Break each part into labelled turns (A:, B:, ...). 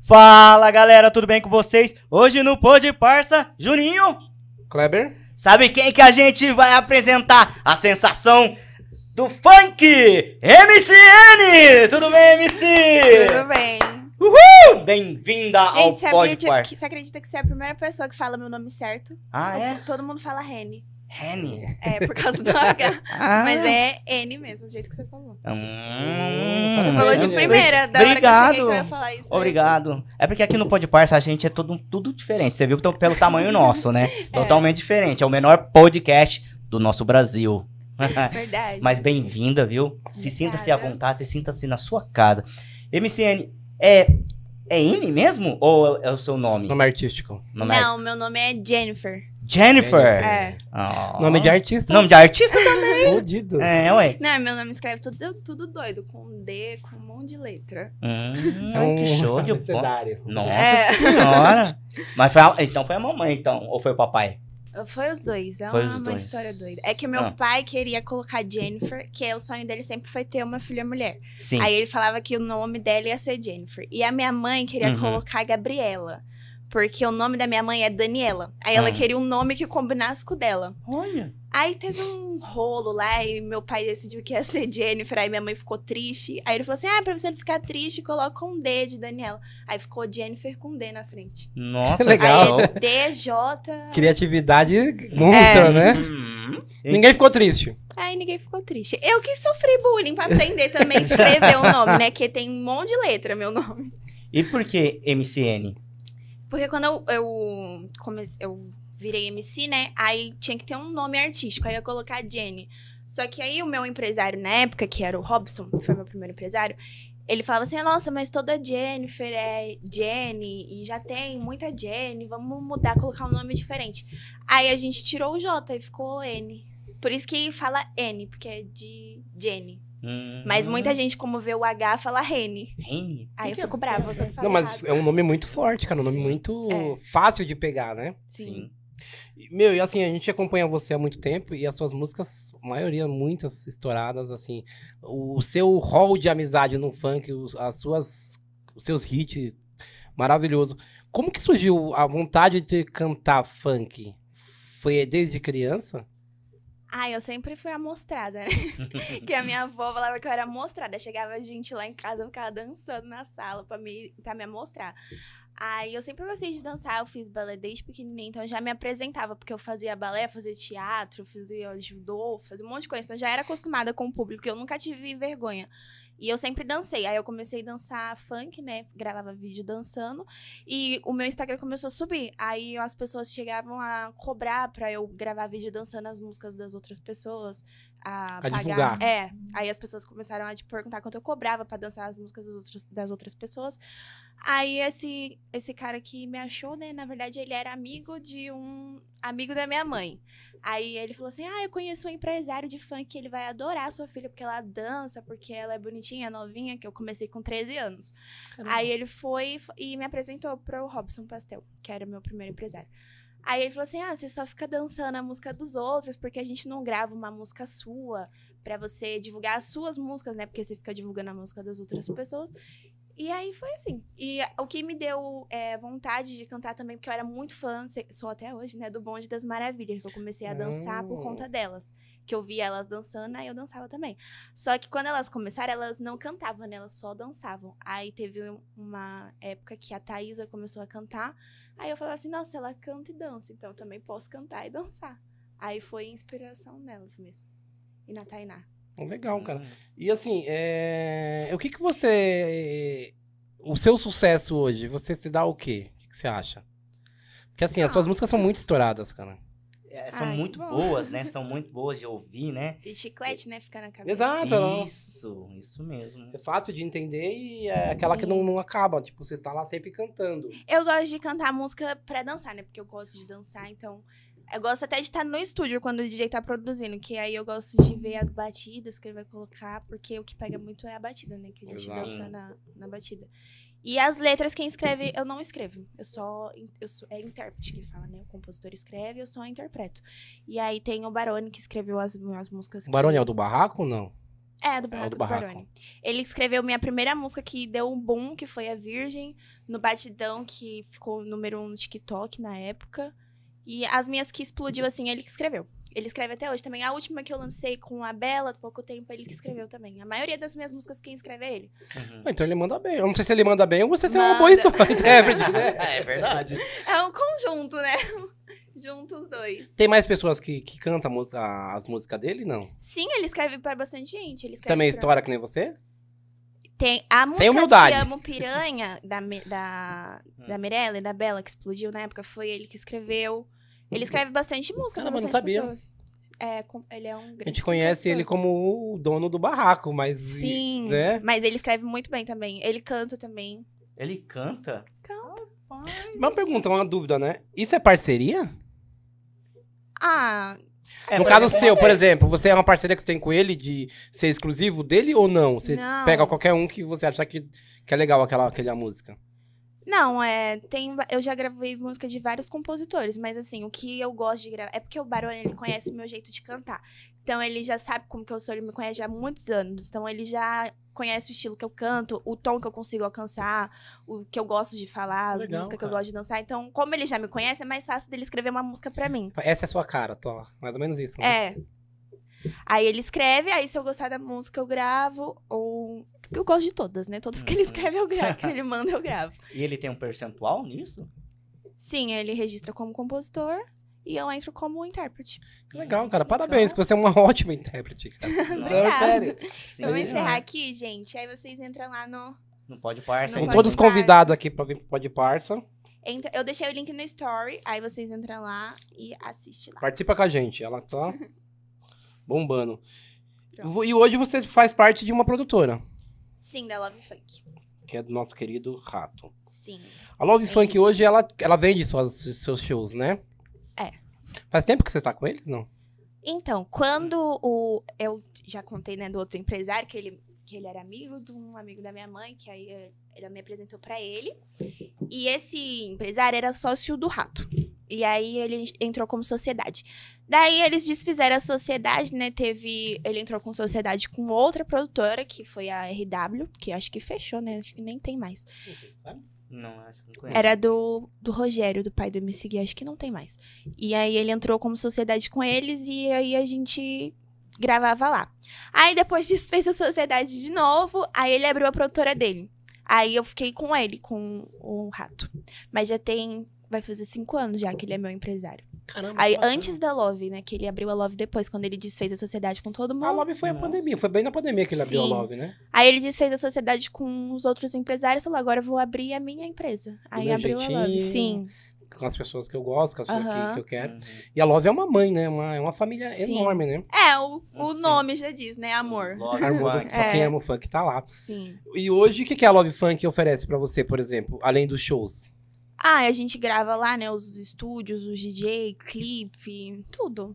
A: Fala galera, tudo bem com vocês? Hoje no Pod Parça, Juninho.
B: Kleber?
A: Sabe quem que a gente vai apresentar? A sensação do funk, MCN. Tudo bem, MC?
C: Tudo bem.
A: Uhul! Bem-vinda É. ao
C: Gente, você
A: Pod
C: acredita,
A: Parça.
C: que, você acredita que você é a primeira pessoa que fala meu nome certo?
A: Ah, é?
C: Todo mundo fala Rene.
A: Reni.
C: É, por causa do H.
A: Ah.
C: Mas é N mesmo, do jeito que você falou.
A: Hum,
C: Você falou de
B: Rene.
C: primeira, da hora que eu cheguei que eu ia
A: Obrigado.
C: falar isso. né?
A: Obrigado. É porque aqui no Pod Parça a gente é todo, tudo diferente. Você viu Então, pelo tamanho nosso, né?
C: É.
A: Totalmente diferente. É o menor podcast do nosso Brasil.
C: Verdade.
A: Mas bem-vinda, viu? Se sinta-se à
C: Obrigada.
A: vontade, se sinta-se na sua casa. MCN, é. É N mesmo? Ou é o seu nome?
B: Nome artístico.
A: Nome é
C: Não, meu nome é Jennifer.
A: Jennifer.
C: É.
A: Ah.
B: Nome de artista?
A: Nome de artista também.
B: Fudido. É.
A: É, ué.
C: Não, meu nome escreve tudo, tudo doido, com D, com um monte de letra.
A: Hum,
B: um
A: que show de bola.
B: abecedário.
A: Nossa
C: É.
A: senhora. Mas foi a- então foi a mamãe, então. Ou foi o papai?
C: Foi os dois, é
A: Foi os
C: uma, uma
A: dois.
C: história doida. É que meu
A: Ah.
C: pai queria colocar Jennifer, que é o sonho dele sempre foi ter uma filha mulher.
A: Sim.
C: Aí ele falava que o nome dela ia ser Jennifer. E a minha mãe queria
A: Uhum.
C: colocar Gabriela. Porque o nome da minha mãe é Daniela. Aí ela
A: Hum.
C: queria um nome que combinasse com o dela.
A: Olha.
C: Aí teve um rolo lá e meu pai decidiu que ia ser Jennifer. Aí minha mãe ficou triste. Aí ele falou assim: ah, pra você não ficar triste, coloca um D de Daniela. Aí ficou Jennifer com D na frente.
A: Nossa, tá
B: Legal.
C: Aí é DJ.
B: Criatividade
A: É.
B: monstra, né?
A: Hum.
B: Ninguém ficou triste.
C: Aí ninguém ficou triste. Eu que sofri bullying pra aprender também a escrever o nome, né? Que tem um monte de letra, meu nome.
A: E por que MCN?
C: Porque quando eu, eu, comecei, eu virei MC, né? Aí tinha que ter um nome artístico. Aí eu ia colocar Jenny. Só que aí o meu empresário na época, que era o Robson, que foi meu primeiro empresário, ele falava assim: nossa, mas toda Jennifer é Jenny e já tem muita Jenny, vamos mudar, colocar um nome diferente. Aí a gente tirou o J e ficou N. Por isso que fala N, porque é de Jenny.
A: Hum.
C: Mas muita gente, como vê o H, fala Rene.
A: Reni?
C: Aí eu fico brava quando fala.
B: é? Não, mas
C: Tá errado.
B: é um nome muito forte, cara. Um nome muito fácil de pegar, né?
A: Sim.
B: E, Meu, e assim, a gente acompanha você há muito tempo e as suas músicas, a maioria, muitas estouradas, assim. O seu rol de amizade no funk, os, as suas, os seus hits, maravilhoso. Como que surgiu a vontade de cantar funk? Foi desde criança?
C: Ah, eu sempre fui amostrada, né? que a minha avó falava que eu era amostrada. Chegava gente lá em casa, eu ficava dançando na sala pra me, pra me amostrar. Aí eu sempre gostei de dançar, eu fiz balé desde pequenininha, então eu já me apresentava, porque eu fazia balé, fazia teatro, fazia judô, fazia um monte de coisa. Então eu já era acostumada com o público, eu nunca tive vergonha. E eu sempre dancei. Aí eu comecei a dançar funk, né? Gravava vídeo dançando. E o meu Instagram começou a subir. Aí as pessoas chegavam a cobrar pra eu gravar vídeo dançando as músicas das outras pessoas. A,
B: A
C: pagar.
B: divulgar.
C: É. Aí as pessoas começaram a te perguntar quanto eu cobrava pra dançar as músicas das outras, das outras pessoas. Aí esse, esse cara que me achou, né? Na verdade, ele era amigo de um amigo da minha mãe. Aí ele falou assim: Ah, eu conheço um empresário de funk, ele vai adorar a sua filha, porque ela dança, porque ela é bonitinha, novinha, que eu comecei com 13 anos. Aí ele foi e me apresentou pro Robson Pastel, que era meu primeiro empresário. Aí ele falou assim: Ah, você só fica dançando a música dos outros, porque a gente não grava uma música sua pra você divulgar as suas músicas, né? Porque você fica divulgando a música das outras pessoas. E aí foi assim. E o que me deu é, vontade de cantar também, porque eu era muito fã, se- sou até hoje, né? Do Bonde das Maravilhas, que eu comecei a dançar por
B: Ah.
C: conta delas. Que eu via elas dançando, aí eu dançava também. Só que quando elas começaram, elas não cantavam, né? Elas só dançavam. Aí teve um, uma época que a Thaísa começou a cantar. Aí eu falava assim, nossa, ela canta e dança, então eu também posso cantar e dançar. Aí foi inspiração nelas mesmo. E na Tainá.
B: Legal, Então, cara. Hum. E assim, é, o que que você... O seu sucesso hoje, você se dá o quê? O que, que você acha? Porque assim, as
C: Ah.
B: suas músicas são muito estouradas, cara.
A: É, são
C: Ai, que
A: muito
C: bom.
A: boas, né? São muito boas de ouvir, né?
C: E chiclete, né? Ficar na cabeça.
B: Exato, ela-
A: Isso, isso mesmo.
B: É fácil de entender e é aquela que
C: Sim.
B: não, não acaba. Tipo, você está lá sempre cantando.
C: Eu gosto de cantar música pra dançar, né? Porque eu gosto de dançar, então. Eu gosto até de estar no estúdio quando o DJ tá produzindo, que aí eu gosto de ver as batidas que ele vai colocar, porque o que pega muito é a batida, né? Que a gente
B: Exato.
C: dança na, na batida. E as letras, quem escreve, eu não escrevo. Eu só. Eu sou, é intérprete que fala, né? O compositor escreve, eu só interpreto. E aí tem o Barone, que escreveu as, as músicas.
B: O Barone é
C: que,
B: o do barraco ou não?
C: É, do Barraco
B: do
C: do,
B: Barraco.
C: Barone. Ele escreveu minha primeira música que deu um boom, que foi a Virgem, no Batidão, que ficou número um no TikTok na época. E as minhas que explodiu, assim, ele que escreveu. Ele escreve até hoje também. A última que eu lancei com a Bela, há pouco tempo, ele que escreveu também. A maioria das minhas músicas, quem escreve é ele.
A: Uhum.
B: Ah, então ele manda bem. Eu não sei se ele manda bem ou você é uma boa
C: Manda.
B: história. intérprete, né?
A: é verdade.
C: É um conjunto, né? Juntos os dois.
B: Tem mais pessoas que, que cantam a música- a- as músicas dele? Não.
C: Sim, ele escreve pra bastante gente. Ele escreve
B: Também
C: pra-
B: estoura que nem você?
C: Tem a música
B: humildade.
C: Te Amo Piranha, da, Me- da,
B: Uhum.
C: da Mirella e da Bela, que explodiu na época, foi ele que escreveu. Ele escreve bastante música pra
B: Uhum. Caramba, não
C: bastante
B: sabia.
C: pessoas. É, com- ele é um grande
B: A gente conhece ele
C: compositor.
B: como o dono do barraco, mas.
C: Sim,
B: né?
C: mas ele escreve muito bem também. Ele canta também.
A: Ele canta?
C: Canta.
B: Uma pergunta, uma dúvida, né? Isso é parceria?
C: Ah,
A: É,
B: no
A: por
B: caso
A: exemplo,
B: seu, por exemplo, você é uma parceria que você tem com ele de ser exclusivo dele ou não? Você
C: Não.
B: pega qualquer um que você achar que, que é legal aquela, aquela música.
C: não, é, tem, va- eu já gravei música de vários compositores, mas assim, o que eu gosto de gravar é porque o Barone, ele conhece o meu jeito de cantar. Então ele já sabe como que eu sou, ele me conhece já há muitos anos. Então ele já conhece o estilo que eu canto, o tom que eu consigo alcançar, o que eu gosto de falar, as
B: Legal,
C: músicas que eu
B: cara.
C: gosto de dançar. Então, como ele já me conhece, é mais fácil dele escrever uma música pra mim.
B: Essa é a sua cara, tô. Mais ou menos isso. né?
C: É. Aí ele escreve, aí se eu gostar da música eu gravo, ou... Eu gosto de todas, né? Todas que ele
A: Uhum.
C: escreve eu gravo, que ele manda eu gravo.
A: E ele tem um percentual nisso?
C: Sim, ele registra como compositor e eu entro como intérprete.
B: Legal, cara. Parabéns,
C: Então.
B: que você é uma ótima intérprete, cara. é
A: Não,
C: Obrigada.
B: sério.
A: sim,
C: Eu vou
A: não.
C: encerrar aqui, gente. Aí vocês entram lá no.
A: Não pode parça.
C: Não
A: hein?
B: Com
C: pode
B: todos os
C: ir parça.
B: convidados aqui pra vir pro Pode Parça.
C: entra- Eu deixei o link no story, aí vocês entram lá e assistem lá.
B: Participa com a gente. Ela tá bombando.
C: Pronto.
B: E hoje você faz parte de uma produtora,
C: Sim, da Love Funk.
B: que é do nosso querido Rato.
C: Sim.
B: A Love Funk hoje, ela, ela vende suas, seus shows, né?
C: É.
B: Faz tempo que você tá com eles, não?
C: Então, quando o. Eu já contei, né, do outro empresário, que ele, que ele era amigo de um amigo da minha mãe, que aí eh, ela me apresentou pra ele. E esse empresário era sócio do rato. E aí ele entrou como sociedade. Daí eles desfizeram a sociedade, né? Teve. Ele entrou com sociedade com outra produtora, que foi a RW, que acho que fechou, né? Acho que nem tem mais.
A: Não, acho que não conheço.
C: Era do, do Rogério, do pai do MC Gui, acho que não tem mais. E aí ele entrou como sociedade com eles e aí a gente gravava lá. Aí depois disso fez a sociedade de novo, aí ele abriu a produtora dele. Aí eu fiquei com ele, com o rato. Mas já tem. Vai fazer cinco anos já que ele é meu empresário.
B: Caramba.
C: Aí,
B: bacana.
C: antes da Love, né? Que ele abriu a Love depois, quando ele desfez a sociedade com todo
B: A
C: mundo.
B: Love foi a
A: Nossa.
B: pandemia, foi bem na pandemia que ele abriu a
C: Sim.
B: Love, né?
C: Aí ele desfez a sociedade com os outros empresários. Falou, agora eu vou abrir a minha empresa. Aí
B: meu
C: abriu a
B: jeitinho.
C: Love. Sim.
B: Com as pessoas que eu gosto, com as pessoas que- que,
C: Aham.
B: eu quero.
A: Uhum.
B: E a Love é uma mãe, né? Uma, é uma família
C: Sim.
B: enorme, né?
C: É, o, o
A: Sim.
C: nome já diz, né? Amor. É.
A: Love
B: Armando,
A: Funk.
B: Só quem ama o funk tá lá.
C: Sim.
B: E hoje, o que, que a Love Funk oferece pra você, por exemplo? Além dos shows?
C: Ah, e a gente grava lá, né? Os estúdios, os DJ, clipe, tudo.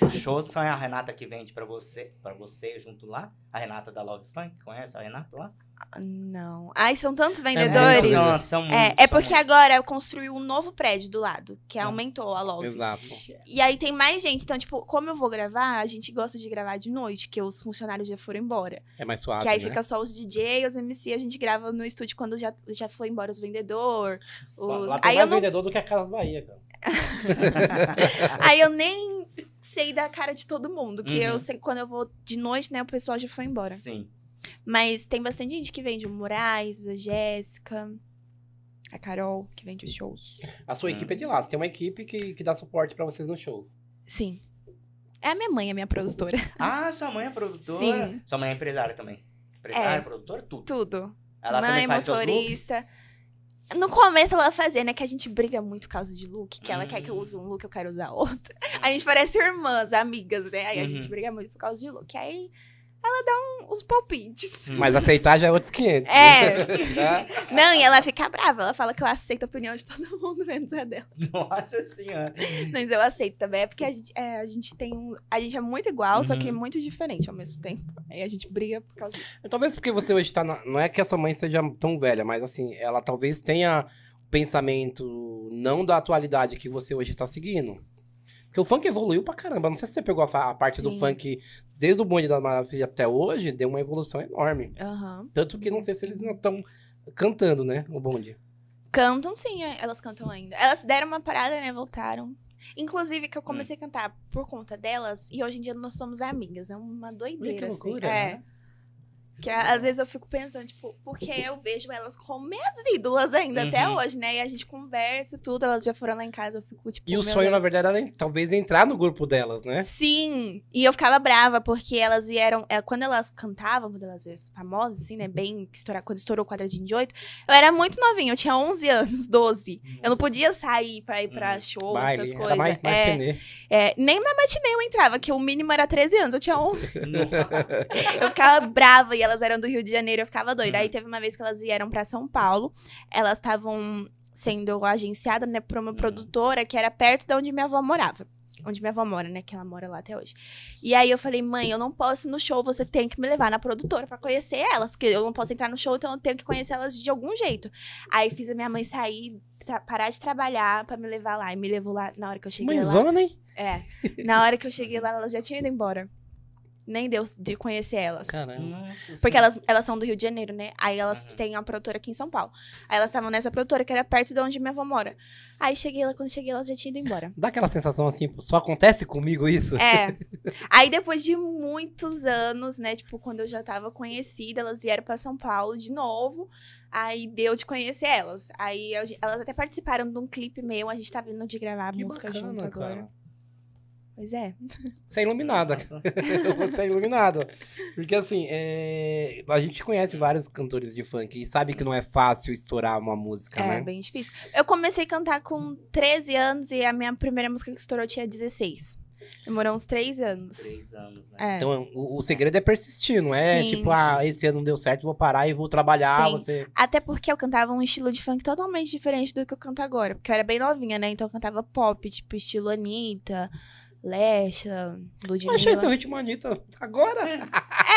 A: Os shows são a Renata que vende pra você, pra você junto lá. A Renata da Love Funk, conhece a Renata lá?
C: Ah, Não. Ai, são tantos
B: muitos,
C: vendedores.
B: né?
A: Não, são muitos,
C: É, é
A: são
C: porque
A: muitos.
C: agora construiu um novo prédio do lado, que
A: Hum.
C: aumentou a Love.
B: Ah, Exato.
C: E aí tem mais gente. Então, tipo, como eu vou gravar, a gente gosta de gravar de noite, que os funcionários já foram embora.
B: É mais suave,
C: que aí
B: né?
C: fica só os DJ, os MC, a gente grava no estúdio quando já, já foi embora os vendedor.
B: Só-
C: os-
B: Lá tem
C: aí
B: mais
C: eu não-
B: vendedor do que a Casa Bahia, cara.
C: Aí eu nem sei da cara de todo mundo, que
A: Uhum.
C: eu sei quando eu vou de noite, né, o pessoal já foi embora.
A: Sim.
C: Mas tem bastante gente que vende o Moraes, a Jéssica, a Carol, que vende os shows.
B: A sua equipe é de lá. Você tem uma equipe que, que dá suporte pra vocês nos shows.
C: Sim. É a minha mãe, a minha produtora.
A: Ah, sua mãe é produtora.
C: Sim.
A: Sua mãe é empresária também. Empresária,
C: É.
A: produtora, tudo.
C: Tudo.
A: Ela
C: mãe,
A: também faz seus looks.
C: motorista. No começo ela fazia, né? Que a gente briga muito por causa de look, que ela
A: Hum.
C: quer que eu use um look, eu quero usar outro. A gente parece irmãs, amigas, né? Aí a
A: Uhum.
C: gente briga muito por causa de look. Aí ela dá um- uns palpites.
A: Hum.
B: Mas aceitar já é outros
A: Uhum.
B: 500.
C: É.
B: né?
C: Não, e ela fica brava. Ela fala que eu aceito a opinião de todo mundo, menos a dela.
A: Nossa senhora.
C: Mas eu aceito também. É porque a gente, é, a gente tem um. A gente é muito igual, só que
A: Uhum.
C: muito diferente ao mesmo tempo. Aí a gente briga por causa disso.
B: Talvez porque você hoje tá na... Não é que a sua mãe seja tão velha, mas assim, ela talvez tenha o pensamento não da atualidade que você hoje tá seguindo. Porque Porque o funk evoluiu pra caramba. Não sei se você pegou a, fa- a parte do
C: Sim.
B: funk desde o bonde da maravilha até hoje, deu uma evolução enorme.
C: Aham.
B: Tanto que não sei se eles não estão cantando, né? O bonde.
C: Cantam sim, é, elas cantam ainda. Elas deram uma parada, né? Voltaram. Inclusive, que eu comecei a cantar por conta delas, e hoje em dia nós somos amigas. É uma doideira.
B: Olha que
C: assim.
B: loucura,
C: É.
B: né?
C: Que a- às vezes eu fico pensando, tipo, porque eu vejo elas como minhas ídolas ainda até
A: Uhum.
C: hoje, né? E a gente conversa e tudo, elas já foram lá em casa, eu fico, tipo.
B: E o
C: meu
B: sonho, na
C: Deus.
B: verdade, era talvez entrar no grupo delas, né?
C: Sim, e eu ficava brava, porque elas vieram. é, quando elas cantavam, quando elas eram famosas, assim,
B: Uhum.
C: né? Bem, que estoura- quando estourou o quadradinho de oito, eu era muito novinha, eu tinha 11 anos, 12. Eu não podia sair pra ir pra
A: Uhum.
C: show, essas
B: Baile, era
C: coisas.
B: mais, mais
C: é,
B: penê.
C: é, nem na matinê eu entrava, que o mínimo era 13 anos, eu tinha 11.
A: Nossa.
C: Eu ficava brava e elas eram do Rio de Janeiro, eu ficava doida.
A: Uhum.
C: Aí teve uma vez que elas vieram pra São Paulo, elas estavam sendo agenciadas, né, por uma
A: Uhum.
C: produtora que era perto de onde minha avó morava. Onde minha avó mora, né? Que ela mora lá até hoje. E aí eu falei, mãe, eu não posso ir no show, você tem que me levar na produtora pra conhecer elas, porque eu não posso entrar no show, então eu tenho que conhecer elas de algum jeito. Aí fiz a minha mãe sair, tra- parar de trabalhar pra me levar lá. E me levou lá na hora que eu cheguei lá.
B: Mãezona, hein?
C: É. Na hora que eu cheguei lá, elas já tinham ido embora. Nem deu de conhecer elas.
B: Caramba.
C: Porque elas, elas são do Rio de Janeiro, né? Aí elas
A: Aham.
C: têm uma produtora aqui em São Paulo. Aí elas estavam nessa produtora, que era perto de onde minha avó mora. Aí cheguei lá, quando cheguei, elas já tinham ido embora.
B: Dá aquela sensação assim, pô, só acontece comigo isso?
C: É. Aí depois de muitos anos, né? Tipo, quando eu já tava conhecida, elas vieram pra São Paulo de novo. Aí deu de conhecer elas. Aí eu- elas até participaram de um clipe meu. A gente tá vindo de gravar a
B: Que
C: música
B: bacana,
C: junto agora.
B: cara.
C: Pois é.
B: Você é iluminada.
A: Nossa.
B: Você é iluminada. Porque assim, é, a gente conhece vários cantores de funk e sabe que não é fácil estourar uma música,
C: É,
B: né?
C: bem difícil. Eu comecei a cantar com 13 anos e a minha primeira música que estourou tinha 16. Demorou uns 3 anos.
A: Três anos, né?
C: É.
B: Então, o, o segredo é persistir, não é?
C: Sim.
B: Tipo, ah, esse ano não deu certo, vou parar e vou trabalhar.
C: Sim.
B: Você...
C: Até porque eu cantava um estilo de funk totalmente diferente do que eu canto agora. Porque eu era bem novinha, né? Então eu cantava pop, tipo estilo Anitta, Lesha,
B: Eu achei
C: Ludmilla.
B: seu é ritmo, Anitta, agora.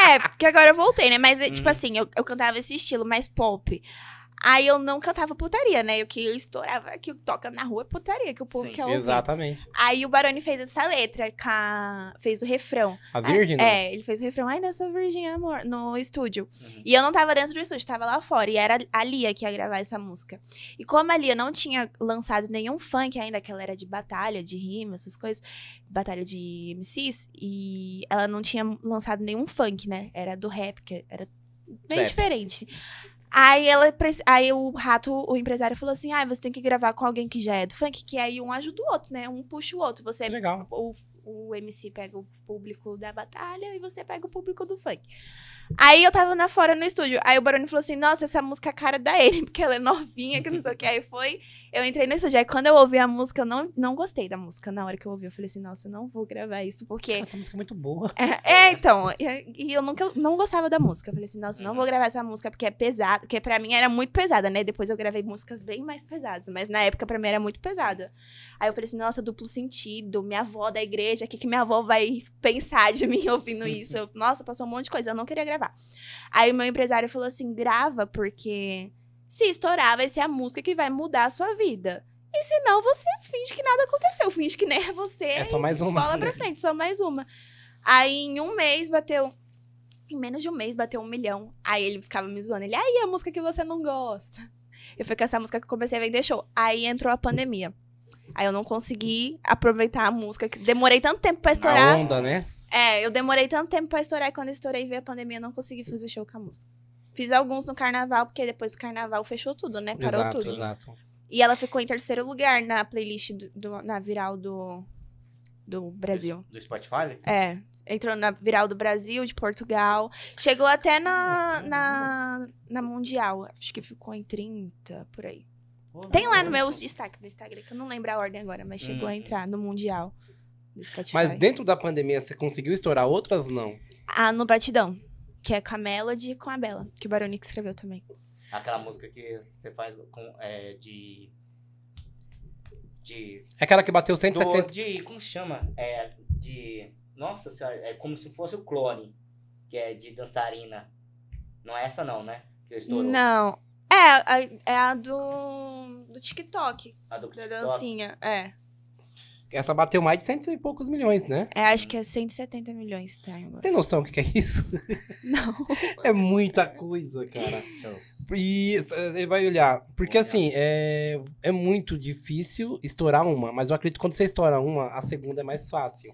C: É, porque agora eu voltei, né? Mas, é, tipo
A: Uhum.
C: assim, eu, eu cantava esse estilo mais pop. Aí eu não cantava putaria, né? O que eu estourava, que toca na rua é putaria, que o povo
A: Sim,
C: quer ouvir.
B: Exatamente.
C: Aí o Baroni fez essa letra, com a- fez o refrão.
B: A
C: Ai-
B: Virgem, né?
C: É, ele fez o refrão, ainda sou virgem, amor, no estúdio.
A: Uhum.
C: E eu não tava dentro do estúdio, tava lá fora. E era a Lia que ia gravar essa música. E como a Lia não tinha lançado nenhum funk ainda, que ela era de batalha, de rima, essas coisas, batalha de MCs, e ela não tinha lançado nenhum funk, né? Era do rap, que era bem
B: Rap.
C: diferente. Aí, ela, prec- aí o rato, o empresário falou assim: ah, você tem que gravar com alguém que já é do funk, que aí um ajuda o outro, né? Um puxa o outro. Você
B: Que legal.
C: o, o MC pega o público da batalha e você pega o público do funk. Aí eu tava na fora no estúdio. Aí o Baroni falou assim: Nossa, essa música é a cara da ele, porque ela é novinha, que não sei o que. Aí foi. Eu entrei no estúdio. Aí quando eu ouvi a música, eu não, não gostei da música. Na hora que eu ouvi, eu falei assim: Nossa, eu não vou gravar isso, porque.
B: Essa música é muito boa.
C: É, então. E- E eu nunca, não gostava da música. Eu falei assim: Nossa, eu não vou gravar essa música porque é pesada. Porque pra mim era muito pesada, né? Depois eu gravei músicas bem mais pesadas. Mas na época pra mim era muito pesada. Aí eu falei assim, nossa, duplo sentido, minha avó da igreja, o que, que minha avó vai pensar de mim ouvindo isso? Eu, nossa, passou um monte de coisa, eu não queria gravar. Aí o meu empresário falou assim, grava, porque se estourar vai ser a música que vai mudar a sua vida. E se não, você finge que nada aconteceu, finge que nem é você
B: É só mais uma.
C: bola pra frente, só mais uma. Aí em um mês bateu. Em menos de um mês bateu um milhão. Aí ele ficava me zoando. Ele, aí a música que você não gosta. Eu fui com essa música que eu comecei a vender show. Aí entrou a pandemia. Aí eu não consegui aproveitar a música. que Demorei tanto tempo pra
B: Na
C: estourar.
B: onda, né?
C: É, eu demorei tanto tempo pra estourar. E quando eu estourei e veio a pandemia, eu não consegui fazer show com a música. Fiz alguns no carnaval, porque depois do carnaval fechou tudo, né? Parou
B: exato,
C: tudo.
B: exato.
C: E ela ficou em terceiro lugar na playlist, do- do- na viral do, do Brasil.
A: Do Spotify?
C: É. Entrou na viral do Brasil, de Portugal. Chegou até na, na, na Mundial. Acho que ficou em 30, por aí. Tem lá no meus destaques do Instagram, que eu não lembro a ordem agora, mas chegou a
A: Uhum.
C: entrar no Mundial do Spotify.
B: Mas dentro da pandemia, você conseguiu estourar outras? Não.
C: Ah, no Batidão. Que é com a Melody e com a Bela, que o Baronic escreveu também.
A: Aquela música que você faz com, é, de. De.
B: É aquela que bateu
A: do-
B: 170
A: de. Como chama? É. De. Nossa senhora, é como se fosse o clone. Que é de dançarina. Não é essa, não, né? Que eu estourou.
C: Não. É, a- é a do, do TikTok,
A: A do
C: da
A: TikTok.
C: dancinha. É.
B: Essa bateu mais de cento e poucos milhões, né?
C: É, acho que é 170 milhões, tá?
B: Você tem noção do que que é isso?
C: Não.
B: É muita coisa, cara. E eh, ele vai olhar. Porque assim, é, é muito difícil estourar uma, mas eu acredito que quando você estoura uma, a segunda é mais fácil.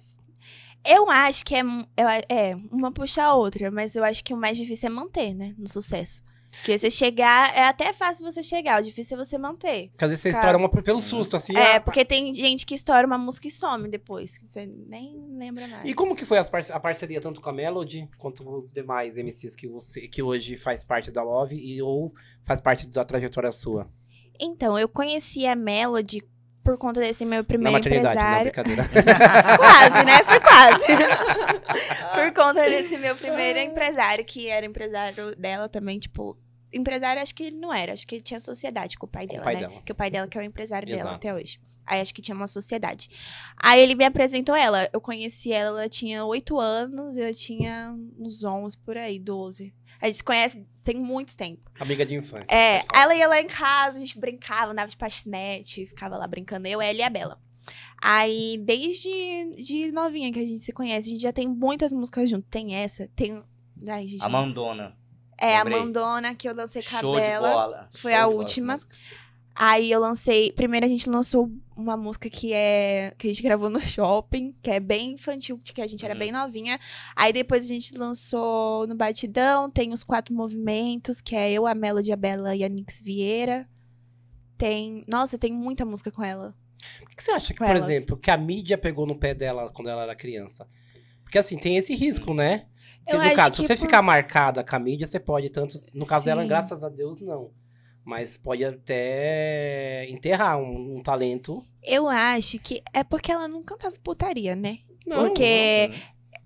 C: Eu acho que é, mu- eu a- é uma puxa a outra, mas eu acho que o mais difícil é manter, né? No sucesso. Porque você chegar, é até fácil você chegar, o difícil é você manter.
B: Porque às vezes você
C: Cara.
B: estoura uma p- pelo susto, assim.
C: É,
B: ah,
C: porque tem gente que estoura uma música e some depois. que Você nem lembra mais.
B: E como que foi as parce- a parceria tanto com a Melody quanto os demais MCs que você que hoje faz parte da Love e ou faz parte da trajetória sua?
C: Então, eu conheci a Melody por conta desse meu
B: Na
C: primeiro
B: maternidade, não,
C: empresário.
B: brincadeira.
C: quase, né? Foi quase. Por conta desse meu primeiro empresário, que era empresário dela também, tipo. Empresário, acho que ele não era, acho que ele tinha sociedade com o pai
B: Com o
C: dela,
B: pai
C: né?
B: dela.
C: Que o pai dela que é o empresário dela
B: Exato.
C: até hoje. Aí acho que tinha uma sociedade. Aí ele me apresentou ela. Eu conheci ela, ela tinha 8 anos, eu tinha uns 11 por aí, 12. A gente se conhece tem muito tempo.
B: Amiga de infância.
C: É,
B: pode falar.
C: ela ia lá em casa, a gente brincava, andava de patinete, ficava lá brincando, eu, ela e a Bela. Aí, desde de novinha que a gente se conhece, a gente já tem muitas músicas junto. Tem essa, tem. Ai, gente,
A: A Mandona.
C: é, a
A: lembrei.
C: Mandona, que eu lancei com a
A: Show de
C: Bela.
A: bola.
C: Foi
A: Show
C: a
A: de bola essa
C: última.
A: música.
C: Aí eu lancei. Primeiro a gente lançou uma música que é. que a gente gravou no shopping, que é bem infantil, que a gente era
A: Uhum.
C: bem novinha. Aí depois a gente lançou no Batidão, tem os quatro movimentos, que é eu, a Melody, a Bela e a Nix Vieira. Tem. Nossa, tem muita música com ela.
B: O que você acha que,
C: com
B: por
C: elas.
B: exemplo, que a mídia pegou no pé dela quando ela era criança? Porque assim, tem esse risco, né? Porque,
C: Eu
B: no
C: acho
B: caso, se
C: que
B: você
C: por-
B: ficar marcada com a mídia, você pode tanto. No caso dela,
C: Sim.
B: graças a Deus, não. Mas pode até enterrar um, um talento.
C: Eu acho que é porque ela não cantava putaria, né?
B: Não,
C: Porque
A: Uhum.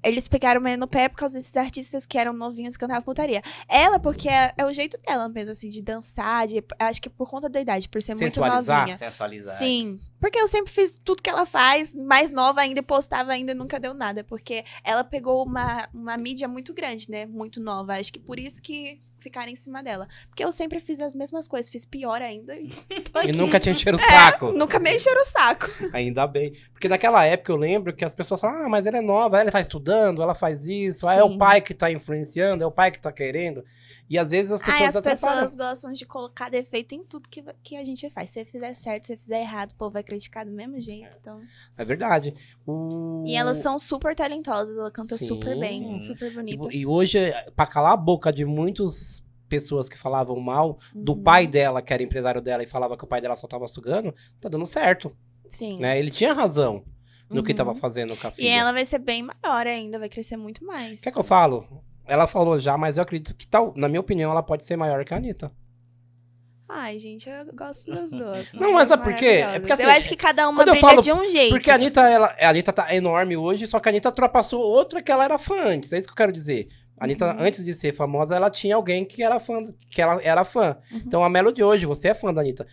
C: eles pegaram meio no pé por causa desses artistas que eram novinhos e cantavam putaria. Ela, porque é, é o jeito dela mesmo, assim, de dançar, de, acho que por conta da idade, por ser muito
B: Sensualizar,
C: novinha.
A: Sensualizar.
C: Sim, porque eu sempre fiz tudo que ela faz, mais nova ainda, e postava ainda e nunca deu nada, porque ela pegou uma, uma mídia muito grande, né? Muito nova. Acho que por isso que ficaram em cima dela. Porque eu sempre fiz as mesmas coisas, fiz pior ainda e tô aqui.
B: E nunca te encheram o
C: É.
B: saco.
C: Nunca me encheram o saco.
B: Ainda bem. Porque naquela época eu lembro que as pessoas falavam, ah, mas ela é nova, ela tá estudando, ela faz isso, ah, é o
C: Sim.
B: pai que tá influenciando, é o pai que tá querendo. E às vezes as pessoas
C: Ai, as
B: atrapalham.
C: pessoas gostam de colocar defeito em tudo que, que a gente faz. Se fizer certo, se fizer errado, o povo vai criticar do mesmo jeito. Então.
B: É verdade. O-
C: E elas são super talentosas, ela canta
B: Sim.
C: super
A: Sim.
C: bem, super
B: E,
C: bonita.
B: e hoje, pra calar a boca de muitas pessoas que falavam mal do
C: Uhum.
B: pai dela, que era empresário dela, e falava que o pai dela só tava sugando, tá dando certo,
C: Uhum. Sim.
B: né? Ele tinha razão no que
C: Uhum.
B: tava fazendo com a
C: E
B: filha.
C: ela vai ser bem maior ainda, vai crescer muito mais.
B: Quer que eu falo? Ela falou já, mas eu acredito que tal, na minha opinião, ela pode ser maior que a Anitta.
C: Ai, gente, eu gosto das duas.
B: Não, mas sabe por quê? É
C: Maravilhosas.
B: porque, assim,
C: eu acho que cada uma
B: quando eu
C: brilha
B: falo-
C: de um jeito.
B: Porque a Anitta, ela, a Anitta tá enorme hoje, só que a Anitta ultrapassou outra que ela era fã antes. É isso que eu quero dizer. A Anitta,
C: Uhum.
B: antes de ser famosa, ela tinha alguém que era fã. Que ela era fã.
C: Uhum.
B: Então a Melody hoje, você é fã da Anitta.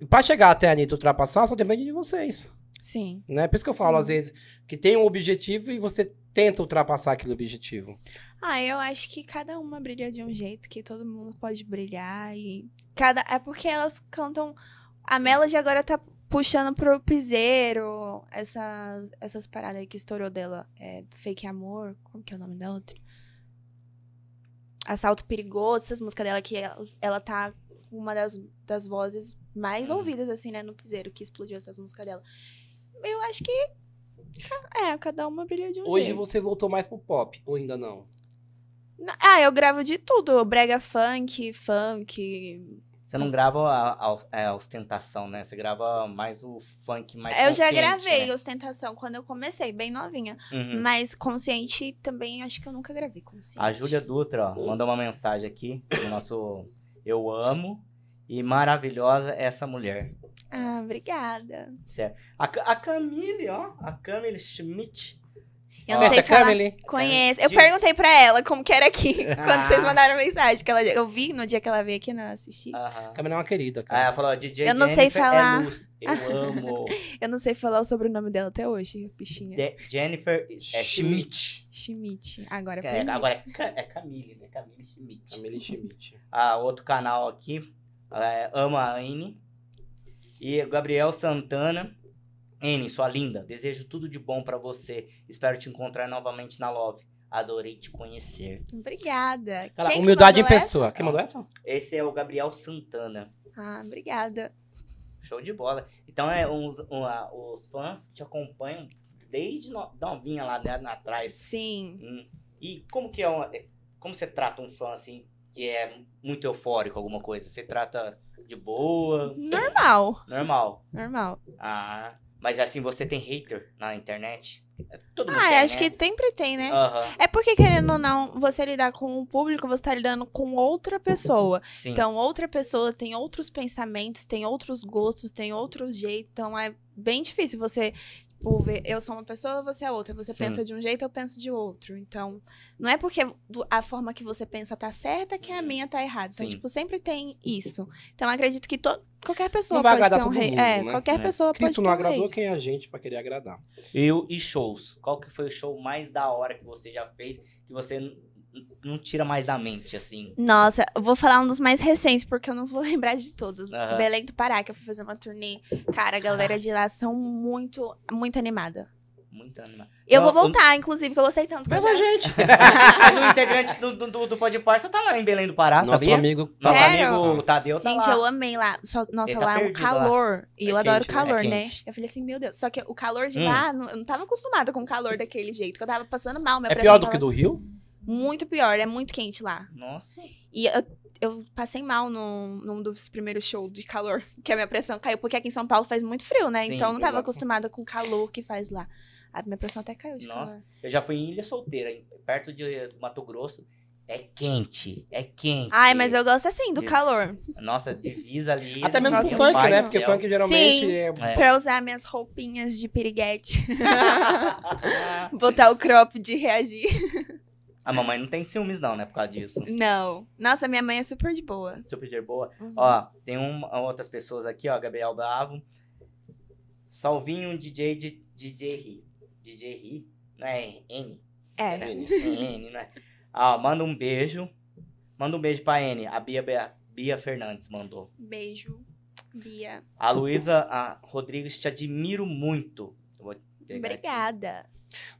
B: E pra chegar até a Anitta ultrapassar, só depende de vocês.
C: Sim.
B: Né? Por isso que eu falo,
C: Uhum.
B: às vezes, que tem um objetivo e você tenta ultrapassar aquele objetivo.
C: Ah, eu acho que cada uma brilha de um jeito, que todo mundo pode brilhar e cada é porque elas cantam a Melody agora tá puxando pro piseiro, essas essas paradas aí que estourou dela, é Fake Amor, como que é o nome da outra? Assalto Perigoso, essas músicas dela que ela, ela tá uma das, das vozes mais ouvidas assim, né, no piseiro que explodiu essas músicas dela. Eu acho que ca- é, cada uma brilha de um
B: Hoje
C: jeito.
B: você voltou mais pro pop, ou ainda não?
C: Na- Ah, eu gravo de tudo. Brega funk, funk.
A: Você não grava a, a- a ostentação, né? Você grava mais o funk mais
C: eu já
A: consciente,
C: gravei
A: né?
C: ostentação quando eu comecei, bem novinha.
A: Uhum.
C: Mas consciente também, acho que eu nunca gravei consciente.
A: A Júlia Dutra ó, mandou uma mensagem aqui no nosso Eu Amo e Maravilhosa Essa Mulher.
C: Ah, obrigada.
A: Certo? A, Ca- a Camille, ó. A Camille Schmidt.
C: Eu
A: Ó,
C: não sei
B: Essa é
C: falar.
B: Camille,
C: Conheço.
B: né?
C: Eu
A: De-
C: perguntei pra ela como que era aqui,
A: Ah.
C: quando vocês mandaram mensagem. Que ela... Eu vi no dia que ela veio aqui, não eu assisti.
A: Aham.
B: Camille é uma querida,
A: Aí
B: cara.
A: Ah, ela falou, DJ
C: Eu não sei
A: Jennifer
C: falar.
A: é luz. Eu amo.
C: Eu não sei falar o sobrenome dela até hoje, bichinha.
A: De- Jennifer é Schmidt.
C: Schmidt. Agora
A: É,
C: aprendi.
A: agora é, Ca- é Camille, né? Camille Schmidt.
B: Camille Schmidt.
A: Ah, outro canal aqui. É, Ama a Anne. E Gabriel Santana. N, sua linda, desejo tudo de bom pra você. Espero te encontrar novamente na Love. Adorei te conhecer.
C: Obrigada.
B: Cara,
C: Quem que
B: humildade em
C: mandou essa?
B: pessoa. Quem mandou essa?
A: Esse é o Gabriel Santana.
C: Ah, obrigada.
A: Show de bola. Então, é, uns, um, ah, os fãs te acompanham desde no- novinha lá, né, lá atrás.
C: Sim.
A: Hum. E como que é uma, como você trata um fã assim que é muito eufórico alguma coisa? Você trata de boa,
C: Normal,
A: normal.
C: normal.
A: Ah, mas assim você tem hater na internet? Todo mundo tem,
C: Ah, acho
A: né?
C: que sempre tem, né?
A: Aham,
C: É porque, querendo ou não, você lidar com o público, você tá lidando com outra pessoa.
A: sim.
C: Então, outra pessoa tem outros pensamentos, tem outros gostos, tem outro jeito. Então, é bem difícil você. Tipo, ver, eu sou uma pessoa, você é outra. Você
A: Sim.
C: pensa de um jeito, eu penso de outro. Então, não é porque do- a forma que você pensa tá certa que a
A: Uhum.
C: minha tá errada. Então,
A: Sim.
C: tipo, sempre tem isso. Então, eu acredito que to, qualquer pessoa
B: vai
C: pode
B: agradar
C: ter um
B: todo
C: rei.
B: mundo,
C: é,
B: né?
C: qualquer
A: É.
C: pessoa
B: Cristo
C: pode
B: não
C: ter um
B: agradou
C: hate.
B: quem é a gente pra querer agradar.
A: Eu e shows. Qual que foi o show mais da hora que você já fez que você n- n- não tira mais da mente assim?
C: Nossa, eu vou falar um dos mais recentes, porque eu não vou lembrar de todos.
A: Aham.
C: Belém do Pará, que eu fui fazer uma turnê. Cara, a galera de lá são muito, muito animada.
A: Muito animado.
C: Eu
A: Não,
C: vou voltar, inclusive, que eu gostei tanto. que eu já-
B: gente.
A: Mas o integrante do, do, do, do Pode Parça tá lá em Belém do Pará,
B: Nosso
A: sabia?
B: amigo. é
A: Nosso
C: Ah, Sério?
A: amigo Tadeu tá
C: Gente,
A: lá.
C: eu amei lá. Só- nossa,
A: Ele tá
C: lá é um
A: perdido lá.
C: calor. E eu
A: É
C: adoro
A: quente, né? É
C: calor, né?
A: quente.
C: Eu falei assim, meu Deus. Só que o calor de
A: Hum.
C: lá, não- eu não tava acostumada com o calor daquele jeito. Que eu tava passando mal. Minha
B: É
C: pressão
B: pior do que
C: tava
B: do Rio?
C: Muito pior. É muito quente lá.
A: Nossa.
C: E eu, eu passei mal num, num dos primeiros shows de calor, que a minha pressão caiu, porque aqui em São Paulo faz muito frio, né?
A: Sim,
C: então eu não tava
B: exato.
C: acostumada com o calor que faz lá. A minha pressão até caiu de
A: Nossa.
C: calor.
A: Eu já fui em Ilha Solteira, em- perto de Mato Grosso. É quente, é quente.
C: Ai, mas eu gosto assim do
A: Isso.
C: calor.
A: Nossa, divisa ali.
B: Até mesmo
A: Nossa,
B: pro
C: meu
B: funk,
A: pai
B: né?
A: do
B: Porque
A: céu.
B: funk geralmente
C: Sim.
B: é.
A: É.
C: Pra usar minhas roupinhas de piriguete.
B: é
A: Ah,
C: Botar o crop de reagir.
A: A mamãe não tem ciúmes, não, né? Por causa disso.
C: Não. Nossa, minha mãe é super de boa.
A: Super de boa.
C: Uhum.
A: Ó, tem um, outras pessoas aqui, ó. Gabriel Bravo. Salvinho DJ de DJ Ri. DJ Ri? Não é N?
C: É.
A: N, né? Ó, manda um beijo. Manda um beijo pra N. A Bia, Bia, Bia Fernandes mandou.
C: Beijo, Bia.
A: A Luísa a Rodrigues, te admiro muito. Eu vou pegar aqui.
C: Obrigada.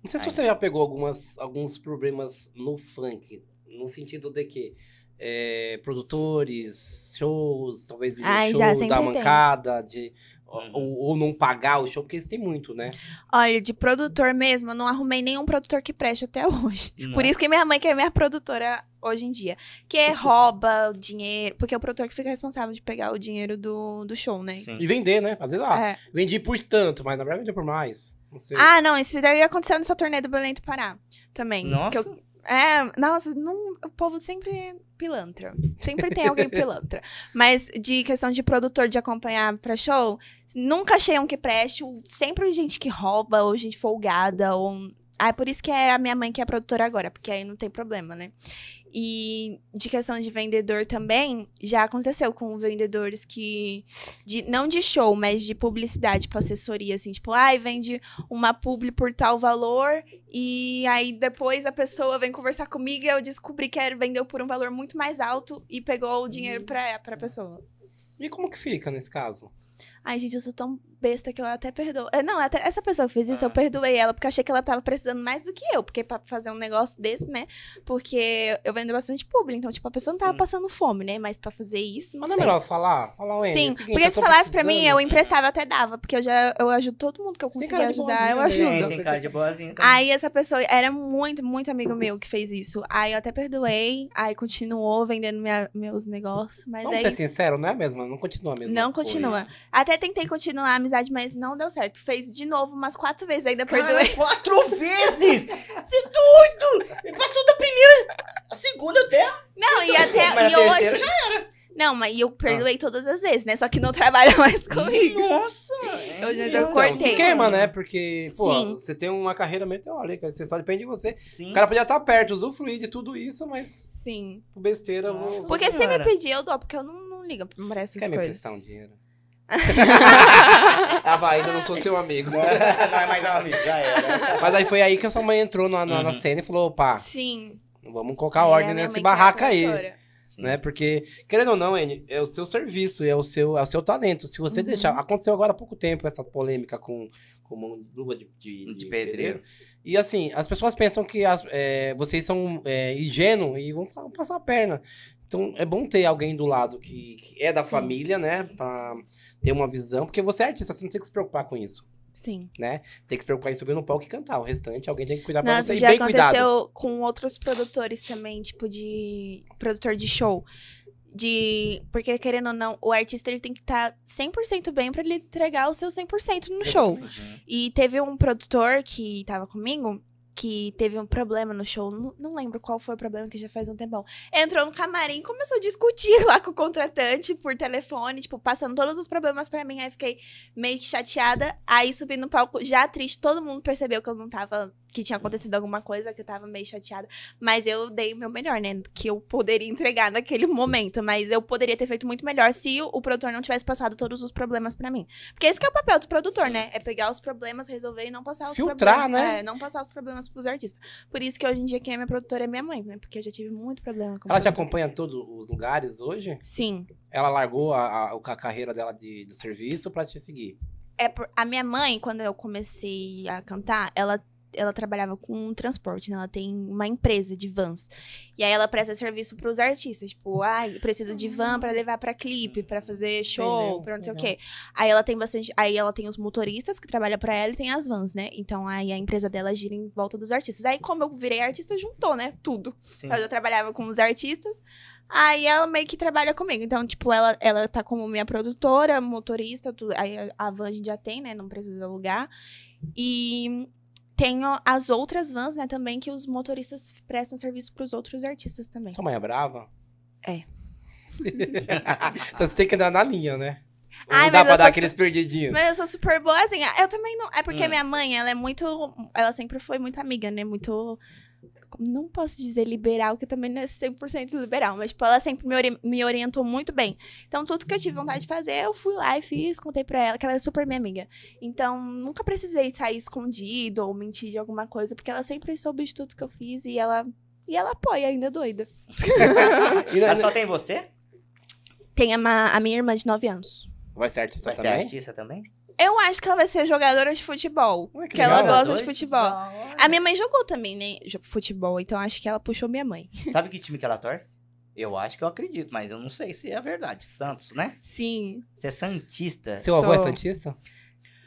B: Não sei se
A: Ai.
B: você já pegou algumas, alguns problemas no funk, no sentido de que é, produtores, shows, talvez ir no
C: Ai,
B: show
C: já sempre
B: da
C: tem.
B: mancada, de, ou, ou não pagar o show, porque isso tem muito, né?
C: Olha, de produtor mesmo, eu não arrumei nenhum produtor que preste até hoje. Por
A: Nossa.
C: isso que minha mãe que é minha produtora hoje em dia. Que é rouba o dinheiro. Porque é o produtor que fica responsável de pegar o dinheiro do, do show, né?
A: Sim.
B: E vender, né? Às vezes, ah,
C: É.
B: vendi por tanto, mas na verdade vendeu por mais. Não sei.
C: Ah, não, isso daí aconteceu nessa turnê do Belém do Pará também. Que
A: Nossa.
C: eu- é, nossa, não- o povo sempre é pilantra. Sempre tem alguém pilantra. Mas de questão de produtor de acompanhar pra show, nunca achei um que preste. o- Sempre gente que rouba, ou gente folgada, ou. Ah, é por isso que é a minha mãe que é produtora agora, porque aí não tem problema, né? E de questão de vendedor também, já aconteceu com vendedores que. de- não de show, mas de publicidade pra assessoria, assim, tipo, ai, vende uma publi por tal valor, e aí depois a pessoa vem conversar comigo e eu descobri que era- vendeu por um valor muito mais alto e pegou o dinheiro pra, pra pessoa.
B: E como que fica nesse caso?
C: Ai, gente, eu sou tão besta que eu até perdoo. É, Não, até essa pessoa que fez isso,
A: Ah.
C: eu perdoei ela, porque eu achei que ela tava precisando mais do que eu, porque pra fazer um negócio desse, né? Porque eu vendo bastante publi, então, tipo, a pessoa não tava
A: Sim.
C: passando fome, né? Mas pra fazer isso, não
B: Mas não é
C: sei.
B: melhor falar? Falar, "Wendy, é
C: Sim,
B: o seguinte,
C: porque
B: eu
C: se
B: tô
C: falasse pra mim,
B: precisando."
C: eu emprestava até dava, porque eu já eu ajudo todo mundo que eu
B: Você tem
C: conseguir
B: cara de
C: ajudar, eu
B: bonzinha, né?
C: ajudo.
A: Tem, tem cara de boazinha. também.
C: Aí essa pessoa era muito, muito amigo meu que fez isso. Aí eu até perdoei, aí continuou vendendo minha- meus negócios, mas
B: Vamos
C: aí
B: ser sinceros, não é mesmo? Não continua mesmo.
C: não continua. Até tentei continuar a amizade, mas não deu certo. Fez de novo umas quatro vezes, ainda perdoei.
A: Cara, quatro vezes! Você é doido! Ele passou da primeira, a segunda até.
C: Não, e até
A: Mas
C: e
A: a terceira Ah.
C: hoje. é Não, mas eu perdoei todas as vezes, né? Só que não trabalha mais comigo.
A: Nossa!
C: Eu já- eu
A: Então,
C: cortei.
B: Se queima, né? Porque, pô,
C: Sim.
B: você tem um uma carreira meteórica, você só depende de você.
A: Sim.
B: O cara podia estar perto, usufruir de tudo isso, mas
C: Sim.
B: por besteira. eu
A: Nossa.
B: vou-
C: Porque se me
A: senhora.
C: pedir, eu dou, porque eu não, não ligo pra essas
B: Quer me
C: coisas.
B: emprestar um dinheiro? ah, vai, ainda não sou seu amigo.
A: Não é mais amigo, já era.
B: Mas aí foi aí que a sua mãe entrou na, na, na
A: Uhum.
B: cena e falou: opa,
C: Sim.
B: vamos colocar
C: Aí a
B: ordem
C: minha
A: né?
B: nesse
C: mãe que é a
B: barraco aí.
C: produtora.
A: Sim.
B: né? Porque, querendo ou não, N, é o seu serviço, é o seu, é o seu talento. Se você
C: Uhum.
B: deixar. Aconteceu agora há pouco tempo essa polêmica com, com mão de luva de, de-
A: De
B: de
A: pedreiro.
B: E assim, as pessoas pensam que as- é, vocês são é, ingênuos e vão pa- passar a perna. Então é bom ter alguém do lado que, que é da
C: Sim.
B: família, né? Pra ter uma visão. Porque você é artista, você não tem que se preocupar com isso.
C: Sim.
B: Você tem que se preocupar em subir no palco e cantar. O restante, alguém tem que cuidar pra você.
C: Nossa,
B: Tá E
C: já
B: bem
C: aconteceu
B: cuidado.
C: com outros produtores também, tipo de produtor de show. De, porque querendo ou não, o artista ele tem que tá estar 100% bem pra ele entregar o seu 100% no show. E teve um produtor que tava comigo que teve um problema no show. Não, não lembro qual foi o problema, que já faz um tempão. Entrou no camarim e começou a discutir lá com o contratante por telefone, tipo, passando todos os problemas pra mim. Aí fiquei meio que chateada. Aí subi no palco já triste. Todo mundo percebeu que eu não tava. Que tinha acontecido alguma coisa, que eu tava meio chateada. Mas eu dei o meu melhor, né? Que eu poderia entregar naquele momento. Mas eu poderia ter feito muito melhor se o o produtor não tivesse passado todos os problemas pra mim. Porque esse que é o papel do produtor, né? É pegar os problemas, resolver e não passar os
B: Filtrar,
C: problemas.
B: né?
C: É, não passar os problemas pros artistas. Por isso que hoje em dia quem é minha produtora é minha mãe, né? Porque eu já tive muito problema com
B: Ela te
C: produtora.
B: acompanha em todos os lugares hoje?
C: Sim.
B: Ela largou a, a- a carreira dela de, de serviço pra te seguir.
C: É por... A minha mãe, quando eu comecei a cantar, ela. Ela trabalhava com transporte, né? Ela tem uma empresa de vans. E aí ela presta serviço pros artistas. Tipo, ai, preciso de van pra levar pra clipe, pra fazer show,
B: Entendeu,
C: pra não sei o
B: legal.
C: quê. Aí ela tem bastante. Aí ela tem os motoristas que trabalham pra ela e tem as vans, né? Então aí a empresa dela gira em volta dos artistas. Aí, como eu virei artista, juntou, né? Tudo.
A: Sim.
C: Ela já trabalhava com os artistas. Aí ela meio que trabalha comigo. Então, tipo, ela, ela tá como minha produtora, motorista, tudo. Aí a- a van a gente já tem, né? Não precisa alugar. E tenho as outras vans, né, também, que os motoristas prestam serviço pros outros artistas também.
B: Sua mãe é brava?
C: É.
B: então você tem que andar na linha, né?
C: Ai,
B: não dá
C: mas
B: pra
C: eu
B: dar
C: sou
B: aqueles perdidinhos.
C: Mas eu sou super boazinha. Eu também não. É porque
A: Hum.
C: minha mãe, ela é muito. Ela sempre foi muito amiga, né? Muito. Não posso dizer liberal, que também não é 100% liberal, mas, tipo, ela sempre me, ori- me orientou muito bem. Então, tudo que eu tive vontade de fazer, eu fui lá e fiz, contei pra ela, que ela é super minha amiga. Então, nunca precisei sair escondido ou mentir de alguma coisa, porque ela sempre soube de tudo que eu fiz e ela. E ela apoia, ainda é doida.
B: E na-
A: Mas só tem você?
C: Tem a, ma- a minha irmã de 9 anos.
B: Vai ser artista
A: Vai ter
B: também?
A: artista também?
C: Eu acho que ela vai ser jogadora de futebol.
B: Ué,
C: que ela
B: é legal.
C: gosta
A: Dois?
C: de futebol.
A: Da hora.
C: A minha mãe jogou também, né? jo- Futebol, então acho que ela puxou minha mãe.
A: Sabe que time que ela torce? Eu acho que eu acredito, mas eu não sei se é verdade. Santos, né?
C: Sim.
A: Você é Santista.
B: Seu avô é
C: Sou.
B: Santista?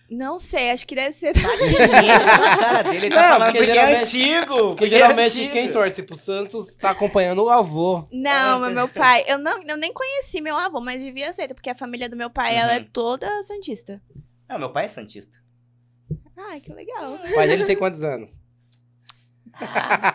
C: Não sei, acho que deve ser.
A: a cara dele tá
B: Não,
A: falando
B: porque
A: porque, é
B: geralmente-
A: antigo.
B: Porque
A: é
B: geralmente
A: antigo.
B: quem torce pro Santos tá acompanhando o avô.
C: Não, mas meu pai. Eu, não, eu nem conheci meu avô, mas devia ser, porque a família do meu pai ela é
A: Uhum.
C: toda santista.
A: Não, meu pai é Santista.
C: Ai, que legal.
B: Mas ele tem quantos anos?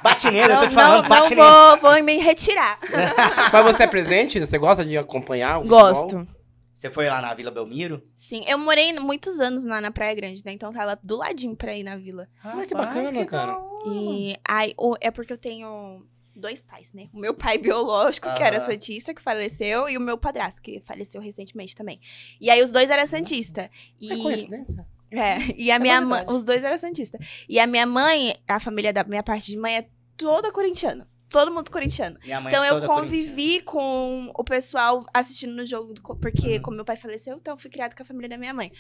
A: Bate nele, eu tô
C: Não,
A: te falando,
C: não, não
A: bate nele.
C: vou, vou me retirar.
B: Mas você é presente? Você gosta de acompanhar o futebol?
C: Gosto.
A: Você foi lá na Vila Belmiro?
C: Sim, eu morei muitos anos lá na Praia Grande, né? Então tava do ladinho pra ir na vila.
B: Olha que bacana, cara.
C: E aí, o- é porque eu tenho dois pais, né? O meu pai biológico, que era
A: Aham.
C: santista, que faleceu, e o meu padrasto, que faleceu recentemente também. E aí os dois eram santista. E,
B: É coincidência.
C: é, e a minha mãe,
B: verdade.
C: os dois eram santista. E a minha mãe, a família da minha parte de mãe é toda corintiana. Todo mundo corintiano.
A: Minha mãe
C: Então eu
A: toda
C: convivi com o pessoal assistindo no jogo, do co- porque
A: Uhum.
C: como meu pai faleceu, então eu fui criada com a família da minha mãe.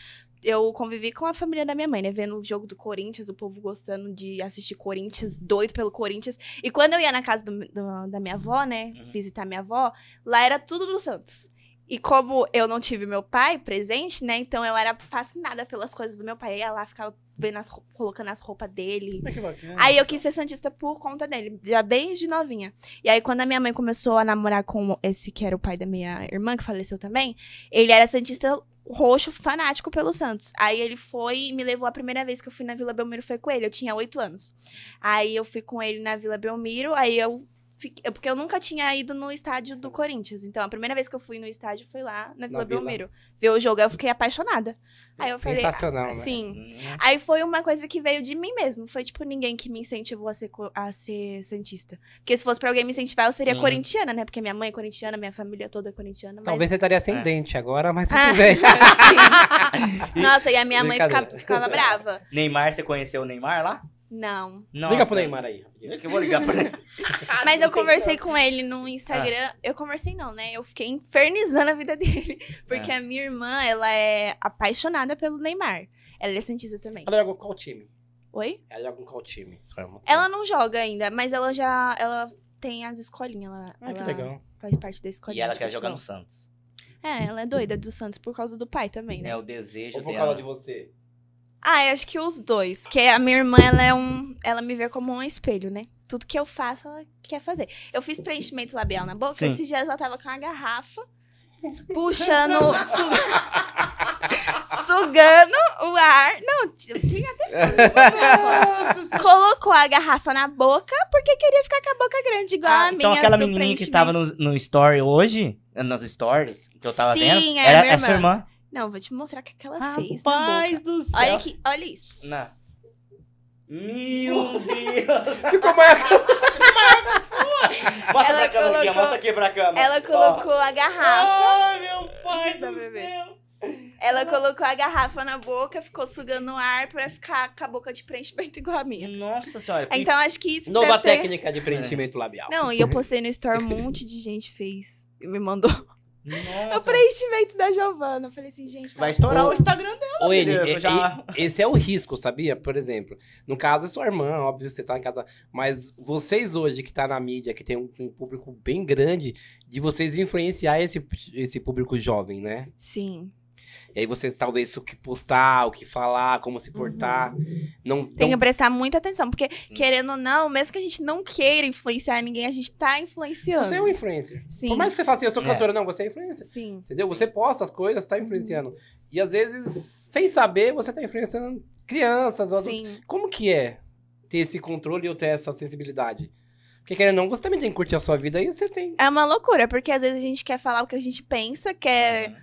C: Eu convivi com a família da minha mãe, né? Vendo o jogo do Corinthians, o povo gostando de assistir Corinthians, doido pelo Corinthians. E quando eu ia na casa do- do- da minha avó, né?
A: Uhum.
C: Visitar minha avó, lá era tudo do Santos. E como eu não tive meu pai presente, né? Então eu era fascinada pelas coisas do meu pai. Eu ia lá, ficava vendo as, rou- colocando as roupas dele.
B: Olha é que bacana.
C: Aí eu quis ser santista por conta dele, já desde novinha. E aí, quando a minha mãe começou a namorar com esse que era o pai da minha irmã, que faleceu também, ele era santista roxo, fanático pelo Santos. Aí ele foi e me levou a primeira vez que eu fui na Vila Belmiro, foi com ele, eu tinha oito anos. Aí eu fui com ele na Vila Belmiro, aí eu. fiquei- Porque eu nunca tinha ido no estádio do Corinthians. Então, a primeira vez que eu fui no estádio foi lá na Vila
B: Vila.
C: Belmiro. Ver o jogo, aí eu fiquei apaixonada. Aí eu falei,
B: Sensacional, né?
C: assim,
A: corintiana.
C: Aí foi uma coisa que veio de mim mesmo. Foi, tipo, ninguém que me incentivou a ser, co- a ser Santista. Porque se fosse pra alguém me incentivar, eu seria
A: Sim.
C: corintiana, né? Porque minha mãe é corintiana, minha família toda é corintiana. Mas...
B: Talvez você estaria sem
A: É.
B: dente agora, mas
C: Ah,
B: tudo bem.
C: sim. assim Nossa, e a minha mãe fica-
B: Brincadeira.
C: ficava brava.
A: Neymar, você conheceu o Neymar lá?
C: Não.
A: Nossa.
B: Liga pro Neymar aí, rapidinho.
A: É que eu vou ligar pro Neymar.
C: Mas eu conversei com ele no
B: É.
C: Instagram. Eu conversei não, né? Eu fiquei infernizando a vida dele.
B: É.
C: Porque a minha irmã, ela é apaixonada pelo Neymar. Ela é santista também.
B: Ela joga com qual time?
C: Oi?
B: Ela joga com qual time? é sua irmã?
C: Ela não joga ainda, mas ela já... Ela tem as escolinhas. Ela,
B: Ah, que
C: ela
B: legal.
C: faz parte da
A: E
C: escolinha.
A: ela
C: de
A: quer jogar
C: futebol.
A: no Santos.
C: É, ela é doida do Santos por causa do pai também, né?
A: É o desejo
B: Ou por causa
A: dela.
B: de você?
C: Ah, eu acho que os dois. Porque a minha irmã, ela é um. Ela me vê como um espelho, né? Tudo que eu faço, ela quer fazer. Eu fiz preenchimento labial na boca.
A: Sim.
C: Esses dias ela tava com uma garrafa, puxando, su- sugando o ar. Não, t- tem até fogo. assim. Colocou a garrafa na boca porque queria ficar com a boca grande, igual a
A: Ah,
C: minha.
A: então aquela
C: do
A: menininha que
C: preenchimento.
A: estava no, no story hoje, nos stories que eu tava
C: Sim,
A: vendo,
C: é a
A: era
C: minha
A: é sua irmã.
C: Não, vou te mostrar o que que ela fez. na
A: Ah, Rapaz
C: boca.
A: do céu.
C: Olha, aqui, olha isso.
A: Não. Meu Deus.
B: Ficou marcado.
A: Mostra pra câmera
C: Ela
A: aqui, ó,
C: colocou-
A: mostra aqui pra câmera.
C: Ela colocou a garrafa.
A: Ai, meu pai
C: Tá,
A: do
C: bebê.
A: céu.
C: Ela colocou a garrafa na boca, ficou sugando o ar pra ficar com a boca de preenchimento igual a minha.
A: Nossa senhora.
C: Então acho que isso
B: Nova
C: deve ter...
B: técnica de preenchimento labial.
C: Não, e eu postei no Store, um monte de gente fez. E me mandou
A: Nossa.
C: o preenchimento da Giovana. Eu falei assim, gente, tá
A: Vai estourar o Instagram dela.
B: Ô, N,
A: filha,
B: e-
A: já-
B: e- esse é o risco, sabia? Por exemplo, no caso é sua irmã, óbvio, você tá em casa. Mas vocês hoje que tá na mídia, que tem um, um público bem grande, de vocês influenciar esse, esse público jovem, né?
C: Sim.
B: E aí vocês talvez o que postar, o que falar, como se portar. Não,
C: Uhum. Tem que
B: não-
C: prestar muita atenção, porque
B: Hum.
C: querendo ou não, mesmo que a gente não queira influenciar ninguém, a gente tá influenciando.
B: Você é um influencer.
C: Sim.
B: Por mais que você faça assim, eu sou
A: É.
B: cantora, não, você é influencer.
C: Sim. Uhum.
B: Entendeu? Você posta as coisas, tá influenciando. E às vezes, sem saber, você tá influenciando crianças, adultos.
C: Sim.
B: Como que é ter esse controle ou ter essa sensibilidade? Porque querendo ou não, você também tem que curtir a sua vida e você tem.
C: É uma loucura, porque às vezes a gente quer falar o que a gente pensa,
A: é,
C: quer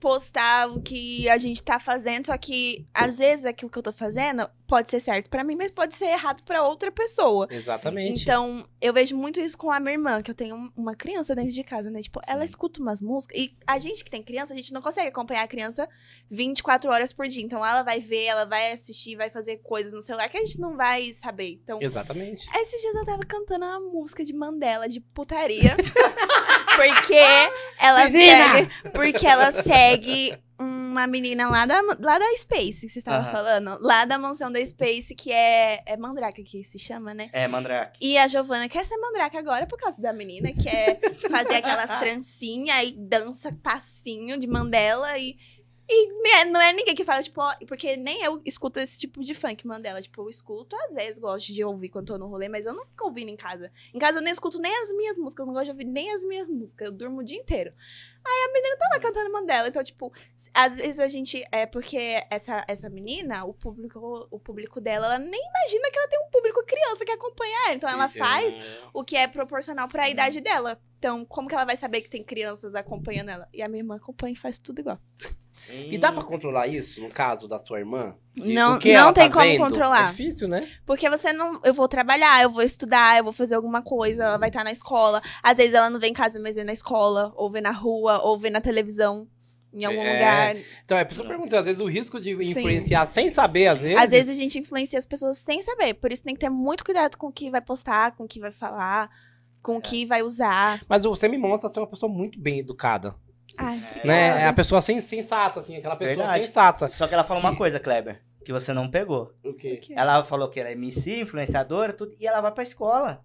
C: postar o que a gente tá fazendo, só que às vezes aquilo que eu tô fazendo pode ser certo pra mim, mas pode ser errado pra outra pessoa.
B: Exatamente.
C: Então, eu vejo muito isso com a minha irmã, que eu tenho um- uma criança dentro de casa, né? Tipo, ela
A: Sim.
C: escuta umas músicas. E a gente que tem criança, a gente não consegue acompanhar a criança 24 horas por dia. Então, ela vai ver, ela vai assistir, vai fazer coisas no celular que a gente não vai saber. Então,
B: Exatamente.
C: esses dias eu tava cantando uma música de Mandela, de putaria. porque ela
A: Menina!
C: segue. Porque ela segue uma menina lá da, lá da Space, que vocês estavam
A: Aham.
C: falando. Lá da mansão da Space, que é, é Mandraka que se chama, né?
A: É, Mandrake.
C: E a Giovana quer ser mandraka agora por causa da menina, que é fazer aquelas trancinhas e dança passinho de Mandela e. E né, não é ninguém que fala, tipo, ó, porque nem eu escuto esse tipo de funk Mandela. Tipo, eu escuto, às vezes gosto de ouvir quando tô no rolê, mas eu não fico ouvindo em casa. Em casa eu nem escuto nem as minhas músicas, eu não gosto de ouvir nem as minhas músicas, eu durmo o dia inteiro. Aí a menina tá lá cantando Mandela. Então, tipo, s- às vezes a gente. É porque essa, essa menina, o público, o público dela, ela nem imagina que ela tem um público criança que acompanha ela. Então ela faz o que é proporcional pra idade dela. Então, como que ela vai saber que tem crianças acompanhando ela? E a minha irmã acompanha e faz tudo igual.
B: E dá pra controlar isso no caso da sua irmã? De-
C: Não-
B: do que
C: não
B: ela
C: tem
B: tá
C: como
B: vendo?
C: controlar.
B: É difícil, né?
C: Porque você não. Eu vou trabalhar, eu vou estudar, eu vou fazer alguma coisa, ela vai estar na escola. Às vezes ela não vem em casa, mas vê na escola, ou vê na rua, ou vê na televisão, em algum
B: É,
C: lugar.
B: Então é por isso que eu perguntei, às vezes o risco de
C: Sim.
B: influenciar sem saber, às vezes.
C: Às vezes a gente influencia as pessoas sem saber. Por isso tem que ter muito cuidado com o que vai postar, com o que vai falar,
B: É.
C: com o que vai usar.
B: Mas você me mostra ser uma pessoa muito bem educada.
C: Ai,
B: Né? É a pessoa sen- sensata, assim, aquela pessoa
A: Verdade.
B: sensata.
A: Só que ela falou uma coisa, Kleber, que você não pegou.
B: O quê?
C: que-
A: Ela falou que era MC, influenciadora, tudo, e ela vai pra escola.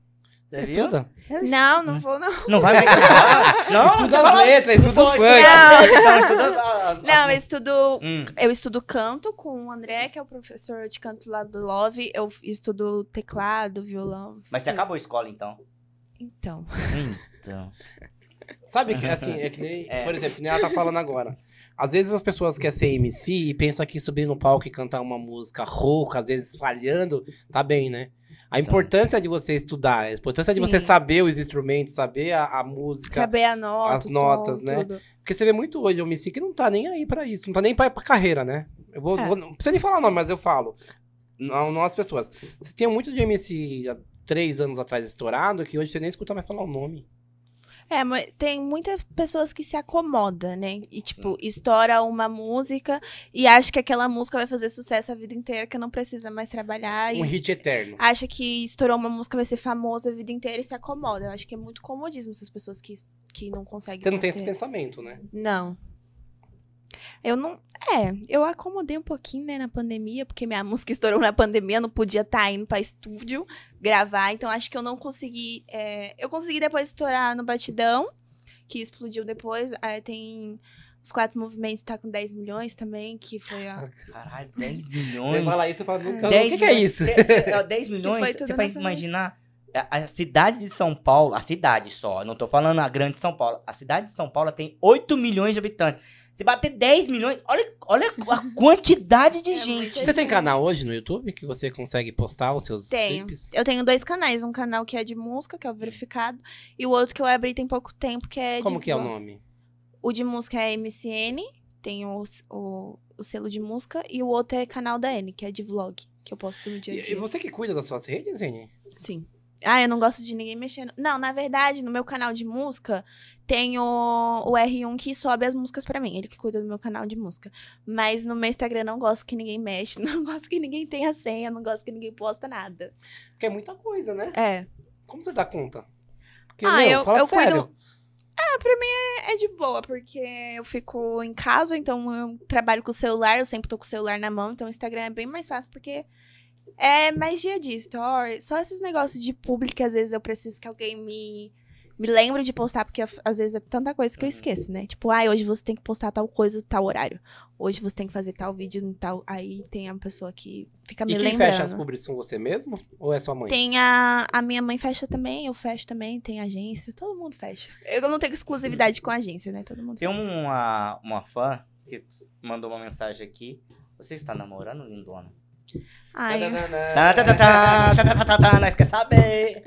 A: Você
B: Você
A: viu?
B: estuda?
C: Não,
B: Hum.
C: não vou, não.
A: Não vai pra escola? Não, Ah, você
B: Estuda as
A: fala-
B: letras, estuda o
A: Não,
B: funk.
A: Não, estuda as- as-
C: Não, eu
A: as-
C: estudo
A: Hum,
C: Eu estudo canto com o André, que é o professor de canto lá do Love. Eu estudo teclado, violão.
A: Mas você
C: essas
A: acabou a escola, então.
C: coisas. Então.
A: Então.
B: Sabe que assim, é que nem,
A: É.
B: por exemplo, que nem ela tá falando agora. Às vezes as pessoas querem ser MC e pensam que subir no palco e cantar uma música rouca, às vezes falhando, tá bem, né?
A: Então.
B: A importância de você estudar, a importância de você
C: Sim.
B: saber os instrumentos, saber a, a música.
C: Acabei a nota.
B: as
C: o tom,
B: notas, né?
C: tudo.
B: Porque você vê muito hoje o MC que não tá nem aí pra isso, não tá nem pra, pra carreira, né? Eu vou,
C: É.
B: vou- Não precisa nem falar o nome, mas eu falo. Não, não as pessoas. Você tinha muito de MC há três anos atrás estourado que hoje você nem escuta mais falar o nome.
C: É, mas tem muitas pessoas que se acomoda, né? E, tipo, estoura uma música e acha que aquela música vai fazer sucesso a vida inteira, que não precisa mais trabalhar.
B: Um
C: E
B: hit eterno.
C: acha que estourou uma música, vai ser famosa a vida inteira e se acomoda. Eu acho que é muito comodismo essas pessoas que, que não conseguem.
B: Você não tem esse
C: ter.
B: pensamento, né?
C: Não. Eu não. É, eu acomodei um pouquinho, né, na pandemia, porque minha música estourou na pandemia, não podia estar indo pra estúdio gravar, então acho que eu não consegui. é, eu consegui depois estourar no Batidão, que explodiu depois. Aí tem os quatro movimentos, tá com 10 milhões também, que foi, ó.
A: Caralho, 10
B: Você
A: milhões.
B: fala isso, você fala, nunca. O
A: 10
B: que, que é isso?
A: Cê- cê- ó, 10
C: foi
A: milhões,
C: tudo
A: você
C: na
A: vai
C: família.
A: imaginar a, a cidade de São Paulo, a cidade só, não tô falando a grande São Paulo. A cidade de São Paulo tem 8 milhões de habitantes. Se bater 10 milhões, olha, olha a quantidade de
C: É
A: gente.
C: muita
B: Você tem
C: gente.
B: canal hoje no YouTube que você consegue postar os seus
C: Tenho.
B: clipes?
C: Eu tenho dois canais, um canal que é de música, que é o verificado, e o outro que eu abri tem pouco tempo, que é de
B: Como que é o
C: vlog.
B: nome?
C: O de música é MCN, tem o, o, o selo de música, e o outro é canal da N, que é de vlog, que eu posto no dia a
B: E, e
C: dia.
B: você que cuida das suas redes, Zene?
C: Sim. Ah, eu não gosto de ninguém mexendo. Não, na verdade, no meu canal de música, tem o, o R1 que sobe as músicas pra mim. Ele que cuida do meu canal de música. Mas no meu Instagram, não gosto que ninguém mexe, não gosto que ninguém tenha senha, não gosto que ninguém posta nada.
B: Porque é muita coisa, né?
C: É.
B: Como você dá conta? Porque,
C: Ah,
B: meu,
C: eu-
B: fala
C: eu cuido-
B: sério.
C: Ah, pra mim é, é de boa, porque eu fico em casa, então eu trabalho com o celular, eu sempre tô com o celular na mão, então o Instagram é bem mais fácil, porque é mais dia a dia, story. Só esses negócios de público, que às vezes eu preciso que alguém me, me lembre de postar, porque af- às vezes é tanta coisa que eu
A: Uhum.
C: esqueço, né? Tipo, ai, hoje você tem que postar tal coisa, tal horário. Hoje você tem que fazer tal vídeo, em tal. Aí tem a pessoa que fica Tá me
B: E quem
C: lembrando.
B: fecha as publis são você mesmo? Ou é sua mãe?
C: Tem a, a minha mãe fecha também, eu fecho também, tem agência, todo mundo fecha. Eu não tenho exclusividade com a agência, né? Todo mundo
A: Tem um uma, uma fã que mandou uma mensagem aqui. Você está namorando, lindona?
C: Ai, eu-
A: Tá, tá, tá, tá, tá, tá, tá, tá, tá, nós quer saber.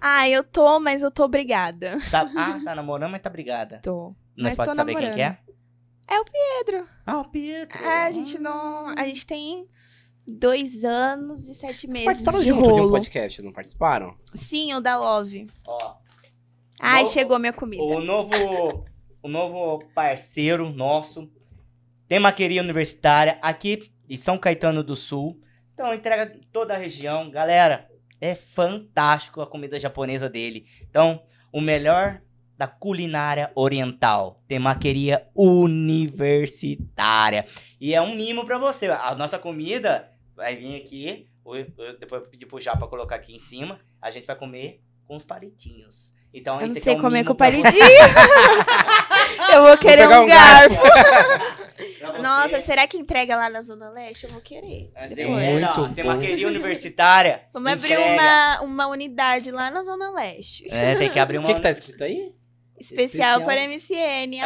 C: ai, eu tô, mas eu tô obrigada.
A: Tá, ah, tá namorando, mas tá brigada.
C: Tô.
A: Nós
C: Mas
A: pode
C: tô
A: saber quem
C: namorando.
A: que é?
C: É o Pedro.
A: Ah, o Pietro.
C: É, a gente não. A gente tem dois anos e sete
B: Vocês
C: meses
B: participaram
C: de
B: junto de um
C: rolo.
B: podcast, não participaram?
C: Sim, o da Love.
A: Ó,
C: Ai,
A: Bom,
C: chegou minha comida.
A: O novo, o novo parceiro nosso tem maqueria universitária aqui em São Caetano do Sul. Então entrega em toda a região, galera. É fantástico a comida japonesa dele. Então, o melhor da culinária oriental. Tem maqueria universitária. E é um mimo pra você. A nossa comida vai vir aqui. ou eu- eu- Depois eu pedi pro Japa colocar aqui em cima. A gente vai comer com os palitinhos. Então, esse
C: Eu não
A: aqui
C: sei
A: é um
C: comer
A: mimo
C: com o
A: pra você.
C: paridinho. eu vou querer
B: pegar
C: um
B: um
C: garfo.
A: Pra você.
C: Nossa, será que entrega lá na Zona Leste? Eu vou querer.
A: Assim,
C: assim, Depois.
A: é,
B: Muito
A: ó, tem
B: bom.
A: maqueria universitária.
C: Vamos abrir
A: entrega.
C: uma, uma unidade lá na Zona Leste.
A: É, tem que abrir
B: O
A: uma.
B: que, que tá escrito aí?
C: Especial
B: Especial.
C: para MCN.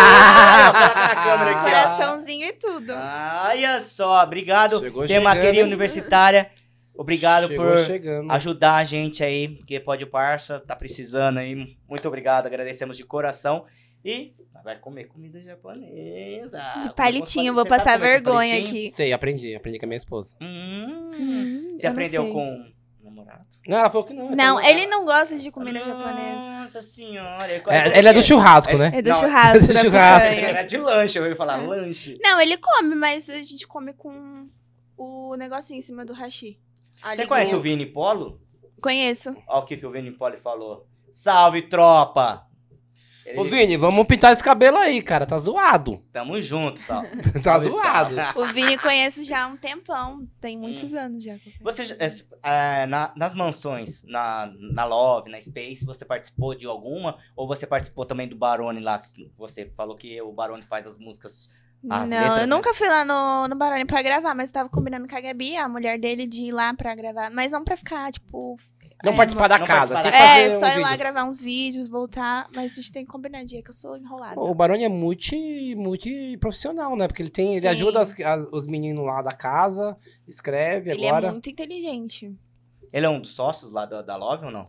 A: Ah! Coloca na câmera aqui, ó.
C: Coraçãozinho e tudo.
A: Ah, olha só, obrigado.
B: Chegou
A: tem
B: chegando.
A: maqueria universitária. Obrigado
B: Chegou
A: por
B: chegando.
A: ajudar a gente aí, porque pode parça, tá precisando aí. Muito obrigado, agradecemos de coração. E vai comer comida japonesa.
C: De palitinho,
A: tá
C: vou passar
A: é
C: vergonha aqui.
B: Sei, aprendi, aprendi com a minha esposa.
A: Hum, tá você aprendeu com o namorado?
B: Não, ela falou que não. é ela
C: Não,
B: falou-
C: ele não gosta de comida japonesa.
A: Nossa senhora.
B: É, ele é do churrasco, né?
C: É do
A: Não,
C: churrasco.
B: é do
C: da
B: churrasco.
A: Esse
C: picanha.
A: era de lanche, eu ia falar lanche.
C: Não, ele come, mas a gente come com o negocinho em cima do hashi. Ah,
A: Você conhece o Vini Polo?
C: Conheço.
A: Olha o que, que o Vini Polo falou. Salve, tropa! Ele-
B: Ô, Vini, vamos pintar esse cabelo aí, cara. Tá zoado.
A: Tamo junto, Sal.
B: tá
A: Salve,
B: zoado.
A: Sal.
C: O Vini conheço já há um tempão. Tem muitos anos já.
A: Hum. Você, já- é, é, na- nas mansões, na, na Love, na Space, você participou de alguma? Ou você participou também do Barone lá? que Você falou que o Barone faz as músicas.
C: Não,
A: As letras,
C: eu
A: né?
C: nunca fui lá no, no Barone pra gravar, mas eu tava combinando com a Gabi, a mulher dele, de ir lá pra gravar. Mas não pra ficar, tipo.
B: Não
C: é,
B: participar da
A: não
B: casa.
A: participar
B: sem
A: da-
B: fazer
C: É,
B: um
C: só ir lá
B: vídeo.
C: gravar uns vídeos, voltar. Mas a gente tem que combinar dia, que eu sou enrolada.
B: O Baroni é multi, multi profissional, né? Porque ele tem, ele
C: Sim.
B: ajuda as- as- os meninos lá da casa, escreve
C: Ele
B: agora.
C: é muito inteligente.
A: Ele é um dos sócios lá da, da Love ou não?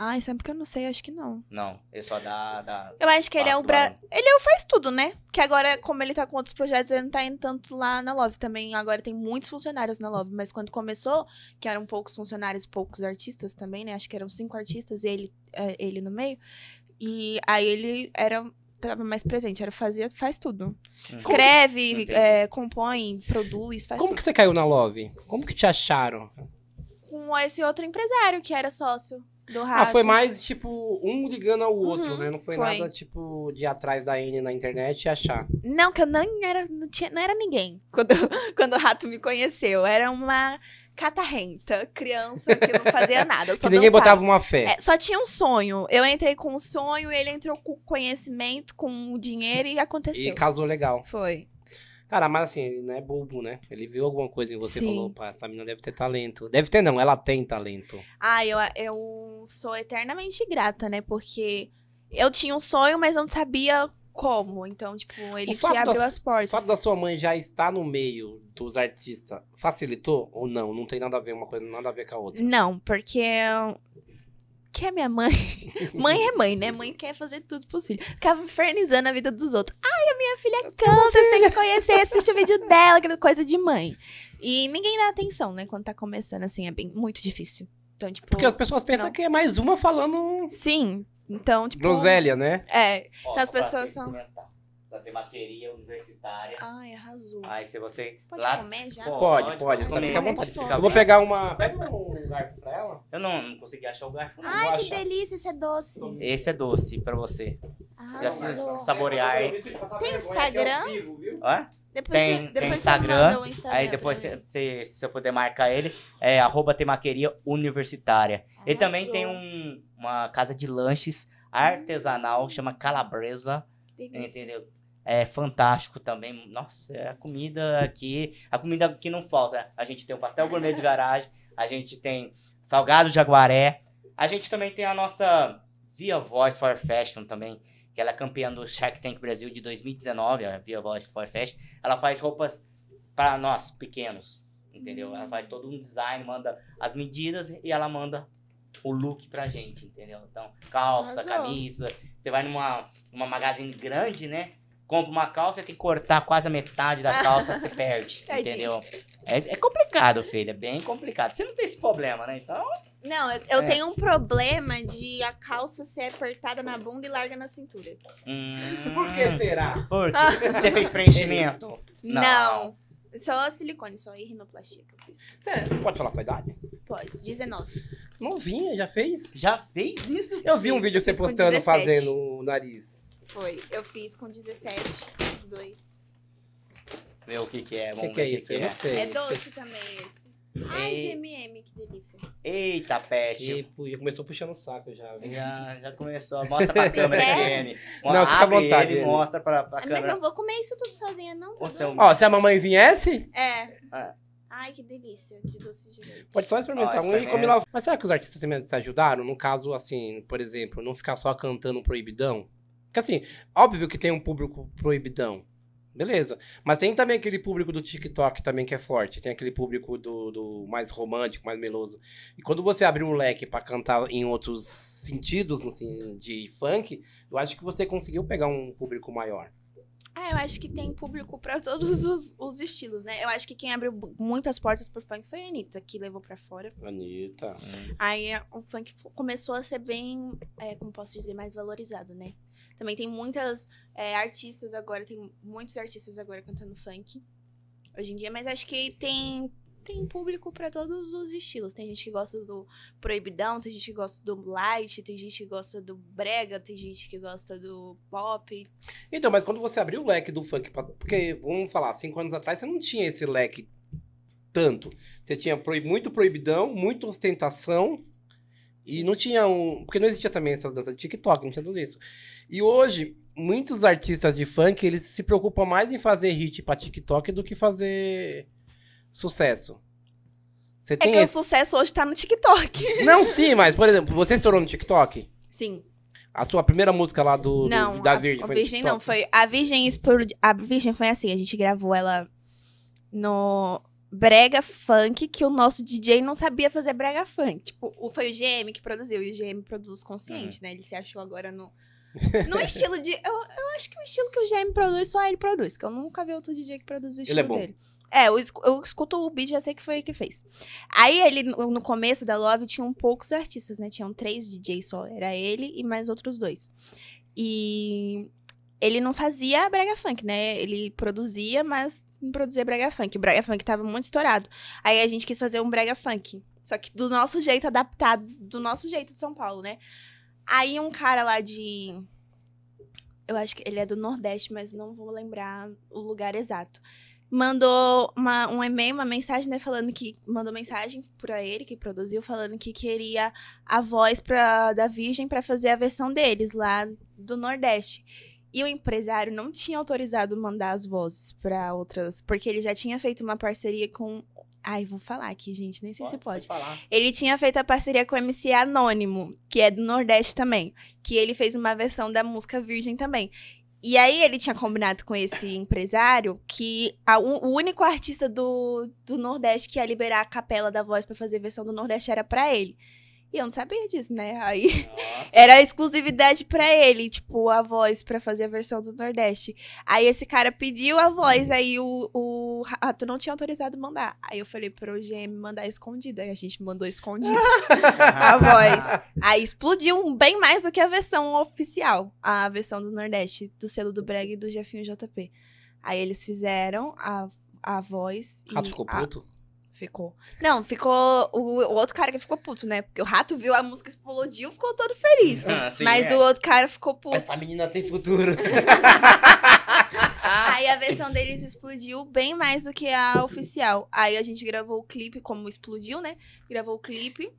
C: Ai, sabe porque eu não sei? Acho que não.
A: Não, ele é só dá. dá...
C: Eu acho que ele é
A: Claro,
C: o. Bra...
A: claro.
C: Ele é o faz tudo, né? Que agora, como ele tá com outros projetos, ele não tá indo tanto lá na Love também. Agora tem muitos funcionários na Love, mas quando começou, que eram poucos funcionários, poucos artistas também, né? Acho que eram cinco artistas e é, ele, eh, ele no meio. E aí ele era tava mais presente, era fazer, faz tudo.
A: Hum.
C: Escreve,
A: Entendi.
C: é, compõe, produz, faz
B: Como
C: tudo.
B: que você caiu na Love? Como que te acharam?
C: Com esse outro empresário que era sócio do
B: Ah,
C: Rato.
B: foi mais tipo um ligando ao outro,
C: Uhum,
B: né? Não foi,
C: foi.
B: nada tipo de ir atrás da N na internet e achar.
C: Não, que eu não era, não tinha, não era ninguém quando, quando o Rato me conheceu. Era uma catarrenta, criança que não fazia nada, só
B: que ninguém
C: dançava.
B: botava uma fé.
C: É, só tinha um sonho. Eu entrei com um sonho, ele entrou com conhecimento, com o dinheiro e aconteceu.
B: e casou legal.
C: Foi.
B: Cara, mas assim, ele não é bobo, né? Ele viu alguma coisa em você e
C: Sim.
B: falou, opa, essa menina deve ter talento. Deve ter não, ela tem talento.
C: Ah, eu, eu sou eternamente grata, né? Porque eu tinha um sonho, mas eu não sabia como. Então, tipo, ele que
B: fato
C: abriu
B: da-
C: as
B: O
C: portas.
B: fato da sua mãe já estar no meio dos artistas facilitou ou não? Não tem nada a ver uma coisa, nada a ver com a outra.
C: Não, porque. eu- Que é minha mãe. Mãe é mãe, né? Mãe quer fazer tudo possível. Ficava infernizando a vida dos outros. Ai, a minha filha canta, você tem que conhecer, assiste o vídeo dela, aquela coisa de mãe. E ninguém dá atenção, né? Quando tá começando, assim, é bem muito difícil. Então, tipo.
B: Porque as pessoas pensam
C: não.
B: que é mais uma falando
C: Sim. Então, tipo.
B: groselha, né?
C: É.
A: Ó,
C: Então as
A: só pra
C: pessoas
A: você
C: são-
A: comentar. Da temaqueria universitária.
C: Ai, arrasou.
A: Aí se você.
C: Pode comer já?
B: Pode, pode, tá, fica à
C: vontade.
A: fica à
B: Eu vou
A: vontade.
B: pegar uma. Pega um garfo pra ela.
A: Eu não, não consegui achar o garfo. não.
C: Ai,
B: vou
C: que
B: achar.
C: delícia, isso é doce. Ah,
A: Esse é doce pra você. Já se
C: Arrasou.
A: saborear, hein?
C: Tem Instagram?
A: Ó.
C: Depois
A: Tem-
C: você-
A: tem
C: depois você
A: Instagram,
C: manda o Instagram
A: Aí depois,
C: pra
A: se,
C: mim.
A: se, se eu puder marcar ele, é arroba temaqueria universitária. Ele também
C: Arrasou.
A: tem um- uma casa de lanches artesanal, chama Calabresa,
C: Delícia.
A: entendeu? É fantástico também. Nossa, é a comida aqui, a comida aqui não falta. A gente tem o pastel gourmet de garagem, a gente tem salgado jaguaré, a gente também tem a nossa Via Voice for Fashion também, que ela é campeã do Shark Tank Brasil de 2019, a Via Voice for Fashion. Ela faz roupas para nós, pequenos, entendeu? Ela faz todo um design, manda as medidas e ela manda o look pra gente, entendeu? Então, calça,
C: Arrasou.
A: camisa. Você vai numa, numa magazine grande, né? Compra uma calça, tem que cortar quase a metade da calça, você perde,
C: Tadinho.
A: entendeu? É, é complicado, filho, é bem complicado. Você não tem esse problema, né? Então,
C: Não, eu, eu
A: É.
C: tenho um problema de a calça ser apertada na bunda e larga na cintura.
A: hum,
B: Por que será?
A: Por quê? Você fez preenchimento? Não.
C: Não. Só silicone, só rinoplastia que eu fiz.
B: Sério, pode falar sua idade?
C: Pode, 19.
B: Novinha, já fez?
A: Já fez isso?
B: Eu vi um
C: Fiz,
B: vídeo você
C: fiz com
B: postando
C: 17.
B: fazendo o nariz.
C: Foi. Eu fiz com 17, os dois.
A: Ver o que que é.
B: O
A: vamos
B: que, que é
A: ver o
B: isso? Eu não sei.
C: É doce também esse. Ai, de MM, que delícia.
A: é. Eita, peste.
B: Tipo, já começou puxando o saco já. viu?
A: Já, já começou. Mostra pra câmera,
C: Quer?
A: Jenny.
B: Não, fica à
A: Abre
B: vontade,
A: Ele,
B: Jenny.
A: mostra pra, pra
C: Ah, Mas eu
A: câmera.
C: não vou comer isso tudo sozinha, não? tá
A: Ô, seu-
C: doido?
B: Ó, se a mamãe viesse,
C: É.
A: Ah.
C: Ai, que delícia de doce de leite.
B: pode só experimentar
A: Ó,
B: um e
A: experimenta.
B: comer lá. Mas será que os artistas também se ajudaram? No caso, assim, por exemplo, não ficar só cantando proibidão? Porque assim, óbvio que tem um público proibidão. Beleza. Mas tem também aquele público do TikTok também que é forte. Tem aquele público do, do mais romântico, mais meloso. E quando você abre um leque pra cantar em outros sentidos, assim, de funk, eu acho que você conseguiu pegar um público maior.
C: Ah, eu acho que tem público pra todos os, os estilos, né? Eu acho que quem abriu bu- muitas portas pro funk foi a Anitta, que levou pra fora.
B: Anitta.
C: Aí a- o funk fo- começou a ser bem, é, como posso dizer, mais valorizado, né? Também tem muitas é, artistas agora, tem muitos artistas agora cantando funk hoje em dia, mas acho que tem, tem público pra todos os estilos. Tem gente que gosta do proibidão, tem gente que gosta do light, tem gente que gosta do brega, tem gente que gosta do pop.
B: Então, mas quando você abriu o leque do funk, pra- porque, vamos falar, cinco anos atrás você não tinha esse leque tanto. Você tinha proib- muito proibidão, muita ostentação, e não tinha um. Porque não existia também essas danças de TikTok, não tinha tudo isso. E hoje, muitos artistas de funk, eles se preocupam mais em fazer hit pra TikTok do que fazer sucesso. Você
C: É
B: tem
C: que o
B: esse.
C: sucesso hoje tá no TikTok.
B: Não, sim, mas, por exemplo, você estourou no TikTok?
C: Sim.
B: A sua primeira música lá do, do-
C: Não,
B: da
C: a,
B: Virgem
C: a
B: foi no
C: Virgem
B: TikTok?
C: não, foi. A Virgem explodiu. A Virgem foi assim, a gente gravou ela no Brega Funk, que o nosso DJ não sabia fazer Brega Funk. Tipo, o- foi o GM que produziu, e o GM produz consciente,
B: É.
C: né? Ele se achou agora no. No estilo de. Eu, eu acho que o estilo que o GM produz, só ele produz, que eu nunca vi outro DJ que produz o estilo
B: é bom.
C: dele. É, eu, escu- eu escuto o beat, já sei que foi ele que fez. Aí ele, no no começo da Love, tinham poucos artistas, né? Tinham três DJs só. Era ele e mais outros dois. E ele não fazia Brega Funk, né? Ele produzia, mas não produzia Brega Funk. O Brega Funk tava muito estourado. Aí a gente quis fazer um Brega Funk. Só que do nosso jeito, adaptado, do nosso jeito de São Paulo, né? Aí um cara lá de. Eu acho que ele é do Nordeste, mas não vou lembrar o lugar exato mandou uma- um e-mail, uma mensagem, né, falando que mandou mensagem pra ele que produziu falando que queria a voz pra, da Virgem pra fazer a versão deles lá do Nordeste. E o empresário não tinha autorizado mandar as vozes pra outras, porque ele já tinha feito uma parceria com Ai, vou falar aqui, gente, nem sei se pode.
A: falar.
C: Ele tinha feito a parceria com o MC Anônimo, que é do Nordeste também. Que ele fez uma versão da música Virgem também. E aí ele tinha combinado com esse empresário que a u- o único artista do, do Nordeste que ia liberar a capela da voz pra fazer versão do Nordeste era pra ele. E eu não sabia disso, né? Aí
A: Nossa.
C: era exclusividade pra ele, tipo, a voz pra fazer a versão do Nordeste. Aí esse cara pediu a voz, aí o, o Rato não tinha autorizado mandar. Aí eu falei pro GM mandar escondido. Aí a gente mandou escondido. a voz. aí explodiu um bem mais do que a versão oficial, a versão do Nordeste, do selo do Breg e do Jefinho JP. Aí eles fizeram a, a voz. e
B: Rato Ah, ficou
C: a-
B: puto?
C: Ficou. Não, ficou o, o outro cara que ficou puto, né? Porque o rato viu a música explodiu, ficou todo feliz.
A: Ah, sim,
C: Mas
A: é.
C: o outro cara ficou puto.
B: Essa menina tem futuro.
A: "Ah."
C: Aí a versão deles explodiu bem mais do que a oficial. Aí a gente gravou o clipe, como explodiu, né? Gravou o clipe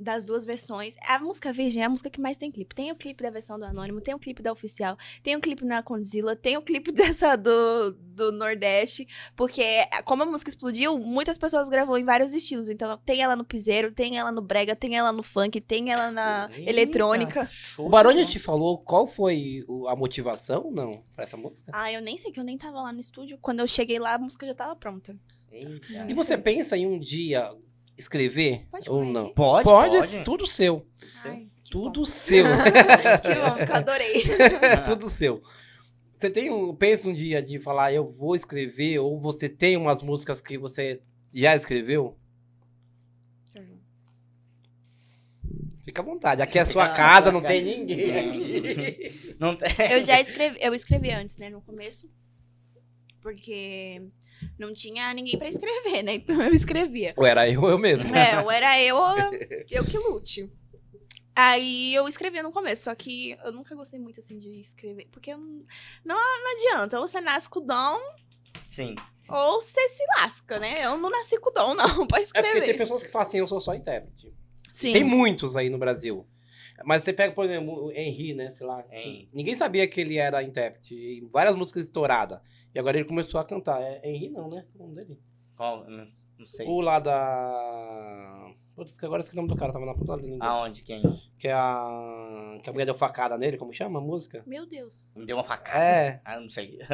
C: das duas versões. A música Virgem é a música que mais tem clipe. Tem o clipe da versão do Anônimo, tem o clipe da oficial, tem o clipe na Condzilla, tem o clipe dessa do, do Nordeste. Porque é, como a música explodiu, muitas pessoas gravou em vários estilos. Então tem ela no piseiro, tem ela no brega, tem ela no funk, tem ela na
A: Eita.
C: eletrônica.
B: O Barone te falou qual foi o- a motivação, não, pra essa música?
C: Ah, eu nem sei que eu nem tava lá no estúdio. Quando eu cheguei lá, a música já tava pronta.
B: E você pensa em um dia escrever
C: Pode
B: ou
C: pôr
B: não?
C: aqui.
A: Pode,
B: Pode,
A: pode.
B: é tudo seu.
C: Ai, que
B: Tudo
C: bom.
B: seu. é
C: que bom, que eu adorei.
A: É
B: tudo seu. Você tem um, pensa um dia de falar, eu vou escrever, ou você tem umas músicas que você já escreveu? Fica à vontade. Aqui é a sua
A: Fica
B: casa,
A: na
B: não
A: sua
B: tem
A: casa.
B: ninguém aqui.
A: Não tem.
C: Eu já escrevi, eu escrevi antes, né, no começo. Porque não tinha ninguém pra escrever, né? Então eu escrevia.
B: Ou era eu, eu mesmo.
C: É, ou era eu, ou eu que lute. Aí eu escrevia no começo, só que eu nunca gostei muito assim de escrever. Porque eu não, não, não adianta. Ou você nasce com o dom,
A: Sim.
C: ou você se lasca, né? Eu não nasci com o dom, não, pra
B: É porque tem
C: escrever.
B: pessoas que falam assim, eu sou só intérprete.
C: Sim.
B: Tem muitos aí no Brasil. Mas você pega, por exemplo, o Henry, né? Sei lá.
A: Henry.
B: Ninguém sabia que ele era intérprete. e Várias músicas estouradas. E agora ele começou a cantar. É Henry não, né? O nome dele.
A: Qual? Não não sei.
B: O lá da. Putz, que agora eu esqueci o nome do cara, tava na ponta da língua.
A: Aonde? Quem?
B: Que é a. Que a mulher deu facada nele, como chama a música?
C: Meu Deus.
A: Me deu uma facada.
B: É.
A: Ah, não sei.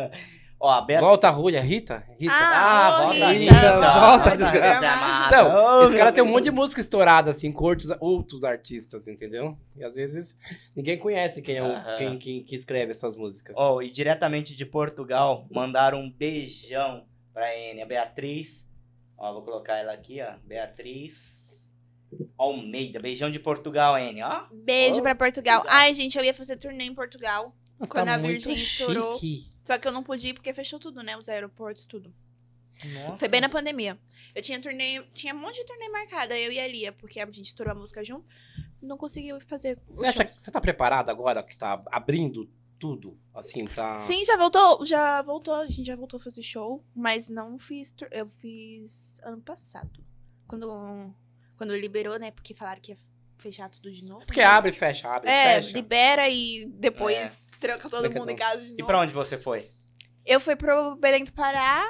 A: Ó, a Beta.
B: Volta a Rúlia, Rita? Rita.
A: Ah,
C: Ah, ô,
A: volta,
B: Rita, volta,
A: desgramada.
B: Então,
A: Ô,
B: esse cara
A: meu
B: tem um
A: Deus.
B: monte de música estourada, assim, com outros, outros artistas, entendeu? E às vezes ninguém conhece quem é o,
A: Aham.
B: quem, quem que escreve essas músicas.
A: Ó, e diretamente de Portugal, mandaram um beijão pra N, a Beatriz. Ó, vou colocar ela aqui, ó. Beatriz Almeida. Beijão de Portugal, N, ó.
C: Beijo
A: Ó,
C: pra Portugal.
A: legal.
C: Ai, gente, eu ia fazer turnê em Portugal.
B: Nossa,
A: tá
C: quando a Virgem estourou-
B: chique.
C: Só que eu não pude ir porque fechou tudo, né? Os aeroportos, tudo.
A: Nossa.
C: Foi bem na pandemia. Eu tinha turnê, tinha um monte de turnê marcada, eu e a Lia, porque a gente estourou a música junto. Não conseguiu fazer. o
B: Você acha
C: show.
B: que você tá preparado agora que tá abrindo tudo, assim, pra...
C: Sim, já voltou, já voltou, a gente já voltou a fazer show, mas não fiz, tur- eu fiz ano passado. Quando quando liberou, né? Porque falaram que ia fechar tudo de novo.
B: Porque abre e fecha, abre e
C: É,
B: fecha.
C: libera e depois
A: É.
C: tranca todo
B: Tranca
C: mundo em
B: todo-
C: casa de novo.
A: E pra onde você foi?
C: Eu fui pro Belém do Pará,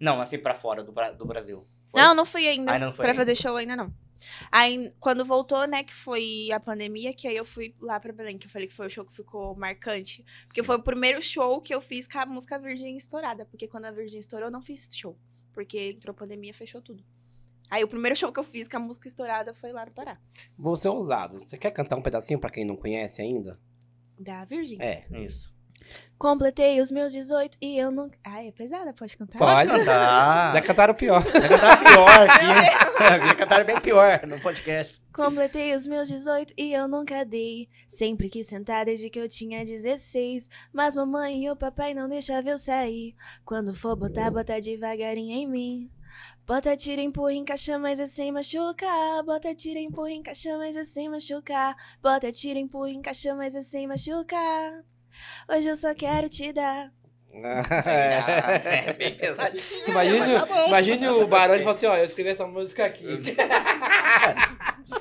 A: Não, assim, pra fora do, Bra- do Brasil. Foi?
C: Não, não fui ainda.
A: Ah, não foi
C: Pra
A: ainda.
C: fazer show ainda não. Aí, quando voltou, né, que foi a pandemia, que aí eu fui lá pra Belém, que eu falei que foi o show que ficou marcante. Porque foi o primeiro show que eu fiz com a música Virgem estourada. Porque quando a Virgem estourou, eu não fiz show. Porque entrou pandemia, fechou tudo. Aí, o primeiro show que eu fiz com a música estourada foi lá no Pará.
B: Vou ser ousado. Você quer cantar um pedacinho pra quem não conhece ainda?
C: Da Virgem.
B: É.
A: Isso.
C: Completei os meus 18 e eu nunca. Ai, é pesada, pode cantar?
B: Pode.
A: Pode cantar.
B: Já cantaram pior.
A: Já cantaram pior aqui. Já cantaram bem pior no podcast.
C: Completei os meus 18 e eu nunca dei. Sempre quis sentar desde que eu tinha 16. Mas mamãe e o papai não deixavam eu sair. Quando for botar, bota devagarinho em mim. Bota, tira, empurra, encaixa, mas é sem machucar. Bota, tira, empurra, encaixa, mas é sem machucar. Bota, tira, empurra, encaixa, mas é sem machucar. Hoje eu só quero te dar.
A: É bem pesadinho.
B: Imagina,
A: mas tá bom.
B: imagina o Barão e fala assim, ó, eu escrevi essa música aqui.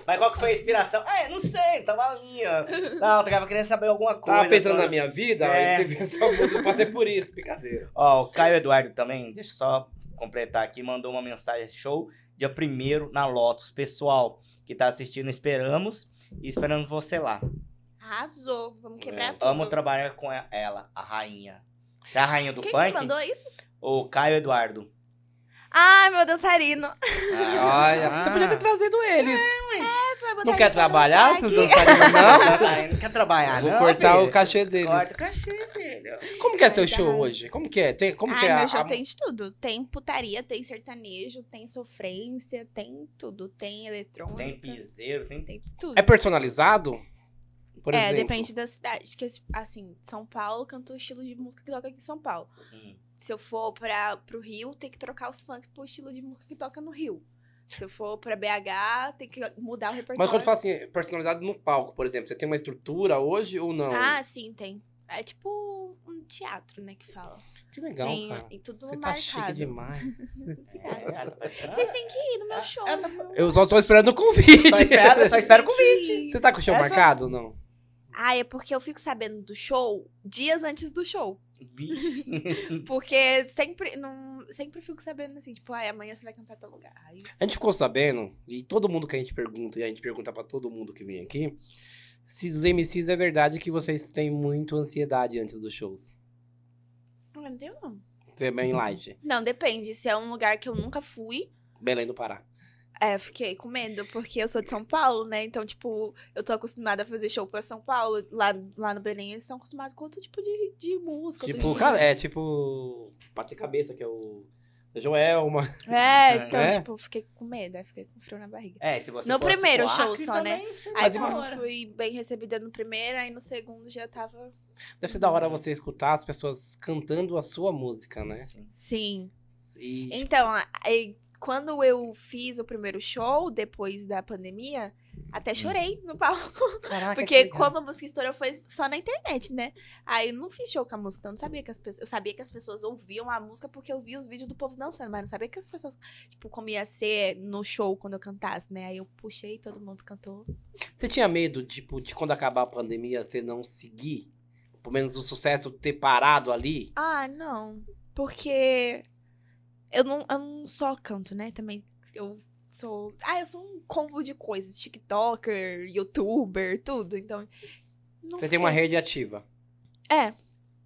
A: Mas qual que foi a inspiração? Ah, eu não sei, tava ali, ó. Não, eu tava querendo saber alguma coisa.
B: Tava pensando
A: Então,
B: na minha vida,
A: É.
B: eu escrevi essa música, eu passei por isso. Brincadeira.
A: Ó, o Caio Eduardo também, deixa eu só completar aqui, mandou uma mensagem show, dia 1 na Lotus. Pessoal que tá assistindo, esperamos e esperamos você lá.
C: Arrasou. Vamos
B: quebrar É,
C: tudo.
A: Amo trabalhar com ela, a rainha. Você é a rainha do
C: Quem
A: funk?
C: que mandou isso?
A: O Caio Eduardo.
C: Ai, meu dançarino.
A: Ah.
B: Olha, tu podia ter trazido eles.
C: Vai botar
B: Não quer
C: eles pra
B: trabalhar,
C: dançar
B: Ah, vocês
C: aqui.
B: dançariam não?
A: Não, não quer trabalhar,
B: É, Vou
A: Ah, não.
B: cortar
A: filho.
B: o cachê deles.
A: Corta o cachê, filho.
B: Como que é seu
C: Vai dar
B: show
C: raiva.
B: hoje? Como que é? Tem, como que
C: Ai,
B: é
C: Ah, meu
B: a-
C: show
B: a-
C: tem de tudo. Tem putaria, tem sertanejo, tem sofrência, tem tudo. Tem eletrônica.
A: Tem piseiro, tem.
C: Tem tudo.
B: É personalizado? Por
C: É,
B: exemplo.
C: depende da cidade. Porque, assim, São Paulo canta o estilo de música que toca aqui em São Paulo.
A: Hum.
C: Se eu for pra, pro Rio, tem que trocar os funk pro estilo de música que toca no Rio. Se eu for pra BH, tem que mudar o repertório.
B: Mas quando fala assim, personalizado no palco, por exemplo, você tem uma estrutura hoje ou não?
C: Ah, sim, tem. É tipo um teatro, né, que fala.
B: que legal,
C: tem-
B: cara.
C: e tudo
B: você tá chique
C: marcado.
B: demais.
A: É, ela tá pensando.
C: Vocês têm que ir no meu show.
A: ela tá-
C: viu?
B: Ah. Eu só tô esperando o convite.
A: Só espero, só espero o convite.
B: Você tá com o show
A: Essa-
B: marcado ou não?
C: Ah, é porque eu fico sabendo do show dias antes do show.
A: Vixe.
B: Hum.
C: Porque sempre, não, sempre fico sabendo assim, tipo, ai, amanhã você vai cantar em tal lugar. Aí,
B: A gente ficou sabendo, e todo mundo que a gente pergunta, e a gente pergunta pra todo mundo que vem aqui, se os MCs é verdade que vocês têm muito ansiedade antes dos shows.
C: ah, não tenho não.
B: Você é bem light,
C: Não, depende. Se é um lugar que eu nunca fui,
B: Belém do Pará.
C: é, eu fiquei com medo, porque eu sou de São Paulo, né? Então, tipo, eu tô acostumada a fazer show pra São Paulo. Lá, lá no Belém, eles são acostumados com outro tipo de, de música. outro
B: Tipo,
C: de-
B: cara, é tipo. Bate cabeça, que é o. Joelma.
C: É, então,
B: É.
C: tipo, eu fiquei com medo, aí fiquei com frio na barriga.
A: É, se você
C: No
A: fosse
C: primeiro
A: pro
C: show
A: Acre
C: só, né?
A: também, você
C: Aí,
A: vai
C: como eu
A: embora.
C: fui bem recebida no primeiro, aí no segundo já tava.
B: Deve ser da hora você escutar as pessoas cantando a sua música, né?
A: Sim.
C: Sim.
B: E, tipo,
C: Então, a- aí, quando eu fiz o primeiro show, depois da pandemia, até chorei no palco.
B: caraca, Hum. que
C: Porque
B: legal.
C: como a música estourou, foi só na internet, né? Aí eu não fiz show com a música, então eu não sabia que as pessoas... Eu sabia que as pessoas ouviam a música porque eu via os vídeos do povo dançando, mas não sabia que as pessoas... Tipo, como ia ser no show quando eu cantasse, né? Aí eu puxei, todo mundo cantou.
B: Você tinha medo, tipo, de quando acabar a pandemia, você não seguir? Pelo menos o sucesso ter parado ali?
C: Ah, não. Porque eu não, eu não só canto, né? Também eu sou. Ah, eu sou um combo de coisas. TikToker, youtuber, tudo. Então. não
B: Você tem uma
C: fiquei-
B: rede ativa.
C: É.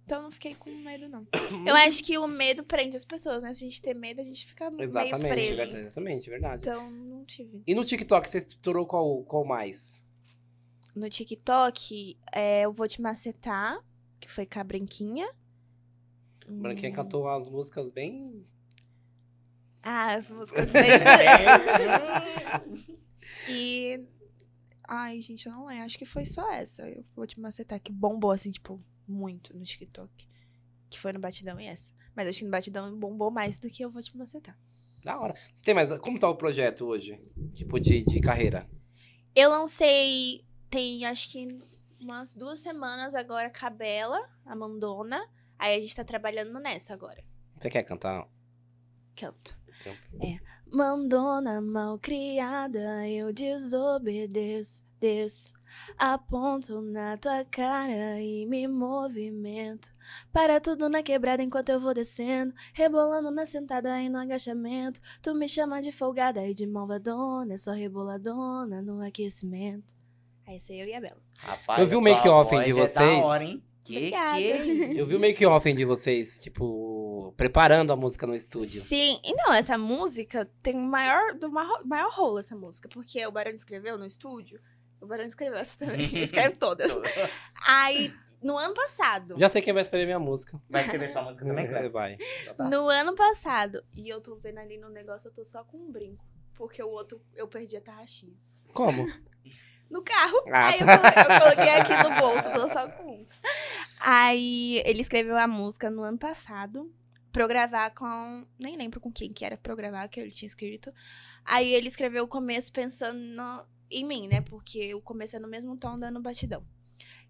C: Então eu não fiquei com medo, não. Eu acho que o medo prende as pessoas, né? Se a gente ter medo, a gente fica meio
B: Exatamente, é
C: preso.
B: verdade, exatamente, verdade.
C: Então, não tive.
B: E no TikTok, você estourou qual, qual mais?
C: No TikTok, é, eu vou te macetar, que foi com a Branquinha.
B: Branquinha
C: Hum.
B: cantou as músicas bem.
C: Ah, as músicas dele.
A: É.
C: E. Ai, gente, eu não lembro. Acho que foi só essa. Eu vou te macetar que bombou, assim, tipo, muito no TikTok. Que foi no Batidão e essa. Mas acho que no Batidão bombou mais do que eu vou te macetar.
B: Da hora. Você tem mais. Como tá o projeto hoje? Tipo, de, de carreira?
C: Eu lancei, tem acho que umas duas semanas agora, Cabela, a Mandona. Aí a gente tá trabalhando nessa agora.
B: Você quer cantar?
C: Canto.
B: Canto.
C: É. Mandona malcriada, eu desobedeço, des. Aponto na tua cara e me movimento. Para tudo na quebrada enquanto eu vou descendo. Rebolando na sentada e no agachamento. Tu me chama de folgada e de malvadona. É só reboladona no aquecimento. Aí essa é eu e a Bela.
A: Rapaz,
B: Eu vi
A: a
B: o
A: tua
B: make-off
A: voz
B: de
A: é
B: vocês.
A: Da hora, hein? Que é
C: Obrigada.
A: que?
B: Eu vi o make-off de vocês, tipo, preparando a música no estúdio.
C: Sim, e não, essa música tem o maior, do maior, maior rolo essa música, porque o Barão escreveu no estúdio. O Barão escreveu essa também, escreve todas. Aí No ano passado.
B: Já sei quem vai escolher minha música.
A: Vai escrever sua música
C: é
A: também, Cleber?
B: vai.
A: Tá.
C: No ano passado. E eu tô vendo ali no negócio, eu tô só com um brinco. Porque o outro, eu perdi a tarraxinha.
B: Como?
C: No carro.
B: Ah,
C: aí eu,
B: tá.
C: colo- eu coloquei aqui no bolso, tô só com um. Aí ele escreveu a música no ano passado. Pra eu gravar com. Nem lembro com quem que era pra eu gravar, que ele tinha escrito. Aí ele escreveu o começo pensando no- em mim, né? Porque o começo é no mesmo tom, dando batidão.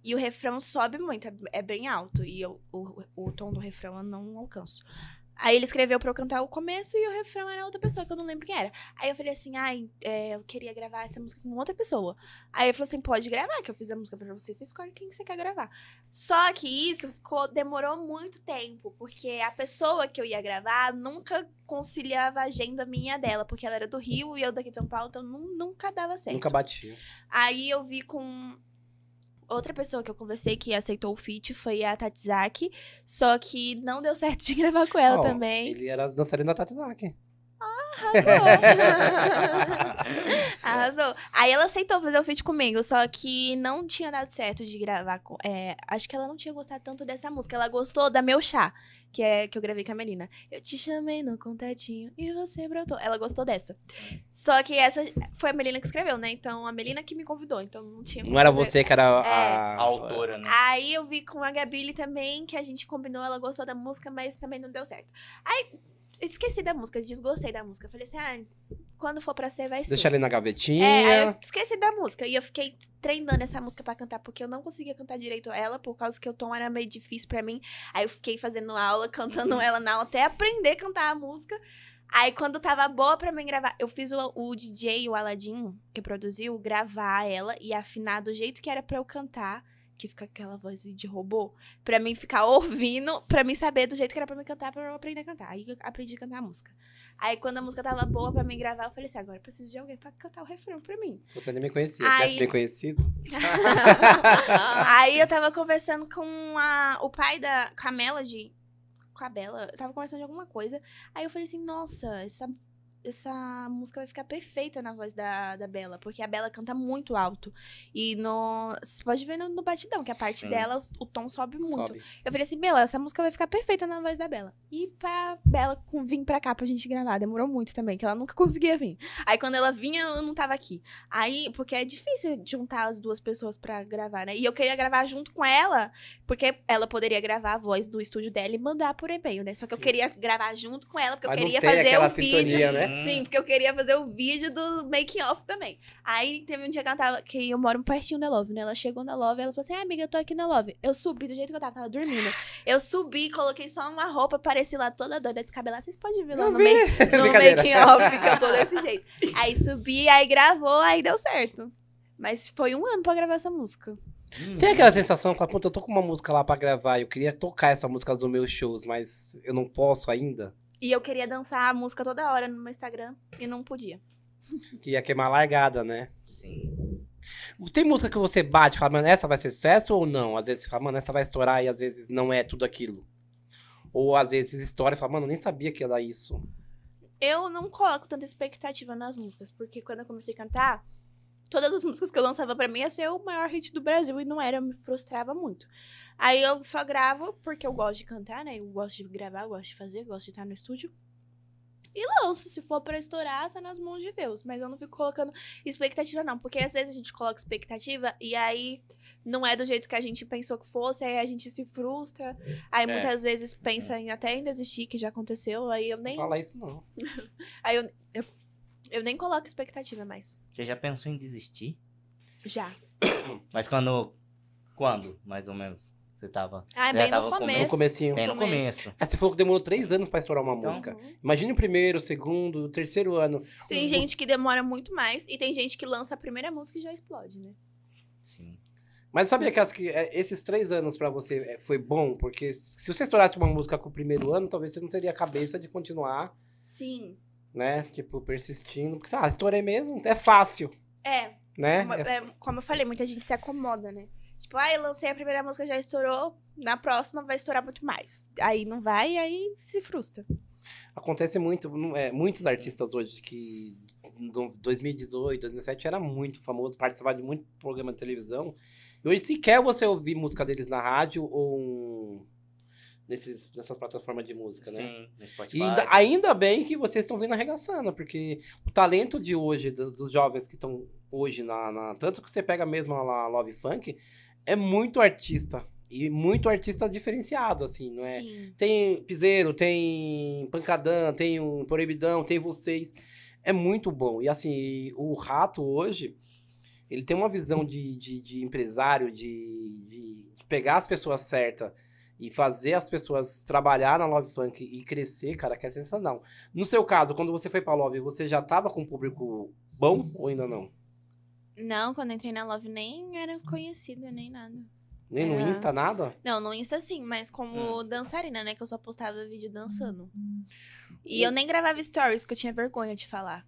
C: E o refrão sobe muito, é- é bem alto. E eu- o, o tom do refrão eu não alcanço. Aí ele escreveu pra eu cantar o começo e o refrão era outra pessoa, que eu não lembro quem era. Aí eu falei assim, ai, é, eu queria gravar essa música com outra pessoa. Aí ele falou assim, pode gravar, que eu fiz a música pra você, você escolhe quem que você quer gravar. Só que isso ficou, demorou muito tempo, porque a pessoa que eu ia gravar nunca conciliava a agenda minha e a dela, porque ela era do Rio e eu daqui de São Paulo, então nu- nunca dava certo.
B: Nunca bati.
C: Aí eu vi com outra pessoa que eu conversei que aceitou o feat, foi a Tatizaki, só que não deu certo de gravar com ela
B: Ó,
C: também.
B: Ele era dançarino da Tatizaki.
C: Arrasou. Aí ela aceitou fazer o feat comigo, só que não tinha dado certo de gravar com. é, acho que ela não tinha gostado tanto dessa música. Ela gostou da Meu Chá, que é que eu gravei com a Melina. Eu te chamei no contatinho e você brotou. Ela gostou dessa. Só que essa foi a Melina que escreveu, né? Então a Melina que me convidou, então não tinha.
B: Não era
C: como fazer.
B: você que era a...
A: A autora, né?
C: Aí eu vi com a Gabile também, que a gente combinou, ela gostou da música, mas também não deu certo. Aí esqueci da música, desgostei da música. Falei assim, ah, quando for pra ser, vai ser.
B: Deixa ele na gavetinha.
C: É, aí eu esqueci da música. E eu fiquei treinando essa música pra cantar, porque eu não conseguia cantar direito ela, por causa que o tom era meio difícil pra mim. Aí eu fiquei fazendo aula, cantando ela na aula, até aprender a cantar a música. Aí quando tava boa pra mim gravar, eu fiz o, o DJ, o Aladim, que produziu, gravar ela e afinar do jeito que era pra eu cantar. Que fica aquela voz de robô. Pra mim ficar ouvindo, pra mim saber do jeito que era pra mim cantar, pra eu aprender a cantar. Aí eu aprendi a cantar a música. Aí quando a música tava boa pra mim gravar, eu falei assim, agora eu preciso de alguém pra cantar o refrão pra mim.
B: Você nem me conhecia.
C: Aí-
B: Se tivesse me conhecido.
C: Aí eu tava conversando com a- o pai da. Com a Melody. Com a Bela. Eu tava conversando de alguma coisa. Aí eu falei assim, nossa, essa, essa música vai ficar perfeita na voz da, da Bela. Porque a Bela canta muito alto. E no. Você pode ver no, no batidão, que a parte
A: Sim.
C: dela, o tom sobe muito.
B: Sobe.
C: Eu falei assim, meu, essa música vai ficar perfeita na voz da Bela. E pra Bela com- vir pra cá pra gente gravar. Demorou muito também, que ela nunca conseguia vir. Aí quando ela vinha, eu não tava aqui. Aí, porque é difícil juntar as duas pessoas pra gravar, né? E eu queria gravar junto com ela, porque ela poderia gravar a voz do estúdio dela e mandar por e-mail, né? Só que eu
B: Sim.
C: queria gravar junto com ela, porque
B: Mas
C: eu
B: não
C: queria
B: tem
C: fazer
B: aquela
C: o vídeo.
B: sintonia, né?
A: Hum.
C: Sim, porque eu queria fazer o vídeo do making off também. Aí teve um dia que ela tava. Que eu moro pertinho da Love, né? Ela chegou na Love ela falou assim: ah, amiga, eu tô aqui na Love. Eu subi do jeito que eu tava, tava dormindo. Eu subi, coloquei só uma roupa, pareci lá toda doida, descabelada. Vocês podem ver lá
B: Eu
C: no,
B: vi.
C: make, no
B: Brincadeira.
C: making off que eu tô desse jeito. Aí subi, aí gravou, aí deu certo. Mas foi um ano pra gravar essa música.
A: Hum.
B: Tem aquela sensação, fala, puta, eu tô com uma música lá pra gravar, eu queria tocar essa música dos meus shows, mas eu não posso ainda.
C: E eu queria dançar a música toda hora no meu Instagram e não podia.
B: Que ia queimar a largada, né?
A: Sim.
B: Tem música que você bate e fala, mano, essa vai ser sucesso ou não? Às vezes você fala, mano, essa vai estourar e às vezes não é tudo aquilo. Ou às vezes estoura e fala, mano, eu nem sabia que era isso.
C: Eu não coloco tanta expectativa nas músicas, porque quando eu comecei a cantar, todas as músicas que eu lançava pra mim ia ser o maior hit do Brasil e não era, eu me frustrava muito. Aí eu só gravo porque eu gosto de cantar, né? Eu gosto de gravar, eu gosto de fazer, eu gosto de estar no estúdio. E lanço, se for pra estourar, tá nas mãos de Deus. Mas eu não fico colocando expectativa, não. Porque às vezes a gente coloca expectativa e aí não é do jeito que a gente pensou que fosse, aí a gente se frustra. Aí
A: É.
C: muitas vezes pensa em até em desistir, que já aconteceu. Aí eu nem
B: Não fala isso, não.
C: Aí eu, eu, eu nem coloco expectativa mais.
A: Você já pensou em desistir?
C: Já.
A: Mas quando. Quando, mais ou menos? Você tava.
C: Ah, é
A: Já
C: bem
A: tava
C: no
A: com-
B: No
A: Esse-
C: começo.
B: comecinho.
A: Bem no
C: começo.
A: começo.
B: Ah, você falou que demorou três anos pra estourar uma
A: Então-
B: música.
C: Uhum.
B: Imagina o primeiro, o segundo, o terceiro ano.
C: Tem gente que demora muito mais e tem gente que lança a primeira música e já explode, né?
A: Sim.
B: Mas sabia que, acho que é, esses três anos pra você é, foi bom? Porque se você estourasse uma música com o primeiro ano, talvez você não teria a cabeça de continuar,
C: Sim.
B: né? Tipo, persistindo. Porque, ah, estourei mesmo, é fácil,
C: É,
B: né?
C: uma-
B: É
C: é, como eu falei, muita gente se acomoda, né? Tipo, ah, eu lancei a primeira música, já estourou. Na próxima vai estourar muito mais. Aí não vai, aí se frustra.
B: Acontece muito, não- é, muitos artistas hoje que em do- 2018, 2017 era muito famoso, participava de muito programa de televisão E hoje sequer você ouvir música deles na rádio ou um- nesses, nessas plataformas de música, né?
A: Sim, no Spotify.
B: E ainda, ainda bem que vocês estão vindo arregaçando, porque o talento de hoje, do- dos jovens que estão hoje na, na- Tanto que você pega mesmo lá a Love Funk, é muito artista. E muito artista diferenciado, assim, não é?
C: Sim.
B: Tem Piseiro, tem Pancadã, tem o Proibidão, tem vocês. É muito bom. E assim, o Rato hoje, ele tem uma visão de, de, de empresário, de, de- de pegar as pessoas certas e fazer as pessoas trabalhar na Love Funk e crescer, cara, que é sensacional. No seu caso, quando você foi pra Love, você já tava com um público bom
A: Uhum.
B: ou ainda não?
C: Não, quando eu entrei na Love nem era conhecida, nem nada.
B: Nem no
C: Era-
B: Insta, nada?
C: Não, no Insta sim, mas como
B: Hum.
C: dançarina, né? Que eu só postava vídeo dançando. E eu nem gravava stories, que eu tinha vergonha de falar.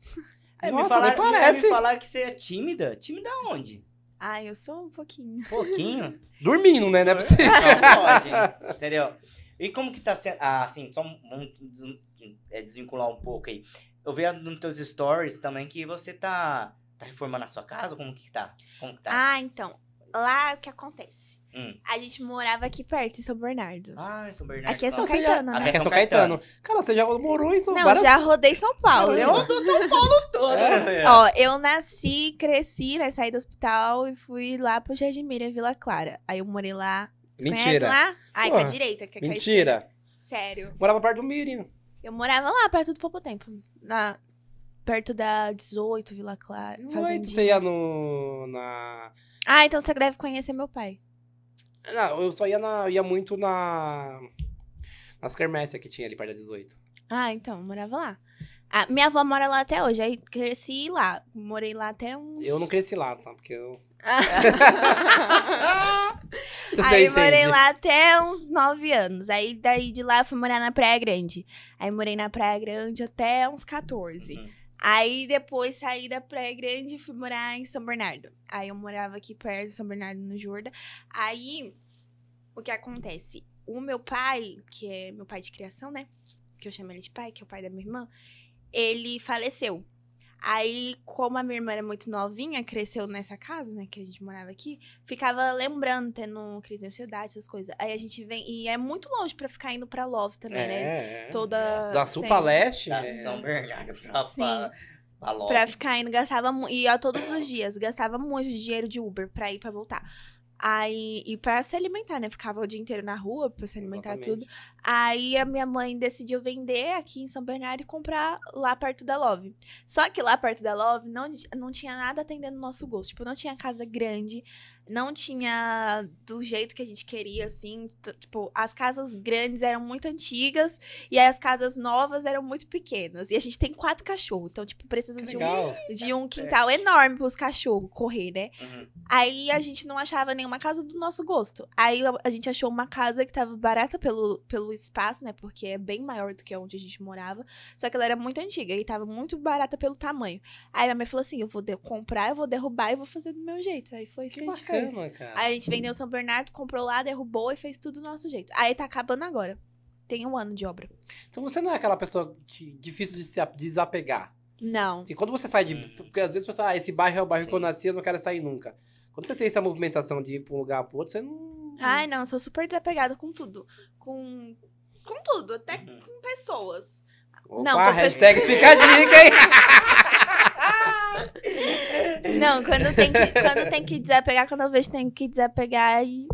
A: É, me
B: Nossa,
A: falaram,
B: nem parece.
A: Me falaram que você é tímida. Tímida onde?
C: Ah, eu sou um pouquinho.
A: Pouquinho?
B: Dormindo, né? Não é possível.
A: Não pode, entendeu? E como que tá sendo... Ah, assim, só vamos des- é, desvincular um pouco aí. Eu vejo nos teus stories também que você tá, tá reformando a sua casa? Como que tá? Como que tá?
C: Ah, então. Lá o que acontece?
A: Hum.
C: A gente morava aqui perto, em São Bernardo.
A: Ah, São Bernardo.
C: Aqui é São
A: nossa.
B: Você já-
C: Caetano,
A: Aqui
C: né?
B: É São Caetano. Cara, você já morou em São
C: Não,
B: várias-
C: já rodei São Paulo.
A: Eu
C: Eu-
A: dou São Paulo todo.
B: É.
A: né?
C: Ó, eu nasci, cresci, né? Saí do hospital e fui lá pro Jardim Miriam, Vila Clara. Aí eu morei lá. Vocês
B: Mentira.
C: Conhecem lá? Ai, com
B: Porra,
C: a direita. Que é com a
B: Mentira.
C: esquerda. Sério.
B: Morava perto do Miriam.
C: Eu morava lá, perto do Pouco Tempo. Na... Perto da 18, Vila Clara.
B: Dezoito,
C: Fazendinha.
B: é Você ia no. Na...
C: Ah, então você deve conhecer meu pai.
B: Não, eu só ia, na, ia muito na. Nas quermesses que tinha ali perto da 18.
C: Ah, então, eu morava lá. Ah, minha avó mora lá até hoje. Aí cresci lá. Morei lá até uns.
B: Eu não cresci lá, tá? Porque eu. Você
C: Aí
B: entende.
C: morei lá até uns 9 anos. Aí daí de lá eu fui morar na Praia Grande. Aí morei na Praia Grande até uns 14.
A: Uhum.
C: Aí depois saí da Praia Grande e fui morar em São Bernardo. Aí eu morava aqui perto de São Bernardo, no Jorda. Aí, o que acontece? O meu pai, que é meu pai de criação, né? Que eu chamo ele de pai, que é o pai da minha irmã. Ele faleceu. Aí, como a minha irmã era muito novinha, cresceu nessa casa, né? Que a gente morava aqui. Ficava lembrando, tendo crise de ansiedade, essas coisas. Aí a gente vem... E é muito longe pra ficar indo pra Love também, né?
B: É, é.
C: Toda...
B: Da sul
C: sempre.
B: pra leste?
A: Da
B: é.
A: Tá São Bernardo pra,
C: Sim.
A: pra, pra Lopes.
C: Pra ficar indo, gastava mu- E ia todos os dias, gastava muito dinheiro de Uber pra ir pra voltar. Aí, e pra se alimentar, né? Ficava o dia inteiro na rua pra se alimentar
B: Exatamente.
C: tudo. Aí a minha mãe decidiu vender aqui em São Bernardo e comprar lá perto da Love. Só que lá perto da Love não, ti- não tinha nada atendendo o nosso gosto. Tipo, não tinha casa grande, não tinha do jeito que a gente queria, assim. T- Tipo, as casas grandes eram muito antigas e aí as casas novas eram muito pequenas. E a gente tem quatro cachorros, então, tipo, precisa de um
B: Legal.
C: de um quintal enorme pros cachorros correr, né?
A: Uhum.
C: Aí a gente não achava nenhuma casa do nosso gosto. Aí a- a gente achou uma casa que tava barata pelo, pelo espaço, né? Porque é bem maior do que onde a gente morava. Só que ela era muito antiga e tava muito barata pelo tamanho. Aí minha mãe falou assim: eu vou de- comprar, eu vou derrubar e vou fazer do meu jeito. Aí foi isso que,
B: Que
C: a gente fez.
B: bacana, cara.
C: Aí a gente vendeu São Bernardo, comprou lá, derrubou e fez tudo do nosso jeito. Aí tá acabando agora. Tem um ano de obra.
B: Então você não é aquela pessoa que, difícil de se a- desapegar.
C: Não.
B: Porque quando você sai de.
A: Hum.
B: Porque às vezes você fala, ah, esse bairro é o bairro que eu
A: Sim.
B: nasci, eu não quero sair nunca. Quando você tem essa movimentação de ir pra um lugar pro outro, você não.
C: Ai, não, eu sou super desapegada com tudo. Com, com tudo, até
A: Uhum.
C: com pessoas.
B: Opa,
C: Não, com
B: hashtag fica a dica, hein?
C: Não, quando tem que, quando tem que desapegar, quando eu vejo que tem que desapegar, aí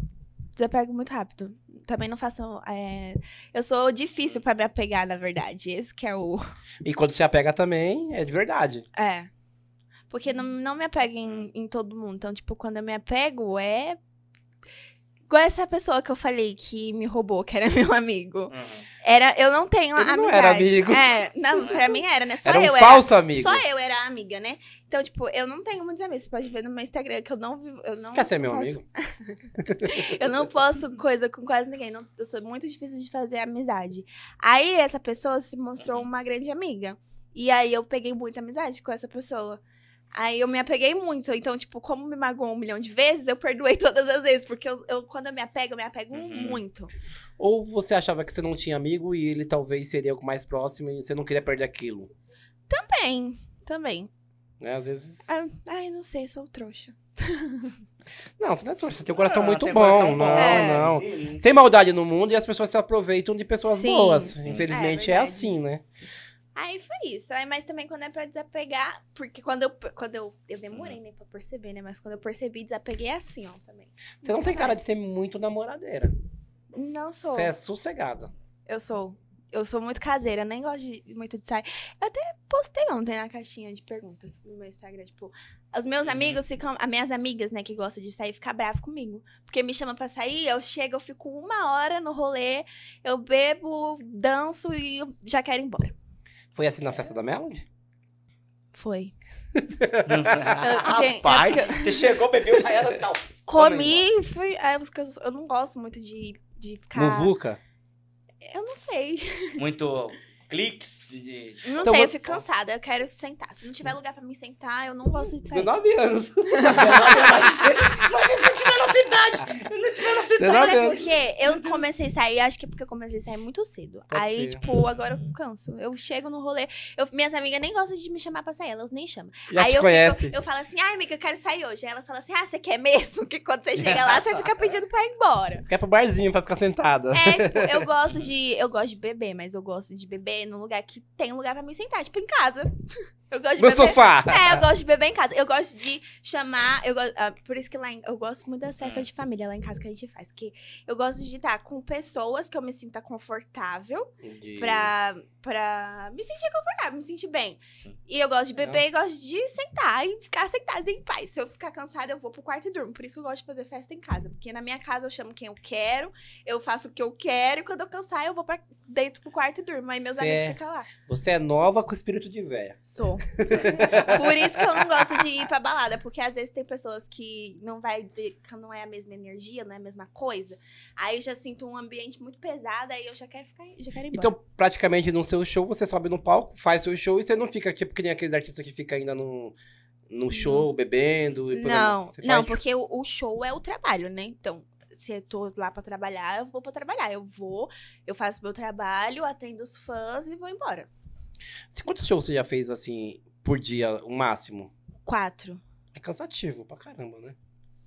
C: desapego muito rápido. Também não faço. é, Eu sou difícil pra me apegar, na verdade. Esse que é o.
B: E quando se apega também, é de verdade.
C: É. Porque não, não me apego em, em todo mundo. Então, tipo, quando eu me apego, é. Igual essa pessoa que eu falei que me roubou, que era meu amigo.
A: Uhum.
C: Era, eu não tenho
B: Ele
C: amizade.
B: não era amigo.
C: É, não, pra mim era, né? Só
B: Era um
C: eu era
B: falso amigo.
C: Só eu era amiga, né? Então, tipo, eu não tenho muitos amigos. Você pode ver no meu Instagram que eu não vivo. Eu não
B: Quer ser meu
C: posso-
B: amigo?
C: Eu não posso coisa com quase ninguém. Não, eu sou muito difícil de fazer amizade. Aí essa pessoa se mostrou uma grande amiga. E aí eu peguei muita amizade com essa pessoa. Aí eu me apeguei muito. Então, tipo, como me magoou um milhão de vezes, eu perdoei todas as vezes. Porque eu, eu- quando eu me apego, eu me apego
A: Uhum.
C: muito.
B: Ou você achava que você não tinha amigo e ele talvez seria o mais próximo e você não queria perder aquilo?
C: Também, também.
B: Né? Às vezes.
C: Ah, Ai, não sei, sou trouxa.
B: Não, você não é trouxa, você tem um coração
A: Ah,
B: muito
A: tem
B: bom.
A: coração
B: não,
C: É.
B: não.
A: Sim.
B: Tem maldade no mundo e as pessoas se aproveitam de pessoas
C: Sim,
B: boas.
A: sim.
B: Infelizmente
C: É
B: é,
C: verdade.
B: assim, né?
C: Aí foi isso. Aí, mas também quando é pra desapegar, porque quando eu. Quando eu, eu demorei, né, pra perceber, né? Mas quando eu percebi, desapeguei é assim, ó, também.
B: Você não tem cara de ser muito namoradeira.
C: Não sou.
B: Você é sossegada.
C: Eu sou. Eu sou muito caseira, nem gosto de- muito de sair. Eu até postei ontem na caixinha de perguntas no meu Instagram, tipo, os meus
B: Uhum.
C: amigos ficam, as minhas amigas, né, que gostam de sair, ficam bravas comigo. Porque me chama pra sair, eu chego, eu fico uma hora no rolê, eu bebo, danço e eu já quero ir embora.
B: Foi assim na festa da Melody?
C: Foi.
B: Ah,
C: Eu- gente, é
A: Rapaz,
C: porque
A: você chegou, bebeu, já era tal.
C: Comi e fui. é, porque eu, eu não gosto muito de, de ficar.
B: Muvuca?
C: Eu não sei.
A: Muito cliques de... de-
C: Não
B: Então
C: sei, eu
B: você-
C: fico cansada. Eu quero sentar. Se não tiver lugar pra me sentar, eu não gosto de sair.
B: 19 anos.
A: Imagina se eu tiver na cidade! Eu não tiver na cidade!
C: Então,
B: Será
C: mas é
B: mesmo?
C: porque eu comecei a sair, acho que é porque eu comecei a sair muito cedo.
B: Pode
C: aí,
B: ser.
C: tipo, agora eu canso. Eu chego no rolê. eu- minhas amigas nem gostam de me chamar pra sair, elas nem chamam.
B: Já
C: aí
B: te
C: eu,
B: conhece.
C: Fico, eu falo assim, ai, amiga, eu quero sair hoje. Aí elas falam assim, ah, você quer mesmo? Que quando você chega lá, você fica pedindo pra ir embora.
B: Quer pro barzinho pra ficar sentada.
C: É, tipo, eu gosto de. Eu gosto de beber, mas eu gosto de beber num lugar que tem lugar pra me sentar, tipo, em casa. Eu gosto de
B: Meu
C: beber.
B: sofá!
C: É, eu gosto de beber em casa. Eu gosto de chamar. Eu gosto, ah, por isso que lá em- eu gosto muito das festas de família lá em casa que a gente faz. Que eu gosto de estar com pessoas que eu me sinta confortável pra, pra me sentir confortável, me sentir bem.
A: Sim.
C: E eu gosto de beber e gosto de sentar e ficar sentada em paz. Se eu ficar cansada, eu vou pro quarto e durmo. Por isso que eu gosto de fazer festa em casa. Porque na minha casa eu chamo quem eu quero, eu faço o que eu quero, e quando eu cansar, eu vou pra dentro pro quarto e durmo. Aí meus
B: Cê-
C: amigos ficam lá.
B: Você é nova com espírito de véia.
C: Sou. Por isso que eu não gosto de ir pra balada, porque às vezes tem pessoas que não vai, de- que não é a mesma energia, não é a mesma coisa. Aí eu já sinto um ambiente muito pesado, aí eu já quero ficar, já quero ir embora.
B: Então, praticamente no seu show, você sobe no palco, faz seu show e você não fica tipo que nem aqueles artistas que ficam ainda no, no show, bebendo. E
C: não,
B: Você
C: não,
B: faz-
C: porque o, o show é o trabalho, né? Então, se eu tô lá pra trabalhar, eu vou pra trabalhar. Eu vou, eu faço meu trabalho, atendo os fãs e vou embora.
B: Se- Quantos shows você já fez assim por dia, o máximo?
C: Quatro.
B: É cansativo pra caramba, né?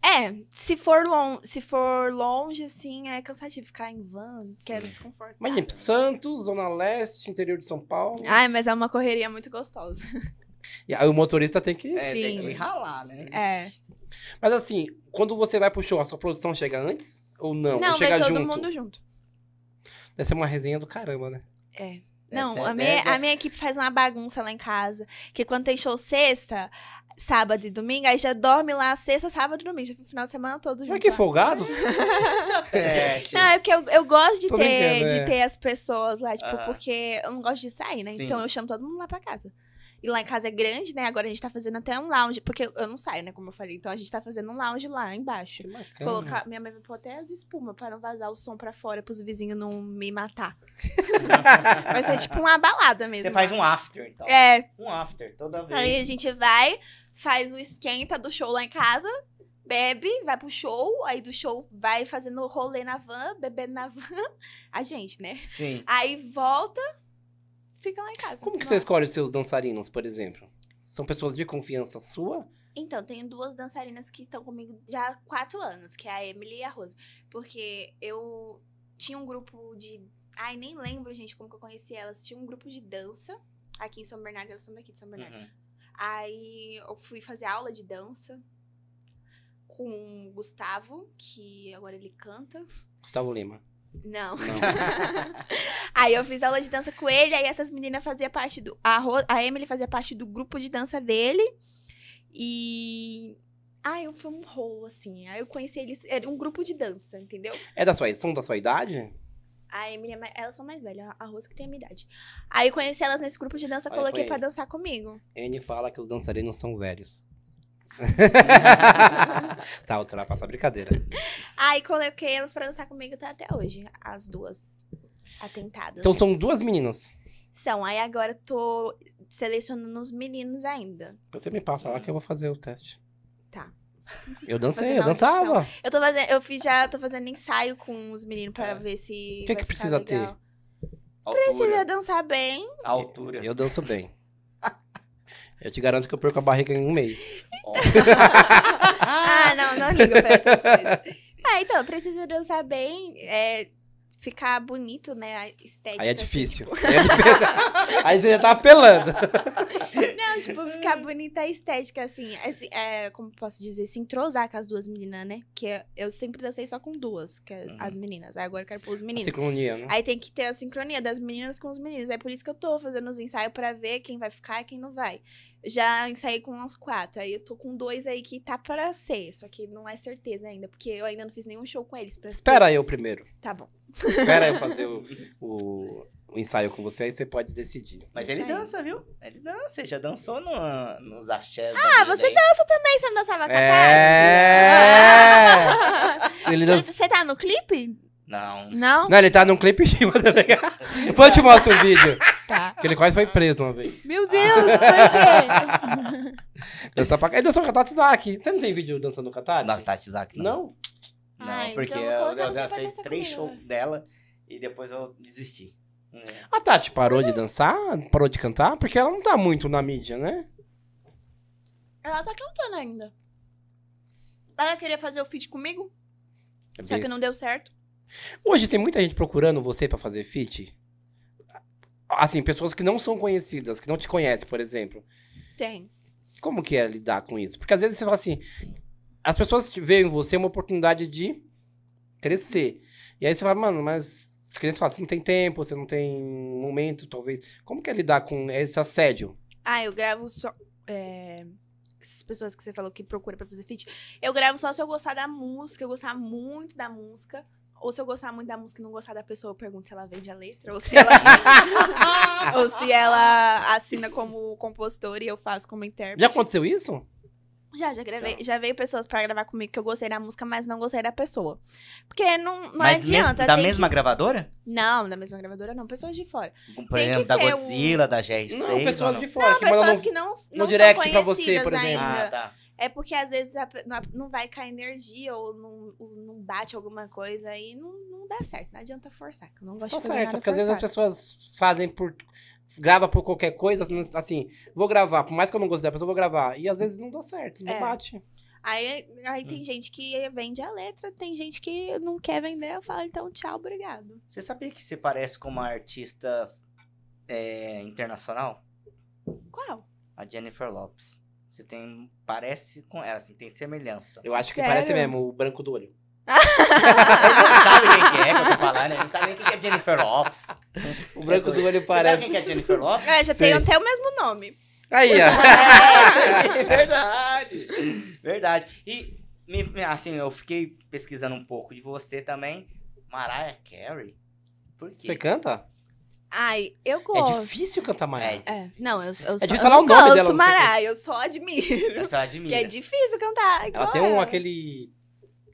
C: É, se for, lon se for longe, assim, é cansativo ficar em van, que é desconfortável.
B: Mas em Santos, Zona Leste, interior de São Paulo.
C: Ai, mas é uma correria muito gostosa.
B: E aí o motorista tem que.
A: É, tem
C: Sim.
A: que ralar, né?
C: É.
B: Mas assim, quando você vai pro show, a sua produção chega antes ou não?
C: Não,
B: ou
C: vai
B: chega
C: todo
B: junto?
C: mundo junto.
B: Deve ser uma resenha do caramba, né?
C: É.
A: Deve
C: Não,
A: ser-
C: a minha,
A: deve-
C: a minha equipe faz uma bagunça lá em casa. Que quando tem show sexta, sábado e domingo, aí já dorme lá sexta, sábado e domingo. Já fica o final de semana todo junto.
B: Mas é que
C: lá.
B: folgados?
A: Peste.
C: Não, é porque eu, eu gosto de
B: Tô
C: ter,
B: brincando,
C: de
B: é.
C: ter as pessoas lá, tipo,
A: Aham.
C: porque eu não gosto de sair, né?
A: Sim.
C: Então eu chamo todo mundo lá pra casa. E lá em casa é grande, né? Agora a gente tá fazendo até um lounge, porque eu não saio, né? Como eu falei. Então a gente tá fazendo um lounge lá embaixo.
B: Que bacana.
C: Colocar, minha mãe vai pôr até as espumas pra não vazar o som pra fora, pros vizinhos não me matar. Vai ser tipo uma balada mesmo.
A: Você faz um after, então.
C: É,
A: Um after, toda vez.
C: aí a gente vai, faz o esquenta do show lá em casa, bebe, vai pro show, aí do show vai fazendo rolê na van, bebendo na van, a gente, né?
A: Sim.
C: Aí volta, fica lá em casa.
B: Como que você
C: vocês?
B: escolhe os seus dançarinos, por exemplo? São pessoas de confiança sua?
C: Então, tenho duas dançarinas que estão comigo já há quatro anos, que é a Emily e a Rose. Porque eu tinha um grupo de. Ai, nem lembro, gente, como que eu conheci elas. Tinha um grupo de dança aqui em São Bernardo, elas são daqui de São
B: Hum.
C: Bernardo.
A: Uhum.
C: Aí eu fui fazer aula de dança com o Gustavo, que agora ele canta.
B: Gustavo Lima.
C: Não.
B: Não.
C: aí eu fiz aula de dança com ele, aí essas meninas faziam parte do. A, Ro- a Emily fazia parte do grupo de dança dele. E. Ai, eu- foi um rolo, assim. Aí eu conheci eles. Era um grupo de dança, entendeu?
B: é da sua, são da sua idade?
C: A Emily, é mais- elas são mais velhas, a Rose que tem a minha idade. Aí eu conheci elas nesse grupo de dança,
B: Aí
C: coloquei
B: foi-
C: pra dançar comigo.
B: Anne fala que os dançarinos são velhos. tá, ultrapassa a brincadeira.
C: Aí coloquei elas pra dançar comigo tá até hoje, as duas atentadas.
B: Então são duas meninas.
C: São, aí agora eu tô selecionando os meninos ainda.
B: Você me passa lá que eu vou fazer o teste.
C: Tá.
B: Eu
C: Fazer
B: dancei, eu
C: na
B: dançava.
C: Eu tô fazendo, eu fiz já, tô fazendo ensaio com os meninos pra
A: É.
C: ver se.
B: O que que precisa ter?
A: Altura.
C: Precisa dançar bem.
A: Altura.
B: Eu danço bem. Eu te garanto que eu perco a barriga em um mês.
C: Ah, não, não ligo pra essas coisas. Ah, então, precisa dançar bem, é, ficar bonito, né? A estética.
B: Aí é
C: assim,
B: difícil. Aí é difícil. Aí você já tá apelando.
C: Não, tipo, ficar bonita a estética, assim, assim, é, como posso dizer, se entrosar com as duas meninas, né? Que eu sempre dancei só com duas, que é
B: Hum.
C: as meninas. Aí agora eu quero pôr os meninos.
B: Sincronia, né?
C: Aí tem que ter a sincronia das meninas com os meninos. É por isso que eu tô fazendo os ensaios pra ver quem vai ficar e quem não vai. Já ensaiei com uns quatro. Aí eu tô com dois aí que tá pra ser. Só que não é certeza ainda, porque eu ainda não fiz nenhum show com eles. Pra
B: Espera eu primeiro.
C: Tá bom.
B: Espera eu fazer o, o- o ensaio com você, aí você pode decidir.
A: Mas ele
C: Isso aí.
A: dança, viu? Ele dança, ele já dançou no, nos axés.
C: Ah, você dança também, você não dançava com a
B: É!
C: Tati?
B: Ele dança-
C: Você tá no clipe?
A: Não.
C: Não?
B: Não, ele tá num clipe mas é legal. Depois eu te mostro um vídeo.
C: Tá.
B: Que ele quase foi preso uma vez.
C: Meu Deus, por quê?
B: Dançar pra... Ele dançou com a Tati Zaki. Você não tem vídeo dançando com a Tati?
A: Não, Tati Isaac, não.
B: Não?
A: Não,
C: Ah, então
A: porque
C: eu vou
A: eu,
C: colocar
A: eu
C: você pra
A: dancei
C: dançar
A: três
C: comigo. né?
A: shows dela e depois eu desisti. É.
B: A Tati parou de dançar, parou de cantar, porque ela não tá muito na mídia, né?
C: Ela tá cantando ainda. Ela queria fazer o feat comigo,
B: É
C: só que
B: bem-
C: não deu certo.
B: Hoje tem muita gente procurando você pra fazer feat. Assim, pessoas que não são conhecidas, que não te conhecem, por exemplo.
C: Tem.
B: Como que é lidar com isso? Porque às vezes você fala assim, as pessoas te veem em você é uma oportunidade de crescer. E aí você fala, mano, mas as crianças falam, você não tem tempo, você não tem momento, talvez. Como que é lidar com esse assédio?
C: Ah, eu gravo só. é, essas pessoas que você falou que procura pra fazer feat. Eu gravo só se eu gostar da música, eu gostar muito da música. Ou se eu gostar muito da música e não gostar da pessoa, eu pergunto se ela vende a letra, ou se ela, ou se ela assina como compositora e eu faço como intérprete.
B: Já aconteceu isso?
C: Já, já gravei. Já veio pessoas pra gravar comigo que eu gostei da música, mas não gostei da pessoa. Porque não, não
A: Mas mes-
C: adianta.
A: da
C: tem
A: mesma
C: que-
A: gravadora?
C: Não, da mesma gravadora não. Pessoas de fora.
A: Por
C: Tem que
A: exemplo, da
C: ter um-
A: Godzilla, da GR6.
B: não, pessoas
A: ou
B: de fora. que
C: pessoas
B: mandam...
C: que não, não são
B: direct pra você,
C: conhecidas
B: por exemplo.
C: ainda.
A: Ah, tá.
C: É porque às vezes a pe- não- não vai com a energia ou não, ou não bate alguma coisa e não, não dá certo. Não adianta forçar, que eu não gosto
B: Tá
C: de fazer
B: certo,
C: nada
B: porque às vezes as
C: forçado.
B: pessoas fazem por. Grava por qualquer coisa, assim, vou gravar, por mais que eu não goste da pessoa, eu vou gravar. E às vezes não dá certo, não
C: É.
B: bate.
C: Aí,
B: Hum.
C: aí tem gente que vende a letra, tem gente que não quer vender, eu falo, então tchau, obrigado.
A: Você sabia que você parece com uma artista é, internacional?
C: Qual?
A: A Jennifer Lopes. Você tem. Parece com ela, assim, tem semelhança.
B: Eu acho que
C: Sério?
B: parece mesmo o branco do olho.
A: Ele não sabe quem que é que eu tô falando, ele não sabe nem quem que é Jennifer Lopes.
B: O branco do olho
A: Você sabe
B: parece.
A: quem que é Jennifer Lopes?
C: É, já tem
B: Sei.
C: até o mesmo nome.
B: Aí,
A: É, é verdade. Verdade. E, me- me- assim, eu fiquei pesquisando um pouco de você também. Mariah Carey? Por quê?
B: Você canta?
C: Ai, eu
B: É
C: gosto.
B: difícil cantar mais.
A: É,
C: É, não, eu, eu só
B: difícil
C: eu
B: falar
C: não
B: o nome
C: canto
B: dela, não sei
C: Mará, eu só admiro.
A: Você
C: Porque
A: admira.
C: é difícil cantar.
B: Ela
C: igual
B: tem um, aquele.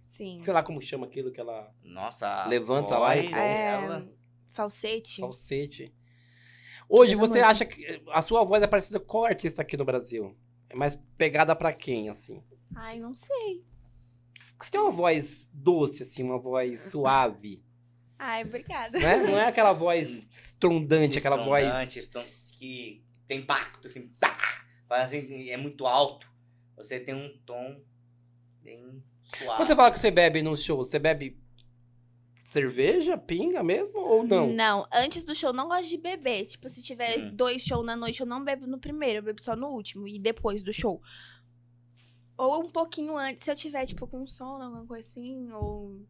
C: Sim.
B: Sei lá como chama aquilo, aquela
A: Nossa. a
B: Levanta lá e-
A: voz
C: É,
A: dela.
C: falsete.
B: falsete. Hoje
C: Coisa
B: você
C: muito.
B: acha que a sua voz é parecida com qual artista aqui no Brasil? É mais pegada pra quem, assim?
C: Ai, não sei.
B: Você tem uma voz doce, assim, uma voz suave.
C: Ai, obrigada.
B: Não é, não é aquela voz estrondante, aquela
A: Estrondante,
B: voz.
A: eston- que tem impacto, assim, tá! Faz assim, é muito alto. Você tem um tom bem suave.
B: Quando você fala que você bebe no show, você bebe cerveja, pinga mesmo ou não?
C: antes do show eu não gosto de beber. Tipo, se tiver
A: Hum.
C: dois shows na noite, eu não bebo no primeiro, eu bebo só no último e depois do show. Ou um pouquinho antes, se eu tiver, tipo, com sono, alguma coisa assim, ou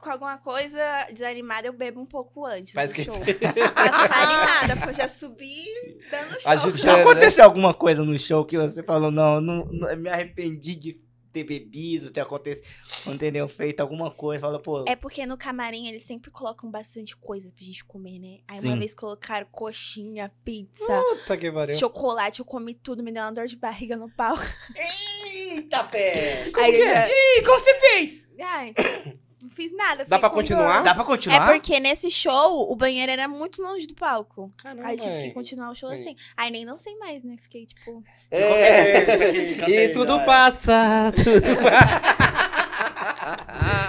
C: com alguma coisa desanimada, eu bebo um pouco antes
B: Faz
C: do
B: que-
C: show. pra ficar animada, pra já subir dando show.
B: Agitando.
A: Já
B: É, né?
A: aconteceu alguma coisa no show que você falou, não, não, não, eu me arrependi de ter bebido, ter acontecido, entendeu? Feito alguma coisa, fala, pô,
C: É porque no camarim eles sempre colocam bastante coisa pra gente comer, né? Aí uma
A: Sim.
C: vez colocaram coxinha, pizza,
B: Puta que Hum, pariu.
C: chocolate, eu comi tudo, me deu uma dor de barriga no pau.
A: eita, pé!
B: é?
C: Aí eu já-
A: Ih, como você fez?
C: Ai, não fiz nada.
B: Dá
C: fiquei
B: pra
C: com
B: continuar?
C: dor.
A: Dá pra
C: É
A: continuar?
C: porque nesse show, o banheiro era muito longe do palco.
B: Caramba,
C: Aí tive
B: véi.
C: que continuar o show
B: Aí.
C: assim. Aí nem dancei mais, né? Fiquei tipo.
A: É.
B: É. E tudo passa. tudo-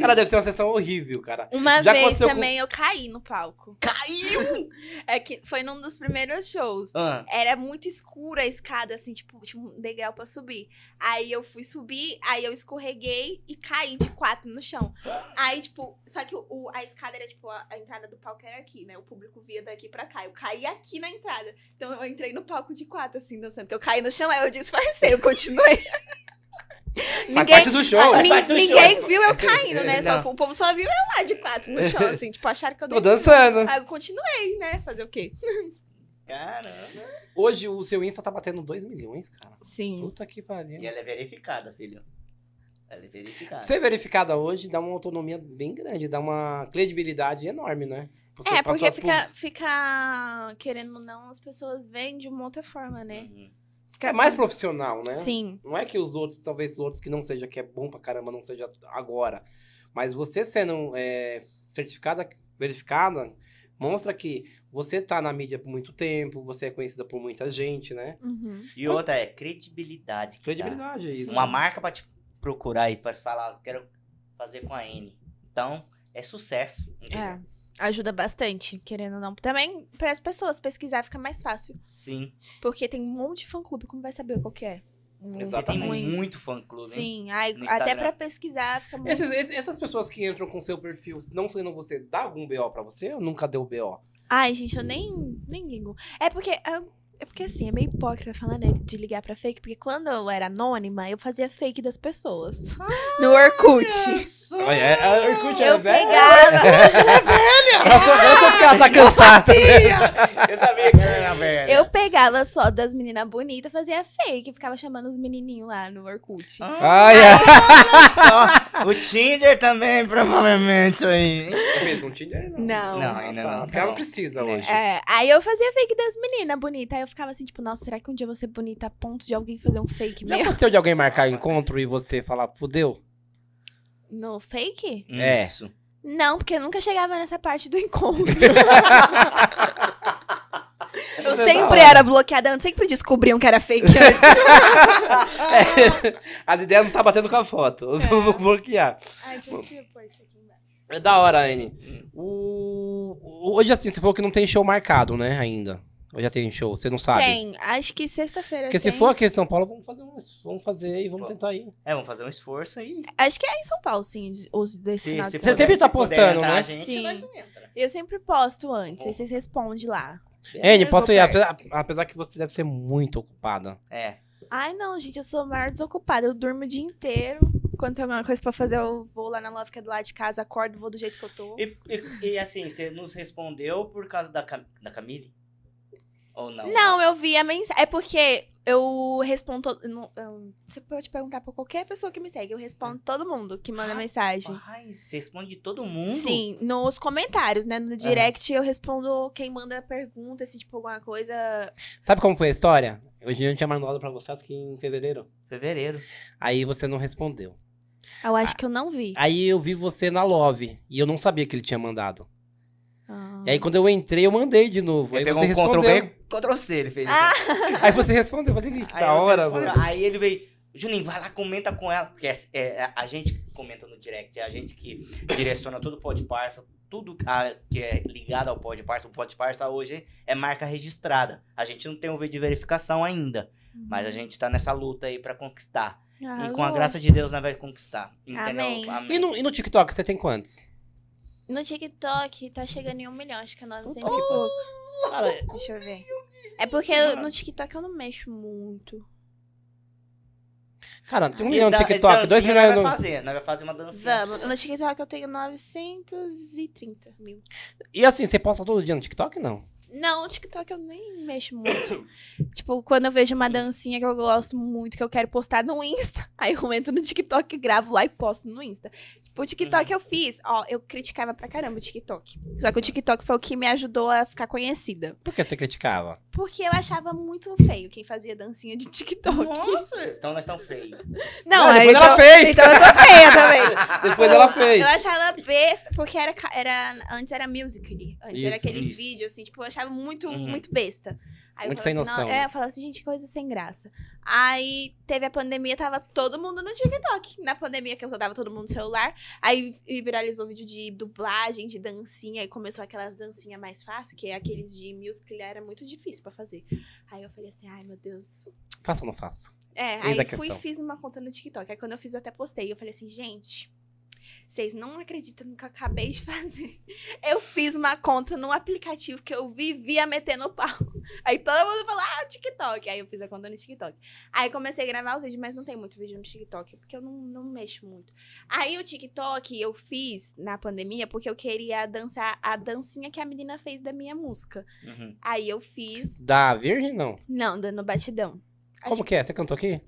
B: Cara, deve ser uma sessão horrível, cara.
C: Uma
B: Já
C: vez
B: aconteceu com-
C: também eu caí no palco.
A: Caiu!
C: É que foi num dos primeiros shows.
A: Ah,
C: Era muito escura a escada, assim, tipo, tinha um degrau pra subir. Aí eu fui subir, aí eu escorreguei e caí de quatro no chão. Aí, tipo, só que o- o- a escada era, tipo, a, a entrada do palco era aqui, né? O público via daqui pra cá. Eu caí aqui na entrada. Então eu entrei no palco de quatro, assim, dançando. Que eu caí no chão, aí eu disfarcei, eu continuei.
B: Faz
C: ninguém Ah,
B: parte do show.
A: Faz
C: nin-
A: parte do
C: ninguém
A: show.
C: viu eu caindo, né? Só
A: Não.
C: que o povo só viu eu lá de quatro no chão, assim, tipo, acharam que eu
B: Tô
C: desci.
B: dançando.
C: Aí eu continuei, né? Fazer o quê?
A: caramba.
B: Hoje o seu Insta tá batendo 2 milhões, cara.
C: Sim.
B: Puta que pariu.
A: E ela é verificada, filho. Ela é verificada.
B: Ser verificada hoje dá uma autonomia bem grande, dá uma credibilidade enorme, né? Pro seu-
C: É,
B: pra
C: porque
B: suas
C: fica,
B: públicas.
C: fica, querendo ou não, as pessoas veem de uma outra forma, né?
A: Uhum.
C: Fica
B: É mais profissional, né?
C: Sim.
B: Não é que os outros, talvez os outros que não seja, que é bom pra caramba, não seja agora. Mas você sendo é, certificada, verificada, mostra que você tá na mídia por muito tempo, você é conhecida por muita gente, né?
C: Uhum.
A: E outra é credibilidade. que dá.
B: Credibilidade, é isso.
A: Ah, Uma marca pra te procurar e pra falar, quero fazer com a N. Então, é sucesso. entendeu?
C: É. Ajuda bastante, querendo ou não. Também para as pessoas pesquisar fica mais fácil.
A: Sim.
C: Porque tem um monte de fã-clube, como vai saber qual que é? Um-
A: Você tem
B: Exatamente.
C: um Insta.
A: muito fã-clube, hein?
C: Sim, aí,
A: No
C: até
A: Instagram.
C: para pesquisar fica muito.
B: Esses- esses- essas pessoas que entram com seu perfil, não sendo você, dá algum BO pra você ou nunca deu BO?
C: Ai, gente, eu nem, nem ligo. É porque. eu- É porque assim, é meio hipócrita falar, né, de ligar pra fake, porque quando eu era anônima, eu fazia fake das pessoas. no Orkut.
B: Olha, é- é- Orkut é
C: Eu
B: velho.
C: pegava.
B: Eu sou- eu sou porque ela tá cansada.
A: Eu sabia que ela era velha.
C: Eu pegava as fotos das meninas bonitas, fazia fake, ficava chamando os menininhos lá no Orkut.
B: Ah, Ai, ai.
A: Só o Tinder também, provavelmente, aí.
B: Fez um Tinder, não.
C: Não.
A: Não, ainda
B: tá.
A: não.
B: Porque ela não precisa hoje.
C: É, aí eu fazia fake das meninas bonitas. Aí eu ficava assim, tipo, nossa, será que um dia eu vou ser bonita a ponto de alguém fazer um fake
B: Já
C: meu?
B: aconteceu de alguém marcar encontro e você falar, fudeu?
C: No fake?
B: É.
A: Isso.
C: Não, porque eu nunca chegava nessa parte do encontro. eu sempre era bloqueada antes, sempre descobriam que era fake antes.
B: É,
C: Ah.
B: As ideias não tá batendo com a foto.
C: É.
B: Eu vou bloquear.
C: Ai, deixa eu pôr isso aqui embaixo.
B: É da hora, Anne. O- o- Hoje, assim, você falou que não tem show marcado, né, ainda. Hoje já tem show, você não sabe.
C: Tem, acho que sexta-feira
B: Porque
C: tem.
B: se for aqui em São Paulo, vamos fazer um, vamos fazer e vamos
A: Vamos.
B: tentar ir.
A: É, vamos fazer um esforço aí.
C: Acho que é em São Paulo, sim, os desse final
B: Você
C: de
A: puder-
C: semana.
B: sempre tá
A: se puder
B: postando,
A: entrar
B: né?
A: a gente,
C: Sim.
A: nós não entra.
C: Eu sempre posto antes, aí vocês respondem lá.
B: Anne, posso ir?
A: Roberto.
B: Apesar, apesar que você deve ser muito ocupada.
A: É.
C: Ai, não, gente, eu sou a maior desocupada. Eu durmo o dia inteiro. Quando tem alguma coisa pra fazer, eu vou lá na loja que é do lado de casa, acordo, vou do jeito que eu tô.
A: E, e- e, assim, você nos respondeu por causa da, Cam- da Camille? Ou não?
C: Não, eu vi a mensagem. É porque eu respondo. to- não, eu- Você pode perguntar pra qualquer pessoa que me segue. Eu respondo todo mundo que manda mensagem.
A: Ai, você responde todo mundo?
C: Sim, nos comentários, né? No direct eu respondo quem manda pergunta, se tipo alguma coisa.
B: Sabe como foi a história? Hoje eu tinha mandado pra você, acho que em fevereiro.
A: Fevereiro.
B: Aí você não respondeu.
C: Eu acho que eu não vi.
B: Aí eu vi você na Love e eu não sabia que ele tinha mandado.
C: Ah.
B: E aí quando eu entrei, eu mandei de novo. Aí
A: Ele pegou
B: você
A: um Ctrl
B: respondeu.
A: V, Ctrl C, ele fez.
C: Ah,
A: assim.
B: Aí você respondeu. Eu falei, que
A: Aí
B: da
A: você
B: hora,
A: respondeu.
B: mano.
A: Aí ele veio, Juninho, vai lá, comenta com ela. Porque é, é a gente que comenta no direct, é a gente que direciona todo o pod parça, tudo a- que é ligado ao pod parça. O pod parça hoje é marca registrada. A gente não tem um vídeo de verificação ainda, mas a gente tá nessa luta aí pra conquistar. E com a
C: Arrasou.
A: graça de Deus, nós vai conquistar. Entendeu?
C: Amém.
B: E no, e no TikTok, você tem quantos?
C: No TikTok tá chegando em um milhão, acho que é 900
B: Oh! um
C: e pouco.
B: Cara,
C: Deixa eu ver. É porque eu- no TikTok eu não mexo muito.
B: cara tem um
A: E
B: milhão no
A: da-
C: assim,
B: TikTok, dois
A: dancinha nós
B: milhões
A: vai
B: no...
A: fazer, nós vai fazer uma dancinha.
C: Vamos, no TikTok eu tenho 930 mil.
B: E assim, você posta todo dia no TikTok, não?
C: Não, no TikTok eu nem mexo muito. tipo, quando eu vejo uma dancinha que eu gosto muito, que eu quero postar no Insta, aí eu entro no TikTok, gravo lá e posto no Insta. Tipo, o TikTok eu fiz, ó, eu criticava pra caramba o TikTok. Só que o TikTok foi o que me ajudou a ficar conhecida.
B: Por que você criticava?
C: Porque eu achava muito feio quem fazia dancinha de TikTok.
A: Nossa, então nós estamos feios.
C: Não,
B: Ah,
C: aí
B: depois ela
C: então,
B: fez.
C: então eu tô feia também.
B: Depois ela fez.
C: Eu achava besta, porque era, ca- era, antes era musical.ly. Antes era
B: Isso,
C: aqueles
A: isso.
C: vídeos, assim, tipo, eu achava muito,
A: Uhum.
C: muito besta. Aí eu
B: Muito
C: falava
B: sem
C: assim,
B: noção,
C: Não,
B: né?
C: é, eu falava assim, gente, que coisa sem graça. Aí teve a pandemia, tava todo mundo no TikTok. Na pandemia que eu tava todo mundo no celular. Aí vi- viralizou vídeo de dublagem, de dancinha, e começou aquelas dancinhas mais fáceis, que é aqueles de musical era muito difícil pra fazer. Aí eu falei assim, ai meu Deus,
B: Faço ou não faço?
C: é,
B: Eis
C: aí
B: a
C: fui e
B: questão.
C: fiz uma conta no TikTok. Aí quando eu fiz, eu até postei. Eu falei assim, gente, vocês não acreditam no que eu acabei de fazer. Eu fiz uma conta num aplicativo que eu vivia metendo pau. Aí todo mundo falou, ah, o TikTok. Aí eu fiz a conta no TikTok. Aí comecei a gravar os vídeos, mas não tem muito vídeo no TikTok, porque eu não, não mexo muito. Aí o TikTok eu fiz na pandemia porque eu queria dançar a dancinha que a menina fez da minha música.
A: Uhum.
C: Aí eu fiz.
B: Da Virgem, não.
C: Não, dando batidão. Acho
B: Como que é? Você cantou aqui?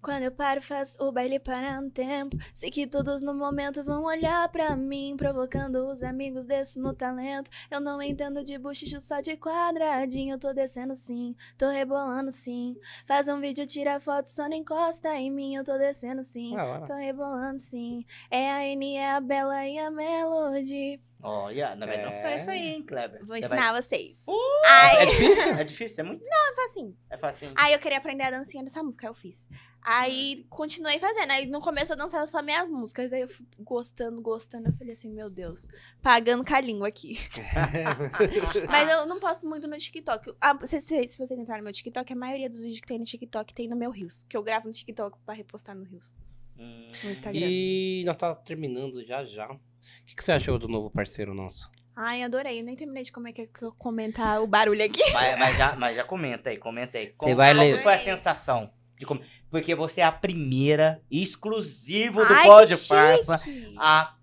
C: Quando eu paro, faço o baile parar um tempo. Sei que todos no momento vão olhar pra mim, provocando os amigos desse no talento. Eu não entendo de bochicho, só de quadradinho. Tô descendo sim, tô rebolando sim. Faz um vídeo, tira foto, só não encosta em mim. Eu tô descendo sim,
B: Ah, lá.
C: tô rebolando sim. É a N, é a Bela e a Melody.
A: Olha, não vai
B: É.
A: dançar isso aí, hein, Kleber.
C: Vou
A: Você
C: ensinar vocês.
A: Uh!
C: Ai,
B: É difícil?
A: Vai... É difícil, é muito.
C: eu faço assim.
A: É fácil.
C: Aí eu queria aprender a dancinha dessa música, aí eu fiz.
B: Hum.
C: Aí continuei fazendo. Aí no começo eu dançava só minhas músicas. Aí eu fui gostando, gostando. Eu falei assim, meu Deus, pagando com a língua aqui. tá. Mas eu não posto muito no TikTok. Ah, se, se, se vocês entrarem no meu TikTok, a maioria dos vídeos que tem no TikTok tem no meu Rios. Que eu gravo no TikTok pra repostar no Rios.
A: Hum.
C: No Instagram.
B: E nós tá terminando já já. O que, que você achou do novo parceiro nosso?
C: Ai, adorei. Nem terminei de como é que é que eu comentar o barulho aqui.
A: Mas, mas já, mas já comenta aí, comenta aí. Como,
B: vai
A: qual
B: ler.
A: foi a sensação? de como- Porque você é a primeira e exclusivo do
C: Ai,
A: Pode
C: que
A: Farsa
C: chique.
A: a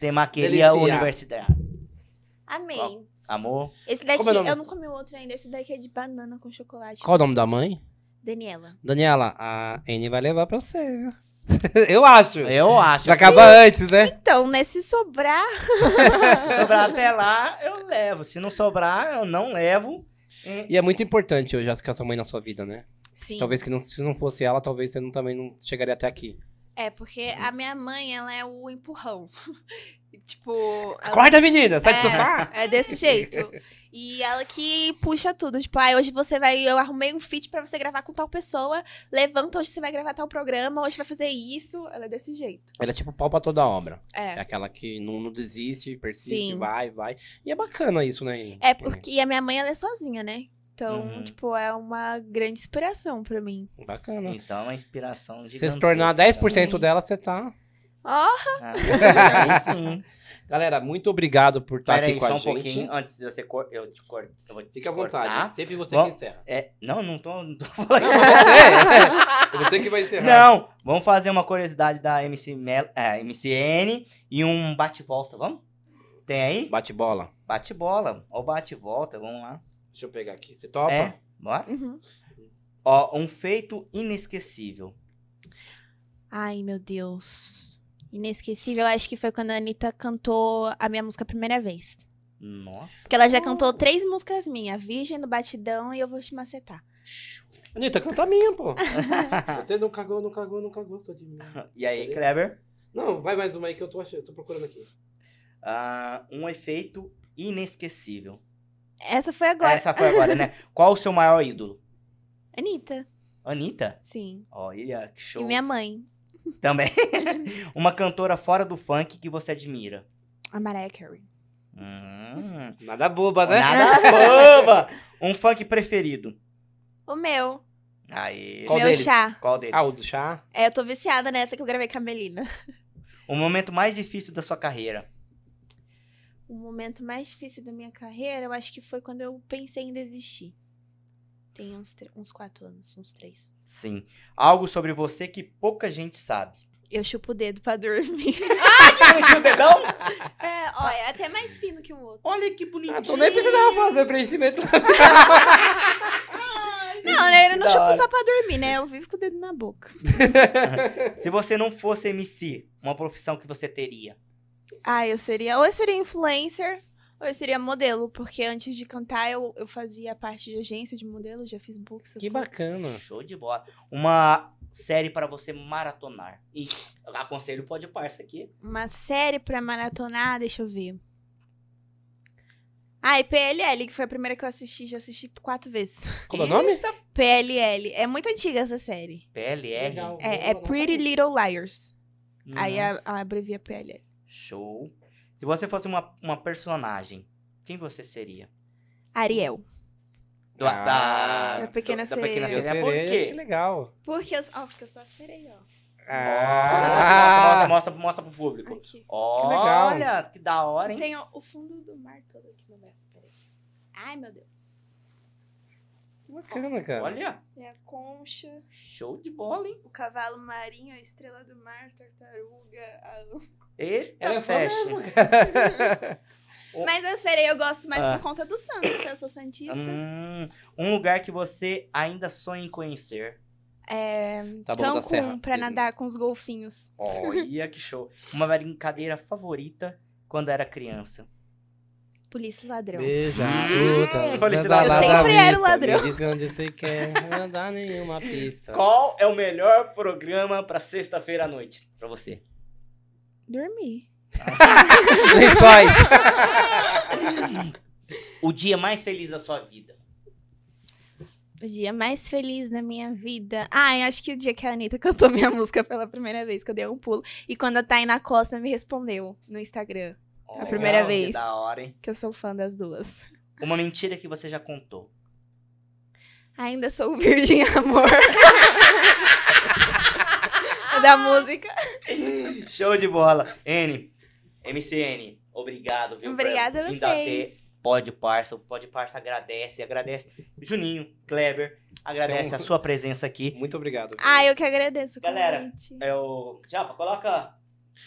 A: temaqueria
B: Deliciar.
A: universitária.
C: Amei.
A: Amor,
C: Esse daqui,
B: Como é o nome?
C: eu não comi o outro ainda. Esse daqui é de banana com chocolate.
B: Qual o nome da mãe?
C: Daniela.
B: Daniela, a N vai levar pra você, viu? Eu acho.
A: eu acho.
B: Já acaba antes, né?
C: Então, né, se sobrar.
A: Se sobrar até lá, eu levo. Se não sobrar, eu não levo. E-
B: E é muito importante hoje a sua mãe na sua vida, né?
C: Sim.
B: Talvez que não, se não fosse ela, talvez você não, também não chegaria até aqui.
C: É, porque a minha mãe, ela é o empurrão. E, tipo. ela-
B: Acorda, menina! Sai do
C: É.
B: sofá!
C: É desse jeito. E ela que puxa tudo. Tipo, ah, hoje você vai. Eu arrumei um feat pra você gravar com tal pessoa. Levanta, hoje você vai gravar tal programa, hoje vai fazer isso. Ela é desse jeito.
B: Ela é tipo pau pra toda obra. É
C: É.
B: aquela que não, não desiste, persiste,
C: Sim.
B: vai, vai. E é bacana isso, né?
C: É porque e a minha mãe, ela é sozinha, né? Então,
A: Uhum.
C: tipo, é uma grande inspiração pra mim.
B: Bacana.
A: Então, é uma inspiração
B: Se você
A: gigantesca.
B: se tornar 10%
C: Sim.
B: dela, você tá.
C: Ó,
A: Ah, aí sim.
B: Galera, muito obrigado por estar
A: Pera
B: Tá aqui
A: aí,
B: com
A: só
B: a
A: um
B: gente.
A: pouquinho. Antes de você cor... eu te corto. Eu vou te
B: Fique à
A: cortar.
B: vontade. Sempre você
A: Bom,
B: que encerra.
A: É, não, não tô, não tô falando.
B: É, é você que vai encerrar.
A: Não, vamos fazer uma curiosidade da MC Mel, é, MCN e um bate-volta, vamos? Tem aí?
B: Bate bola.
A: Bate-bola, ou bate-volta, vamos lá.
B: Deixa eu pegar aqui. Você topa?
A: É, bora?
C: uhum.
A: Ó, um feito inesquecível.
C: Ai, meu Deus. Inesquecível, acho que foi quando a Anitta cantou a minha música a primeira vez.
A: Nossa.
C: Porque ela já cantou três músicas minhas: Virgem do Batidão e Eu Vou Te Macetar.
B: Anitta, canta a minha, pô. você não cagou, não cagou, não cagou, só de mim.
A: E aí,
B: Cadê?
A: Kleber?
B: Não, vai mais uma aí que eu tô, achando, tô procurando aqui.
A: Ah, um efeito inesquecível.
C: Essa foi agora.
A: Essa foi agora, né? Qual o seu maior ídolo?
B: É.
C: Anitta,
A: Anitta?
C: sim.
A: Olha, que show.
C: E minha mãe,
A: Também. Uma cantora fora do funk que você admira.
C: a Mariah Carey.
A: Hum,
B: Nada boba, né?
A: nada boba! Um funk preferido.
C: O meu,
A: Aí.
B: Qual
C: meu
B: deles?
C: chá.
A: Qual deles?
B: Ah, o do chá.
C: É, eu tô viciada nessa que eu gravei com a Melina.
A: O momento mais difícil da sua carreira.
C: O momento mais difícil da minha carreira, eu acho que foi quando eu pensei em desistir. Tem uns, tre- uns quatro anos, uns três.
A: Sim. Algo sobre você que pouca gente sabe.
C: Eu chupo o dedo pra dormir.
A: Preenchi o dedão?
C: é, ó, é até mais fino que um o outro.
A: Então, Olha que bonitinho.
B: Ah, então nem precisava fazer preenchimento.
C: Não, né? Eu não
A: Da
C: chupo
A: hora.
C: só pra dormir, né? Eu vivo com o dedo na boca.
A: Se você não fosse MC, uma profissão que você teria.
C: Ah, eu seria. Ou eu seria influencer, ou eu seria modelo. Porque antes de cantar, eu, eu fazia parte de agência de modelo, já fiz books. essas
B: que
C: coisas.
B: bacana.
A: Show de bola. Uma série para você maratonar. E eu aconselho pode parça aqui.
C: Uma série pra maratonar, deixa eu ver. Ah, e PLL, que foi a primeira que eu assisti, já assisti quatro vezes.
B: Como é o nome?
C: PLL. É muito antiga essa série.
A: PLR.
B: Legal.
C: É, é
B: Vou
C: Pretty
B: anotar.
C: Little Liars. Aí a,
A: Nossa,
C: a abrevia PLL.
A: Hum, Show. Se você fosse uma, uma personagem, quem você seria?
C: Ariel.
A: Do,
B: Ah.
A: da,
C: Da Pequena
A: do- da pequena
C: Sereia.
A: sereia. Por
B: Que
A: quê?
B: legal.
C: Porque eu, ó, porque eu sou a sereia, ó.
A: Mostra, mostra,
B: Ah,
A: mostra, mostra pro público.
C: Aqui.
B: legal.
A: Olha, que, da hora, hein?
C: Tem o, o fundo do mar todo aqui no braço. Peraí. Ai, meu Deus.
B: que bacana, cara.
A: Olha,
C: É a concha,
A: show de bola, hein?
C: o cavalo marinho, a estrela do mar, tartaruga, a
A: Eita,
B: Ela é fã
A: festa.
B: mesmo,
C: Mas a série eu gosto mais
A: Ah.
C: por conta do Santos, tá? Eu sou santista.
A: Hum, um lugar que você ainda sonha em conhecer.
C: É,
B: Tá bom, da Serra.
C: Cancún, pra nadar com os golfinhos.
A: Olha que show. Uma brincadeira favorita quando era criança.
C: Polícia e ladrão.
B: Beija,
A: Hum,
B: puta.
A: polícia
B: anda
A: ladrão.
B: lá
A: Eu
B: na
C: sempre era o
B: pista, Me
C: ladrão.
B: tá, diz onde você quer. Não dá nenhuma pista.
A: Qual é o melhor programa pra sexta-feira à noite? Pra você.
C: Dormir.
B: Lençóis.
A: O dia mais feliz da sua vida.
C: O dia mais feliz da minha vida. Ah, eu acho que o dia que a Anitta cantou minha música pela primeira vez, que eu dei um pulo. E quando a Tainá Costa me respondeu no Instagram,
A: Olha,
C: primeira
A: que
C: vez.
A: da hora, hein?
C: que eu sou fã das duas.
A: Uma mentira que você já contou.
C: Ainda sou virgem, amor. É da música.
A: Show de bola. N, MCN, obrigado, viu?
C: Obrigada
A: por
C: a
A: vir até.
C: vocês.
A: Pode, parça. Pode, parça, agradece, agradece. Juninho, Kleber, agradece
B: São-
A: a sua presença aqui.
B: Muito obrigado.
C: Ah, eu que agradeço o
A: Galera,
C: convite.
A: É o. Japa, coloca.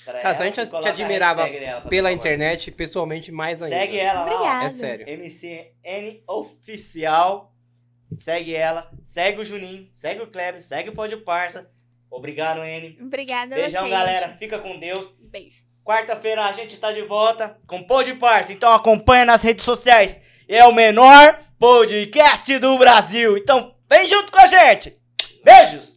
A: pra
B: Cara, se a
A: ela
B: gente
A: e
B: te
A: coloca a
B: admirava
A: hashtag dela, por
B: Pela
A: favor.
B: internet, pessoalmente, mais ainda.
A: Segue ela lá. ó.
C: Obrigada.
B: É sério.
A: MCN Oficial. Segue ela. Segue o Juninho. Segue o Kleber. Segue o Pódio Parça. Obrigado, N.
C: Obrigada a
A: Beijão,
C: vocês.
A: galera. Fica com Deus.
C: Beijo.
A: Quarta-feira a gente tá de volta com o Pódio Parça. Então acompanha nas redes sociais. É o menor podcast do Brasil. Então vem junto com a gente. Beijos.